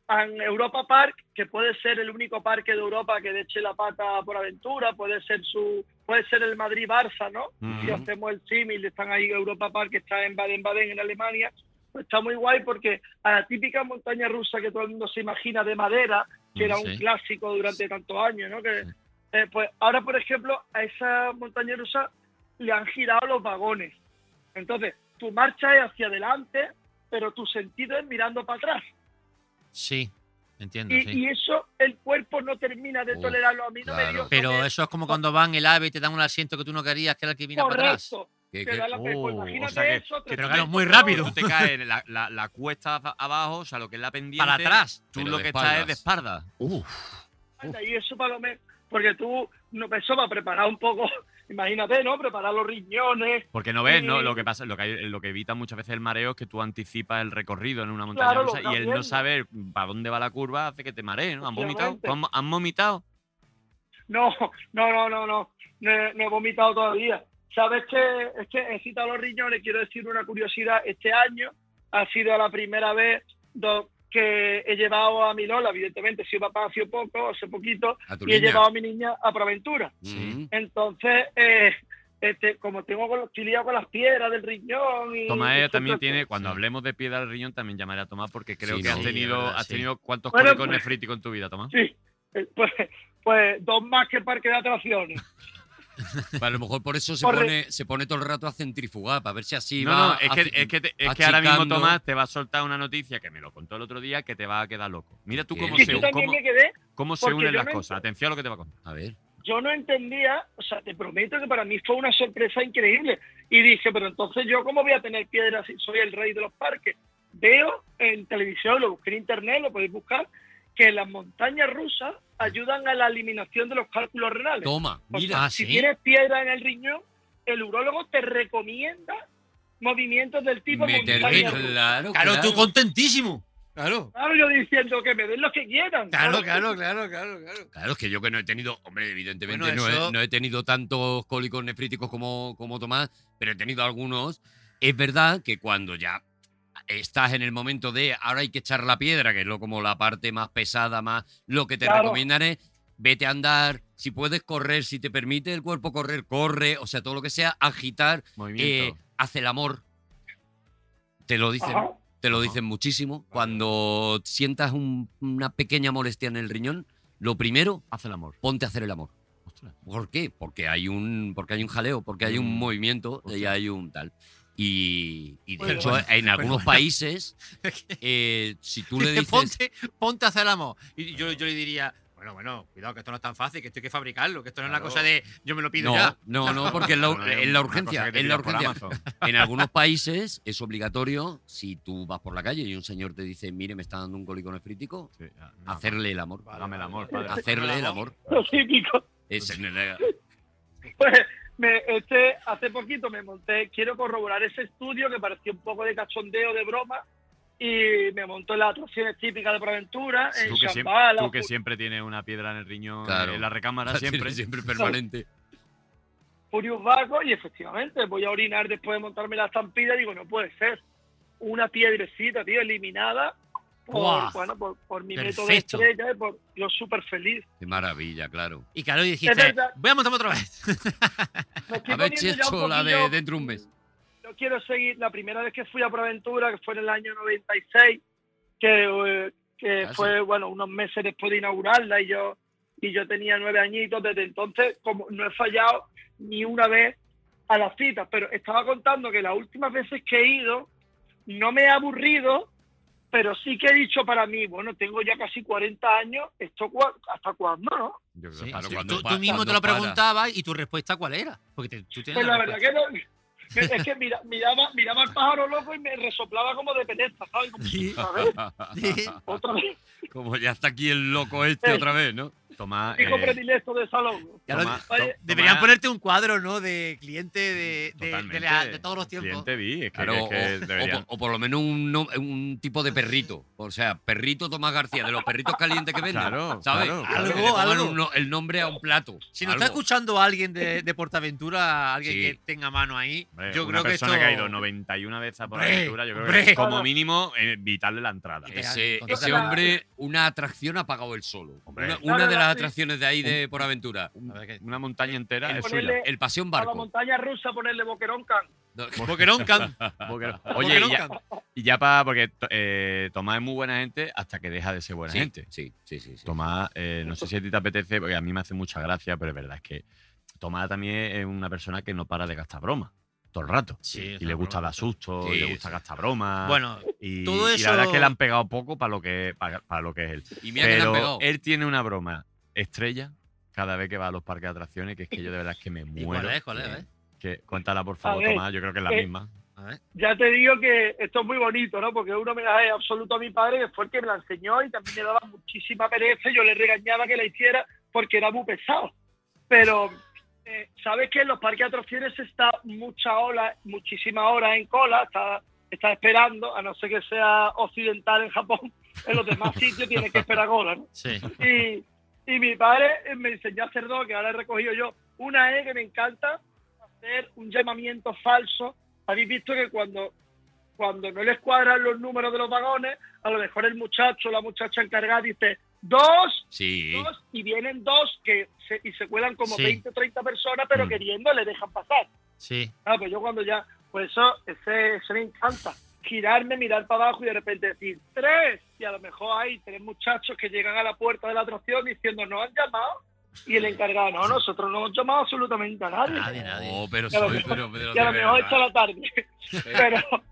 S7: en Europa Park, que puede ser el único parque de Europa que le eche la pata por aventura, puede ser su puede ser el Madrid-Barça, ¿no?
S12: Mm.
S7: Si hacemos el símil, están ahí Europa Park, que está en Baden-Baden, en Alemania, pues está muy guay porque a la típica montaña rusa que todo el mundo se imagina de madera, que
S12: Mm,
S7: era un
S12: sí.
S7: clásico durante tantos años, ¿no? Que, eh, pues ahora, por ejemplo, a esa montaña rusa le han girado los vagones. Entonces, tu marcha es hacia adelante, pero tu sentido es mirando para atrás.
S2: Sí, entiendo.
S7: Y,
S2: sí.
S7: y eso el cuerpo no termina de
S2: Uf,
S7: tolerarlo. A mí no me dio.
S2: Pero eso es como cuando van el ave y te dan un asiento que tú no querías, que era el que viene para atrás.
S7: Correcto. Te da la-
S2: Uh,
S7: pues, imagínate eso, te-
S2: pero claro, muy rápido.
S5: Pues Tú te
S2: (laughs)
S5: caes en la, la- la cuesta ab- abajo, o sea, lo que es la pendiente.
S2: Para atrás.
S5: Tú
S2: Pero
S5: lo
S2: de
S5: que estás es de
S2: espaldas.
S5: espalda.
S7: Anda, Y eso para lo menos, porque tú, no, eso para preparar un poco, (laughs) imagínate, ¿no? Preparar los riñones.
S5: Porque no ves, ¿no?
S7: eh,
S5: Lo que pasa, lo que, hay- lo que evita muchas veces el mareo es que tú anticipas el recorrido en una montaña
S7: Claro, lo
S5: rusa
S7: estás
S5: y el
S7: viendo.
S5: no saber para dónde va la curva hace que te marees, ¿no? ¿Han vomitado?
S7: Efectivamente.
S5: ¿Han, han vomitado?
S7: No, no, no, no, no. No, he- no he vomitado todavía. ¿Sabes que Es que he citado los riñones, quiero decir una curiosidad. Este año ha sido la primera vez do- que he llevado a mi Lola, evidentemente, si papá hace poco, hace poquito,
S5: A tu
S7: y he
S5: niña. Mm.
S7: llevado a mi niña a Proventura. Entonces, eh, este, como tengo con, estoy liado con las piedras del riñón y...
S5: Tomás
S7: y-
S5: también tiene, cuando hablemos de piedra del riñón, también llamaré a Tomás porque creo
S2: Sí,
S5: que
S2: sí,
S5: has tenido,
S2: es verdad,
S5: has
S2: sí.
S5: tenido cuántos
S7: Bueno,
S5: cólicos
S7: pues-
S5: nefríticos en tu vida, Tomás.
S7: Sí, eh, pues, pues dos más que parque de atracciones.
S4: Pues A lo mejor por eso se
S7: Corre.
S4: pone, se pone todo el rato a centrifugar, para ver si así
S5: no,
S4: va
S5: no, es que,
S4: aci-
S5: es que, te- es que ahora mismo
S4: achicando.
S5: Tomás te va a soltar una noticia que me lo contó el otro día que te va a quedar loco. Mira tú
S4: ¿Qué?
S5: cómo
S7: Y
S5: se,
S7: yo también
S5: cómo-
S7: me quedé
S5: cómo se
S7: porque
S5: unen
S7: yo
S5: las
S7: no
S5: cosas. Atención a lo que te va a contar.
S4: A ver.
S7: yo no entendía, o sea, te prometo que para mí fue una sorpresa increíble. Y dije, pero entonces yo cómo voy a tener piedras si soy el rey de los parques. Veo en televisión, lo busqué en internet, lo podéis buscar, que las montañas rusas ayudan a la eliminación de los cálculos renales.
S4: Toma,
S7: O
S4: mira.
S7: sea, Pues si tienes piedra en el riñón, el urólogo te recomienda movimientos del tipo
S4: meter-
S7: montaña rusa.
S4: claro,
S13: Claro,
S4: claro.
S13: tú contentísimo. Claro,
S7: Claro, yo diciendo que me den lo que quieran.
S13: claro, claro, claro, claro. claro.
S4: Claro, es que yo que no he tenido, hombre, evidentemente
S13: Bueno,
S4: no,
S13: eso-
S4: he, no he tenido tantos cólicos nefríticos como, como Tomás, pero he tenido algunos. Es verdad que cuando ya estás en el momento de ahora hay que echar la piedra, que es lo como la parte más pesada, más lo que te
S7: Claro.
S4: recomiendan es vete a andar, si puedes correr, si te permite el cuerpo correr, corre, o sea, todo lo que sea, agitar, eh,
S5: Movimiento.
S4: hace el amor. Te lo dicen.
S7: Ajá. (laughs)
S4: Te lo dicen muchísimo. Cuando sientas un- una pequeña molestia en el riñón, lo primero,
S5: Hace el amor.
S4: ponte a hacer el amor.
S5: Ostras.
S4: ¿Por qué? Porque hay un, porque hay un jaleo, porque hay un
S5: Mm.
S4: movimiento y
S5: Hostia. Pues
S4: hay un tal. Y, y de
S13: Pero
S4: hecho,
S13: bueno,
S4: en
S13: pero
S4: algunos
S13: bueno.
S5: (laughs)
S4: países, eh, si tú le
S13: Dice,
S4: dices.
S13: ponte, ponte a hacer el amor. Y yo, yo le diría, bueno, bueno, cuidado, que esto no es tan fácil, que esto hay que fabricarlo, que esto no es
S5: Claro.
S13: una cosa de yo me lo pido
S4: no,
S13: ya.
S4: no,
S5: (laughs)
S4: no, porque en la,
S5: No, no, es
S4: en la
S5: una cosa
S4: urgencia,
S5: que te
S4: en la
S5: pidas por
S4: urgencia.
S5: Amazon.
S4: En
S5: (laughs)
S4: algunos países es obligatorio, si tú vas por la calle y un señor te dice, mire, me está dando un cólico nefrítico,
S5: Sí, ah, no,
S4: hacerle el amor.
S5: Dame
S4: (laughs)
S5: el amor, padre.
S4: Hacerle el amor.
S7: Lo típico.
S4: Es en el-
S5: (laughs)
S7: Pues me, este, hace poquito me monté, quiero corroborar ese estudio que parecía un poco de cachondeo, de broma, y me montó en las atracciones típicas de Proventura, en
S5: Tú que, siempre,
S7: Chambala.
S5: tú que siempre tienes una piedra en el riñón, eh,
S4: Claro.
S5: en
S4: (laughs)
S5: la recámara siempre.
S4: siempre permanente.
S7: Furious Vago y efectivamente voy a orinar después de montarme la estampida y digo, no puede ser. Una piedrecita, tío, eliminada por,
S13: Guau.
S7: bueno, por, por mi método
S13: Perfecto.
S7: estrella y por, yo súper feliz.
S4: Qué maravilla, claro.
S5: (laughs)
S13: Y claro, y
S7: Es
S13: dijiste,
S7: verdad.
S13: voy a montarme otra vez.
S7: Me estoy
S4: Habéis
S7: poniendo ya un
S4: hecho la de
S7: poquillo-
S4: dentro de un mes.
S7: yo quiero seguir. La primera vez que fui a Proventura, que fue en el año 96, que, eh, que
S4: Casi.
S7: fue, bueno, unos meses después de inaugurarla y yo, y yo tenía nueve añitos. Desde entonces, como no he fallado ni una vez a las citas, pero estaba contando que las últimas veces que he ido, no me he aburrido, pero sí que he dicho para mí, bueno, tengo ya casi 40 años, ¿esto cua- hasta cuándo, no?
S5: Yo creo
S13: Sí,
S5: que
S4: claro,
S13: sí.
S4: cuando
S13: tú,
S4: pa-
S13: tú mismo
S4: cuando
S13: te lo
S4: para.
S13: preguntabas y tu respuesta cuál era. Porque te- tú tienes
S7: Pues la verdad
S13: respuesta.
S7: que no. Es que mira- miraba, miraba al pájaro loco y me resoplaba como de pereza, ¿sabes? Como,
S13: Sí.
S7: a ver,
S13: Sí.
S7: otra
S13: (laughs)
S7: vez.
S4: Como ya está aquí el loco este otra vez, ¿no?
S5: Tomás,
S7: Hijo
S5: eh,
S7: predilecto de salón.
S13: Ya lo-
S5: Toma-
S13: to-
S5: to- toma-
S13: Deberían ponerte un cuadro, ¿no? De cliente de, de- de,
S5: Totalmente.
S13: la- de todos los tiempos.
S5: Cliente vi, es que,
S4: Claro,
S5: es que
S4: o- o,
S5: deberían-
S4: po- o por lo menos un, no- un tipo de perrito. O sea, perrito Tomás García, de los perritos calientes que venden.
S5: Claro,
S4: ¿Sabes?
S5: claro,
S4: Que
S13: claro.
S4: le pongan
S13: Algo,
S4: un no- el nombre a un plato.
S13: Si nos
S4: algo.
S13: está escuchando alguien de, de Portaventura, alguien
S4: Sí.
S13: que tenga mano ahí,
S5: Hombre,
S13: yo
S5: una
S13: creo que esto.
S5: persona que ha ido 91 veces a por
S13: Hombre,
S5: aventura, yo creo
S13: hombre.
S5: que como mínimo eh, vitarle la entrada.
S13: Hombre.
S4: Ese,
S13: Total.
S4: ese hombre, una atracción ha pagado él solo.
S5: Hombre.
S4: Una,
S7: No,
S4: una de
S7: no, no,
S4: las
S7: sí.
S4: atracciones de ahí de Por Aventura.
S13: A ver qué-
S5: Una montaña entera
S7: El
S5: es
S7: ponerle-
S5: suya.
S4: El paseo en
S7: A la
S4: barco.
S7: montaña rusa ponerle boquerón can.
S5: (laughs)
S13: Boquerón Camp.
S5: Porque- Oye,
S13: Boquerón
S5: y ya,
S13: Camp.
S5: y ya para, porque to- eh, Tomás es muy buena gente hasta que deja de ser buena
S4: Sí,
S5: gente.
S4: Sí, sí, sí. sí.
S5: Tomás, eh, no sé si a ti te apetece, porque a mí me hace mucha gracia, pero es verdad es que Tomás también es una persona que no para de gastar bromas todo el rato.
S13: Sí,
S5: y
S13: gastar
S5: le gusta
S13: broma.
S5: dar susto, y
S4: Sí,
S5: le gusta gastar bromas.
S13: Bueno,
S5: y,
S13: todo
S5: y la verdad es que
S13: eso-
S5: le han pegado poco para lo que, para, para lo que es él.
S4: Y mira que le han pegado.
S5: Pero él tiene una broma estrella cada vez que va a los parques de atracciones, que es que yo de verdad es que
S13: (laughs)
S5: me
S13: ¿Y
S5: muero.
S13: cuál es? ¿Cuál es? A ver.
S5: Que, cuéntala, por favor,
S7: ver,
S5: Tomás. Yo creo que es la
S7: eh,
S5: misma.
S13: A ver.
S7: Ya te digo que esto es muy bonito, ¿no? Porque es un homenaje absoluto a mi padre, que fue el que me la enseñó y también me daba muchísima pereza. Yo le regañaba que la hiciera porque era muy pesado. Pero, eh, ¿sabes que En los parques de atracciones está mucha ola, muchísimas horas en cola, está, está esperando, a no ser que sea occidental en Japón, en los demás sitios tiene que esperar cola, ¿no?
S13: Sí.
S7: y, y mi padre eh, me enseñó a hacer dos, que ahora he recogido yo. Una es que me encanta hacer un llamamiento falso. Habéis visto que cuando, cuando no les cuadran los números de los vagones, a lo mejor el muchacho o la muchacha encargada dice dos,
S5: Sí.
S7: dos, y vienen dos que se, y se cuelan como
S2: Sí.
S7: 20 o 30 personas, pero queriendo le dejan pasar.
S2: Sí.
S7: Ah, pues yo cuando ya, pues eso, ese, ese me encanta. Girarme, mirar para abajo y de repente decir tres. Y a lo mejor hay tres muchachos que llegan a la puerta de la atracción diciendo no han llamado. Y el encargado, no, nosotros no hemos llamado absolutamente a nadie.
S4: Oh,
S5: No, pero
S7: Y a lo
S5: soy,
S7: mejor-
S5: pero, pero
S7: y
S5: de
S7: a lo mejor
S5: verdad.
S7: está la tarde. (laughs) pero,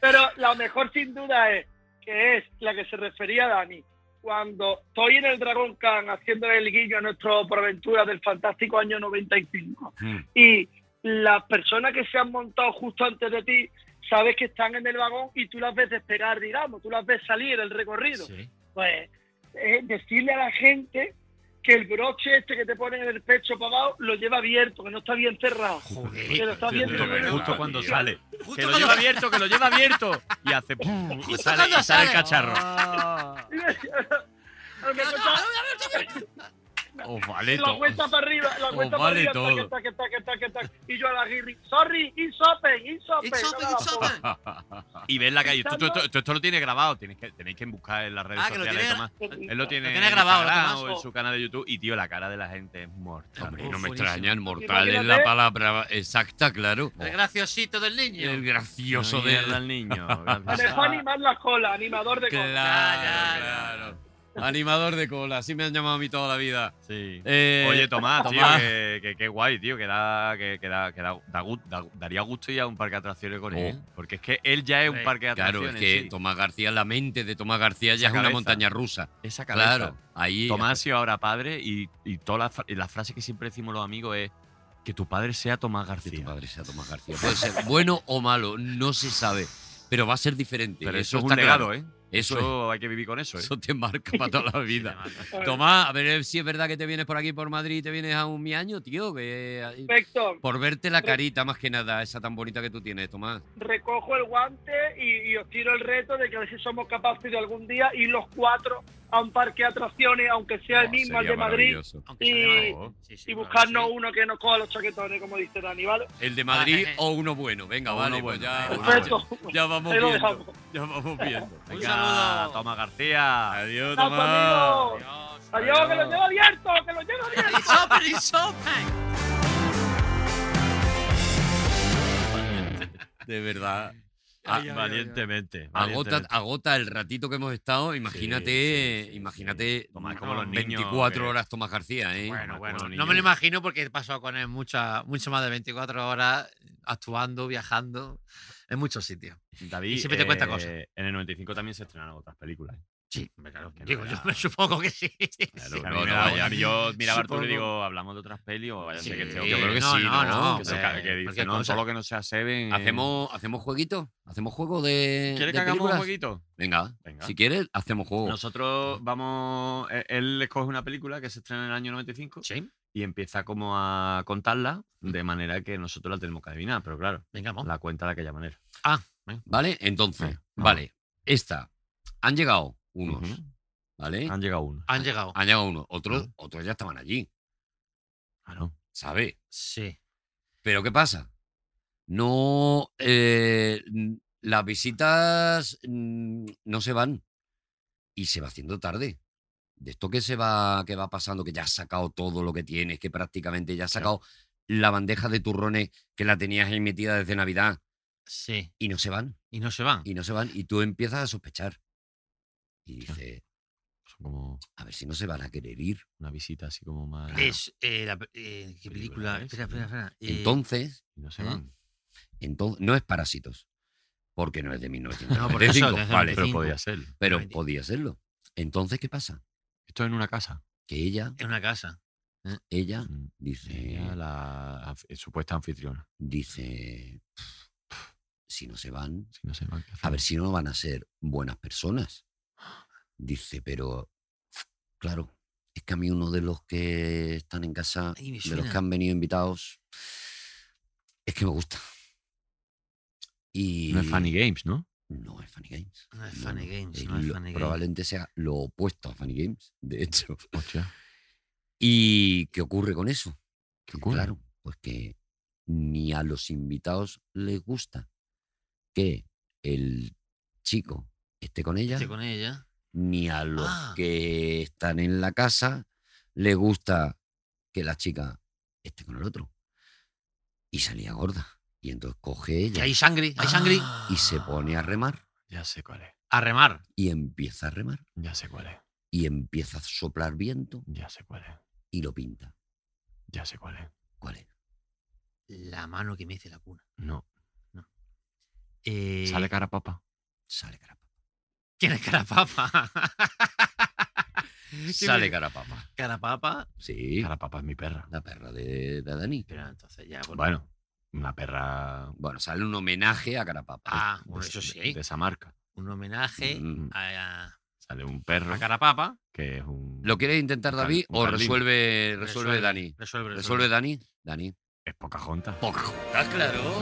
S7: pero la mejor sin duda es, que es la que se refería Dani. Cuando estoy en el Dragon Khan haciendo el guiño a nuestro Proventura del fantástico año 95
S5: Mm.
S7: y las personas que se han montado justo antes de ti sabes que están en el vagón y tú las ves despegar, digamos, tú las ves salir el recorrido. Pues eh, decirle a la gente que el broche este que te ponen en el pecho para abajo lo lleva abierto, que no está bien cerrado. que no está bien
S5: Tío, de
S7: cerrado.
S5: verdad,
S13: Justo cuando
S5: tío.
S13: sale. que lo
S5: cuando-
S13: lleva abierto, que lo lleva abierto. Y hace.
S5: (laughs)
S13: pum, y sale, y sale el cacharro.
S5: Ah.
S7: A lo mejor está-
S5: Os vale
S7: la
S5: todo.
S7: vuelta para arriba, la
S5: Os
S7: vuelta
S5: vale
S7: para arriba,
S5: todo.
S7: tac, tac, tac, tac, tac, tac. y yo a la Girri, sorry, it's open, it's open,
S13: It's open,
S7: no la
S13: it's
S7: jodas.
S5: (laughs) Y ves la calle. Tú- tú- tú- tú-
S13: Esto, esto lo tiene grabado, tenéis que, tenéis que buscar en las redes
S5: Ah, que lo
S13: sociales.
S5: tiene-
S13: Tomás. Él lo tiene,
S5: Lo tiene grabado, lo
S13: grabado
S5: Tomás.
S13: o en su canal de YouTube. Y tío, la cara de la gente es mortal.
S4: Hombre, no
S13: Uf,
S4: me
S13: buenísimo.
S4: extraña, el mortal es la
S13: Imagínate.
S4: palabra exacta, claro.
S13: El graciosito del niño.
S4: El gracioso
S5: No
S4: del
S5: mierda
S4: (laughs)
S5: al niño. Ah,
S7: Me dejó animar la cola, animador de cola.
S4: Claro, claro. Animador de cola, así me han llamado a mí toda la vida.
S5: Sí.
S4: Eh,
S5: Oye, Tomás, tío,
S4: Tomás.
S5: que, que, que guay, tío, que, da, que, que da- que da- da gu- da- daría gusto ir a un parque de atracciones con él.
S4: Oh.
S5: Porque es que él ya es un
S4: Hombre,
S5: parque de
S4: Claro, es
S5: atracciones.
S4: que
S5: sí.
S4: Tomás García, la mente de Tomás García ya
S5: Esa
S4: es una
S5: cabeza.
S4: montaña rusa.
S5: Esa cabeza.
S4: Claro, ahí.
S5: Tomás ha sido ahora padre y, y todas las fra- las frases que siempre decimos los amigos es que tu padre sea Tomás García.
S4: Que tu padre sea Tomás García. Puede ser bueno o malo, no se sabe. Pero va a ser diferente.
S5: Pero eso, es
S4: está
S5: un legado,
S4: claro.
S5: ¿eh?
S4: Eso,
S5: hay que vivir con eso, ¿eh?
S4: Eso te marca para toda la vida.
S5: te
S7: marca.
S4: Tomás, a ver si es verdad que te vienes por aquí, por Madrid, y te vienes a un miaño, tío. Que,
S7: Perfecto.
S4: por verte la carita más que nada, esa tan bonita que tú tienes, Tomás.
S7: Recojo el guante y, y os tiro el reto de que a ver si somos capaces de algún día ir los cuatro a un parque de atracciones, aunque sea el mismo, el
S4: Oh, sería
S7: de Madrid.
S4: maravilloso.
S7: Y,
S5: Oh.
S7: y buscarnos uno que nos coja los chaquetones, como dice Dani, ¿vale?
S4: El de Madrid o uno bueno. Venga,
S5: Ah, eh, O
S4: vale,
S5: uno
S4: pues
S5: bueno,
S4: ya,
S5: venga,
S7: Perfecto.
S4: ya vamos
S7: Ahí lo
S4: viendo.
S7: dejamos.
S4: Ya vamos viendo.
S7: (laughs)
S5: Venga, Tomás García.
S4: Adiós,
S7: Chao, amigos. Adiós, que lo llevo abierto, que lo llevo abierto.
S4: De verdad.
S5: Ah,
S4: Ay, ay, ay,
S5: valientemente.
S4: Agota,
S5: valientemente.
S4: agota el ratito que hemos estado. Imagínate, imagínate
S5: Tomás, como los niños
S4: 24
S5: que-
S4: horas Tomás García, ¿eh?
S5: Bueno, bueno,
S4: Como los
S5: no
S13: No me lo
S4: niños.
S13: imagino porque he pasado con él mucha, mucho más de 24 horas actuando, viajando, en muchos sitios.
S5: David,
S13: Y siempre te
S4: eh,
S13: cuenta cosas.
S5: En el 95 también se estrenaron otras películas. ¿eh?
S13: Sí,
S5: Hombre, claro, que no
S13: digo,
S5: era-
S13: yo me supongo que sí.
S5: Claro,
S13: Sí.
S5: no,
S4: no,
S5: no,
S4: no,
S5: vaya,
S4: yo-
S13: (laughs)
S5: yo miraba a Arturo y
S13: supongo.
S5: digo, ¿hablamos de otras pelis o vaya a ser que este
S13: Sí,
S5: hombre-
S4: yo creo que
S13: no,
S4: sí,
S13: no,
S4: ¿no?
S13: no,
S5: Que se
S13: hombre,
S5: ca- que dice,
S13: cualquier
S5: no,
S13: cosa.
S5: todo lo que no sea Seven. eh,
S4: ¿Hacemos, ¿Hacemos jueguito? ¿Hacemos juego de.
S5: ¿Quieres
S4: de
S5: que hagamos un
S4: películas?
S5: jueguito?
S4: Venga,
S5: Venga.
S4: si quieres, hacemos juego.
S5: Nosotros vamos. eh, Él escoge una película que se estrena en el año 95
S13: Sí,
S5: y empieza como a contarla de manera que nosotros la tenemos que adivinar, pero claro,
S13: venga,
S4: Oh.
S13: vamos.
S5: la cuenta de aquella manera.
S4: ¿Vale? Entonces,
S5: Venga, vamos.
S4: vale. Esta. Han llegado unos.
S5: Ujú.
S4: ¿Vale?
S5: Han llegado uno.
S13: Han llegado.
S4: Han llegado unos. Otros, otros ya estaban allí.
S5: Claro.
S4: ¿Sabes?
S13: Sí.
S4: Pero ¿qué pasa? No, eh, n- las visitas mm, no se van y se va haciendo tarde. De esto que se va, que va pasando, que ya has sacado todo lo que tienes, que prácticamente ya has sacado la bandeja de turrones que la tenías ahí metida desde Navidad
S13: Sí.
S4: y no se van,
S13: Y no se
S5: Ah.
S13: van.
S4: y no se van, y tú empiezas a sospechar. Y
S5: Claro.
S4: dices,
S5: Son como
S4: a ver si no se van a querer ir.
S5: una visita así como más.
S13: Es eh, la, eh, ¿Qué
S5: Película
S13: película?
S5: es,
S13: Espera, espera, espera. Eh,
S4: Entonces,
S5: Y no se
S4: ¿Eh?
S5: van.
S4: entonces, no es Parásitos, porque no es de
S13: No, por eso,
S4: 1995.
S13: desde
S4: vale,
S5: Pero
S13: 95.
S5: podía ser.
S4: Pero
S13: Vale.
S4: podía serlo. Entonces, ¿qué pasa?
S5: Esto en una casa.
S4: Que ella,
S13: En una casa.
S4: ella
S5: Mm.
S4: dice,
S5: Ella, la anf- eh, supuesta anfitriona.
S4: dice, si no se van,
S5: Si no se van, ¿qué
S4: a ver
S5: hacemos?
S4: si no van a ser buenas personas. Dice, pero claro, es que a mí uno de los que están en casa,
S13: Ay, me
S4: de los que
S13: suena.
S4: han venido invitados, es que me gusta. Y
S5: No es Funny Games, ¿no?
S4: No es Funny Games.
S13: No es Funny Games,
S4: es
S13: no es
S4: lo-
S13: Funny Games.
S4: Probablemente sea lo opuesto a Funny Games, de hecho. (laughs)
S5: Hostia.
S4: ¿Y qué ocurre con eso?
S5: ¿Qué ocurre?
S4: Claro, pues que ni a los invitados les gusta que el chico esté con ella,
S2: Estoy con ella.
S4: ni a los
S2: Ah.
S4: que están en la casa les gusta que la chica esté con el otro. Y salía gorda. Y entonces coge
S2: Que
S4: ella
S2: hay sangre,
S5: Ah.
S2: hay sangre.
S4: y se pone
S13: ¡Ah!
S4: a remar
S5: Ya sé cuál es.
S2: A remar.
S4: y empieza a remar
S5: Ya sé cuál es.
S4: y empieza a soplar viento
S5: Ya sé cuál es.
S4: y lo pinta.
S5: Ya sé cuál es.
S4: ¿Cuál es?
S2: La mano que mece la cuna.
S5: No.
S2: Eh,
S13: (laughs)
S5: Sale cara papa.
S4: Sale carapapa.
S2: ¿Quién es Carapapa?
S13: (laughs)
S2: Sí,
S4: Sale
S2: me-
S4: carapapa.
S2: Carapapa.
S4: Sí,
S5: Cara papa es mi perra.
S4: la perra de, de Dani.
S2: Pero entonces ya. bueno.
S5: Bueno, una perra
S4: Bueno, sale un homenaje a carapapa.
S2: Ah,
S5: de-
S2: bueno, eso
S5: de-
S2: sí.
S5: de esa marca.
S2: Un homenaje
S4: Mm.
S2: a, a-
S5: Sale un perro
S2: a Carapapa.
S5: que es un.
S4: ¿Lo quieres intentar,
S5: Cal-
S4: David,
S5: un
S4: o
S5: caldín.
S4: resuelve, resuelve Dani?
S2: Resuelve,
S4: ¿Resuelve Dani? Dani.
S5: Es poca junta.
S13: Oh, ah,
S4: Pocahontas, claro.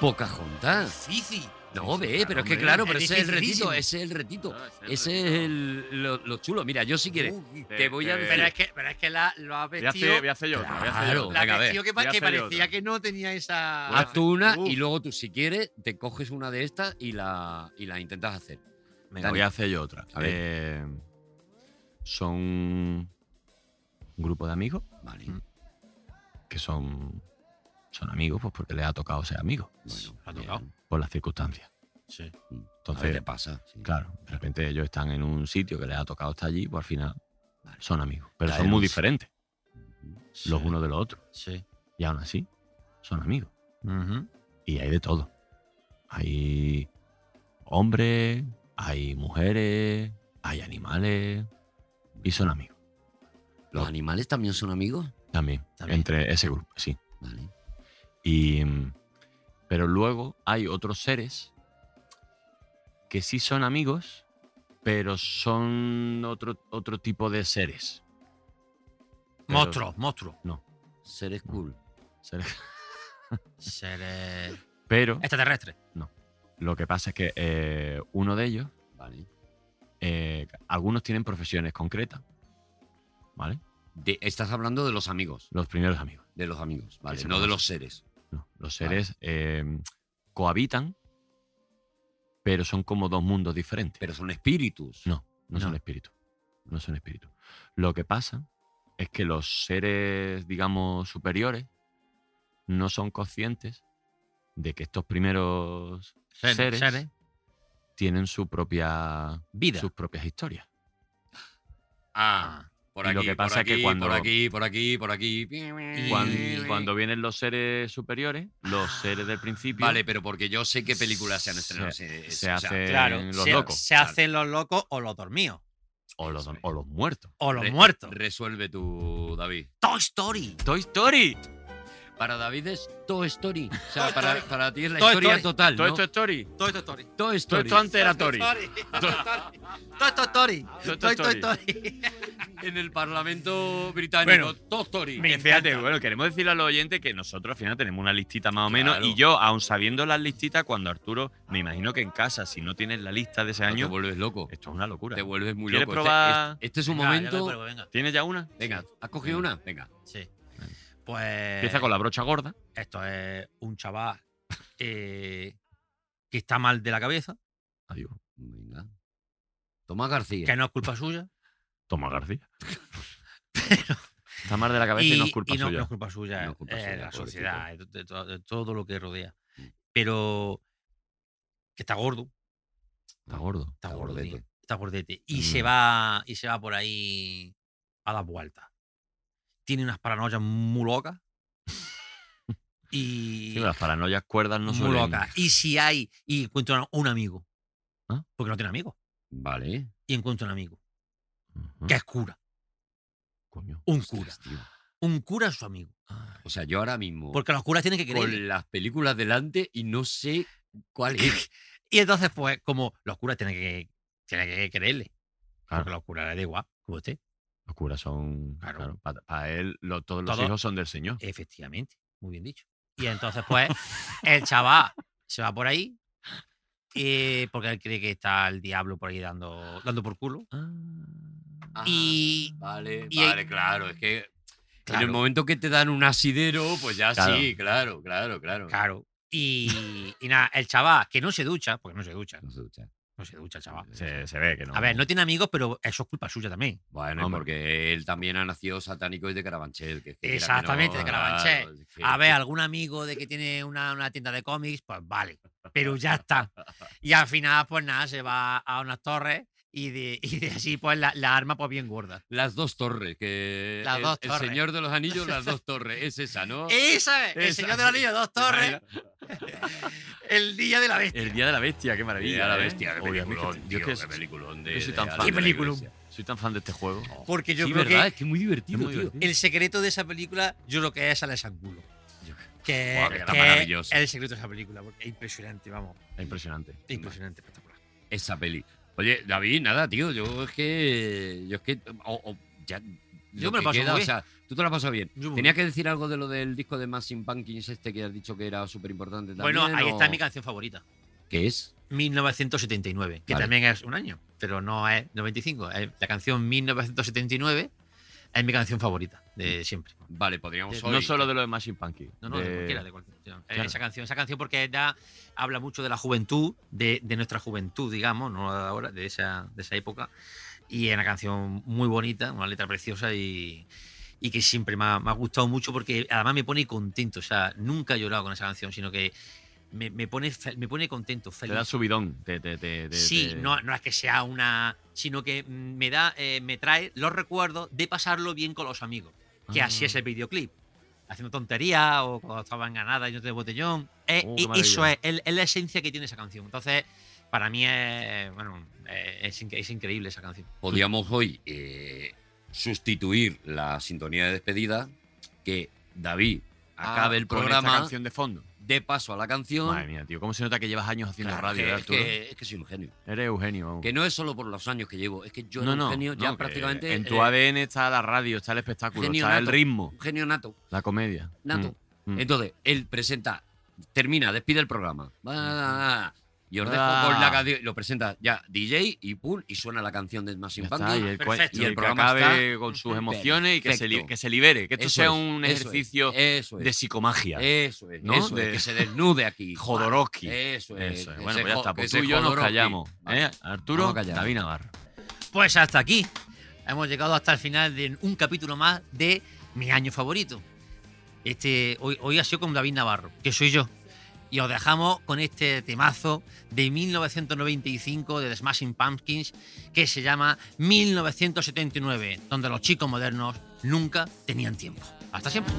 S4: Pocahontas.
S2: Difícil.
S4: No,
S5: Sí,
S4: ve,
S5: claro,
S4: pero es que
S5: hombre.
S4: claro, pero
S2: Es
S4: ese es el retito,
S2: dificilísimo.
S4: ese es el retito.
S5: Claro, ese es el
S4: Ese es
S5: retito.
S4: el, lo, lo chulo. Mira, yo si
S2: Uh,
S4: quieres,
S5: Te-
S4: te voy a
S5: te-
S4: decir-
S13: Pero es que, pero es que la, lo has
S5: Voy a hacer,
S13: vestido.
S5: voy a hacer yo otra. Voy a hacer yo
S4: Claro.
S5: otra.
S13: la
S4: venga, a ver,
S13: vestido que, pa-
S5: voy a
S13: que
S5: hacer
S13: parecía
S5: otra.
S13: que no tenía esa.
S5: Voy a
S4: haz tú una
S5: Uf.
S4: y luego tú si quieres te coges una de estas y la, y la intentas hacer.
S5: Venga,
S4: Dani.
S5: voy a hacer yo otra.
S4: A ver.
S5: Eh, son un grupo de amigos
S4: Vale.
S5: Mm. que son, son amigos pues porque les ha tocado ser amigos
S4: Bueno,
S2: ha tocado.
S4: bien.
S5: por las circunstancias.
S2: Sí.
S4: A ver,
S5: Entonces,
S4: te pasa. sí.
S5: claro, de repente ellos están en un sitio que les ha tocado estar allí, pues al final
S4: Vale.
S5: son amigos. Pero
S4: Caer
S5: son muy
S4: un-
S5: diferentes los
S2: Sí,
S5: unos de los otros.
S2: Sí.
S5: Y aún así, son amigos.
S2: Ujú.
S5: Y hay de todo. Hay hombres, hay mujeres, hay animales. Y son amigos
S4: ¿Los animales también son amigos?
S5: también,
S2: También.
S5: Entre ese grupo, sí.
S4: Vale.
S5: Y, mm, pero luego hay otros seres que sí son amigos, pero son otro, otro tipo de seres. Pero-
S2: Monstruo, monstruo.
S4: Seres cool.
S5: seres-
S2: Seres
S5: (laughs) Pero
S2: Eh. extraterrestres.
S5: lo que pasa es que eh, uno de ellos
S4: Vale.
S5: eh, algunos tienen profesiones concretas, ¿vale?
S4: De- estás hablando de los amigos.
S5: Los primeros amigos,
S4: De los amigos, vale.
S5: se
S4: No de
S5: conocen.
S4: los seres.
S5: ¿no? Los
S4: Vale.
S5: seres eh, cohabitan, pero son como dos mundos diferentes.
S4: Pero son espíritus.
S5: no, no, son
S2: No.
S5: espíritus, no son espíritus. Lo que pasa es que los seres, digamos, superiores no son conscientes de que estos primeros
S2: Seres,
S5: seres,
S2: seres.
S5: tienen su propia
S2: Vida.
S5: sus propias historias.
S4: Ah, por
S5: Y
S4: aquí,
S5: lo que pasa
S4: por
S5: es que
S4: aquí,
S5: cuando-
S4: por aquí, por aquí, por aquí.
S5: Cuando,
S2: Y-
S5: cuando vienen los seres superiores, los seres del principio
S4: Vale, pero porque yo sé qué películas se han estrenado.
S5: Se-
S4: ese-
S5: se
S4: ese- o sea,
S5: hace-
S13: Claro,
S5: los
S13: se,
S5: locos,
S13: se
S5: claro.
S13: hacen los locos o los dormidos.
S5: o, los,
S4: eso es.
S5: o los muertos.
S13: O los
S4: re-
S13: muertos.
S4: Resuelve tú, David.
S2: Toy Story.
S5: Toy Story.
S4: Para David es Toy Story. O sea,
S13: Toy
S4: para,
S13: Story.
S4: para ti es la
S13: Toy
S4: historia
S13: Story.
S4: total.
S5: Toy
S4: ¿no?
S5: Toy Story.
S13: Toy Story.
S4: Toy
S5: Todo
S4: Story.
S5: esto antes era Tory.
S13: Toy Story.
S5: Toy
S13: Toy
S5: Story.
S13: Story.
S4: En el Parlamento británico.
S13: Bueno,
S4: Toy Story.
S13: me-
S5: Y fíjate,
S13: encanta.
S5: bueno, queremos decirle a los oyentes que nosotros al final tenemos una listita más o menos.
S4: Claro.
S5: Y yo, aun sabiendo las listitas, cuando Arturo, me imagino que en casa, si no tienes la lista de ese
S4: No, Te
S5: año,
S4: vuelves loco.
S5: esto es una locura.
S4: Te vuelves muy
S5: ¿Quieres
S4: loco. Este-
S5: probar?
S4: Este, este es un
S2: Venga, ya me
S4: momento.
S2: pruebo, venga.
S5: ¿Tienes ya una?
S4: Venga, ¿has cogido una? Venga.
S2: Sí. Pues.
S5: Empieza con la brocha gorda.
S2: Esto es un chaval eh, que está mal de la cabeza,
S5: Adiós.
S4: Venga. Tomás García.
S2: que no es culpa suya. (laughs)
S5: Toma García. Está mal de la cabeza y, no es culpa
S2: y no,
S5: suya.
S2: no es culpa suya,
S4: No es culpa
S2: eh,
S4: suya,
S2: la
S4: pobrecito.
S2: sociedad, de, de to- de todo lo que rodea.
S4: Mm.
S2: Pero que está gordo,
S5: Está gordo.
S2: está,
S4: Está
S2: gordo,
S4: gordete.
S2: tío, está gordete. Y
S5: Mm.
S2: se va y se va por ahí a las vueltas. Tiene unas paranoias muy locas. y
S5: (laughs) Sí, las paranoias cuerdas no
S2: muy
S5: suelen...
S2: locas. Y si hay y encuentra un amigo,
S5: ¿Ah?
S2: porque no tiene amigos,
S4: Vale.
S2: y encuentra un amigo
S5: Ujú.
S2: que es cura,
S5: Coño.
S2: un cura,
S4: Tío.
S2: un cura es su amigo,
S5: Ah,
S4: O sea, yo ahora
S5: oh.
S4: mismo.
S2: porque los curas tienen que creer.
S4: con las películas delante y no sé cuál
S2: (laughs)
S4: es.
S2: Y entonces, pues, como los curas tienen que, tienen que creerle.
S5: Claro.
S2: Porque los curas le da igual, como usted.
S5: Los curas son.
S2: Claro.
S5: para, él, lo- todos los
S2: Todo- Eh,
S5: hijos son del Señor.
S2: Efectivamente, muy bien dicho. Y entonces, pues, el chaval se va por ahí. eh, porque él cree que está el diablo por ahí dando, dando por culo.
S5: Ah.
S4: Ah,
S2: y
S4: Vale,
S2: y-
S4: vale, claro. Es que En el
S2: Claro.
S4: momento que te dan un asidero, pues ya
S2: Claro.
S4: sí, claro, claro, claro.
S2: Claro. Y, y nada, el chaval que no se ducha, porque no se ducha,
S4: No se ducha.
S2: no se ducha el chaval.
S5: Se, se ve que no.
S2: A ver, no tiene amigos, pero eso es culpa suya también.
S4: Bueno, y
S2: Hombre.
S4: porque él también ha nacido satánico y de Carabanchel. que- que quiera que no,
S2: Exactamente, de Carabanchel.
S4: claro, es que-
S2: A ver, algún amigo de que tiene una, una tienda de cómics, pues vale, pero
S4: (laughs)
S2: ya está. Y al final, pues nada, se va a unas torres y de, y de así, pues la, la arma, pues bien gorda.
S4: Las dos torres, que
S2: Las
S4: el,
S2: dos
S4: el
S2: torres.
S4: Señor de los Anillos, las
S2: (laughs)
S4: dos torres, es esa, ¿no?
S2: Esa es, el
S4: Esa.
S2: señor de la línea, dos torres, (laughs) el día de la bestia.
S5: El Día de la Bestia, qué maravilla.
S4: Día de la
S5: ¿eh?
S4: Bestia, qué
S5: Obviamente,
S4: peliculón,
S5: yo
S4: tío,
S5: que
S4: qué peliculón de-
S5: yo soy
S4: de
S5: tan
S4: Adán de
S5: fan.
S4: la
S5: de la
S2: peliculón?
S5: Iglesia. Soy tan fan de este juego.
S2: Porque yo
S4: sí,
S2: creo
S4: ¿verdad?
S2: que
S4: Es que es muy divertido,
S5: Es muy
S4: tío.
S5: divertido.
S2: el secreto de esa película, yo lo que es a les Angulo. Que,
S4: Buah, que está
S2: que es
S4: maravilloso.
S2: el secreto de esa película, porque es impresionante, vamos.
S5: Es impresionante.
S2: Impresionante, espectacular.
S4: Esa peli. Oye, David, nada, tío, yo es que. Yo es que. o- o ya,
S2: Yo
S4: lo
S2: me lo
S4: que
S2: paso muy
S4: o
S2: bien.
S4: sea, tú te la pasado bien.
S2: Yo muy
S4: Tenías
S2: bien.
S4: que decir algo de lo del disco de Massive Pumpkins este que has dicho que era súper importante también.
S2: Bueno, ahí
S4: o-
S2: está mi canción favorita.
S4: ¿Qué es?
S2: 1979, que
S4: Vale.
S2: también es un año, pero no es 95. Es la canción 1979 es mi canción favorita de siempre.
S4: Vale, podríamos
S2: Eh,
S4: hoy-
S5: No solo de lo de Machine Punky.
S2: No, no, de cualquiera, de cualquiera. Eh,
S5: claro.
S2: Esa canción, esa canción porque da, habla mucho de la juventud, de, de nuestra juventud, digamos, no de ahora, de esa, de esa época. Y es una canción muy bonita, una letra preciosa y, y que siempre me ha, me ha gustado mucho porque además me pone contento. O sea, nunca he llorado con esa canción, sino que me, me pone, fe- me pone contento,
S5: Te
S2: feliz.
S5: da subidón. Te, te, te, te-
S2: Sí,
S5: te-
S2: No, no es que sea una. sino que mm, me da, eh, me trae los recuerdos de pasarlo bien con los amigos. Que así
S5: Ah.
S2: es el videoclip. Haciendo tonterías o cuando estaban ganadas y no te botellón. Eh,
S5: Oh, qué
S2: y eso
S5: maravilla.
S2: es, el- es la esencia que tiene esa canción. Entonces, para mí es. Bueno, eh, es, inque- es increíble esa canción.
S4: podíamos hoy eh, sustituir la sintonía de despedida que David
S5: Ah,
S4: acabe el
S5: con esta
S4: programa,
S5: canción de fondo.
S4: dé paso a la canción.
S5: Madre mía, tío. ¿Cómo se nota que llevas años haciendo
S4: Claro,
S5: radio,
S4: que-
S5: eh,
S4: es,
S5: Arturo?
S4: que, es que soy un genio.
S5: Eres Eugenio. vamos.
S4: Que no es solo por los años que llevo, es que yo era un genio ya
S5: no, que
S4: prácticamente.
S5: En tu
S4: eh,
S5: ADN está la radio, está el espectáculo,
S4: genio
S5: está el
S4: nato.
S5: ritmo,
S4: un genio nato.
S5: la comedia.
S4: nato.
S5: Mm, mm.
S4: Entonces, él presenta, termina, despide el programa.
S5: Mm,
S4: Va, va, va. Y os dejo
S5: Va.
S4: con la canción. y Lo presenta ya DJ y pum, y suena la canción de Smashing
S5: Ya está,
S4: Pumpkins.
S5: y el, cua-
S2: perfecto.
S5: y
S4: Y
S5: el
S4: el
S5: que
S4: programa
S5: acabe con sus
S4: perfecto.
S5: emociones y que se, li- que se libere. Que esto
S4: Eso
S5: sea
S4: es,
S5: un
S4: eso es,
S5: ejercicio
S4: eso es.
S5: de psicomagia.
S4: Eso es,
S5: ¿no?
S4: eso es,
S5: De-
S4: que se desnude aquí.
S5: (laughs) Jodorowsky.
S4: Eso es.
S5: Eso es.
S4: que
S5: Bueno,
S4: se
S5: pues ya
S4: jo-
S5: está.
S4: que
S5: Pues tú
S4: se
S5: y yo nos
S4: Jodorowsky.
S5: callamos.
S4: Vale.
S5: ¿eh? Arturo,
S4: Vamos a callar.
S5: David Navarro.
S2: Pues hasta aquí. Hemos llegado hasta el final de un capítulo más de mi año favorito. Este, hoy, hoy ha sido con David Navarro, que soy yo. Y os dejamos con este temazo de 1995 de The Smashing Pumpkins que se llama 1979, donde los chicos modernos nunca tenían tiempo. Hasta siempre.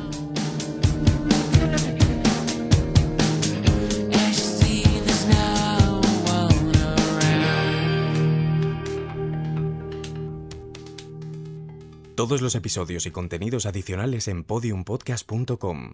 S12: Todos los episodios y contenidos adicionales en podiumpodcast.com.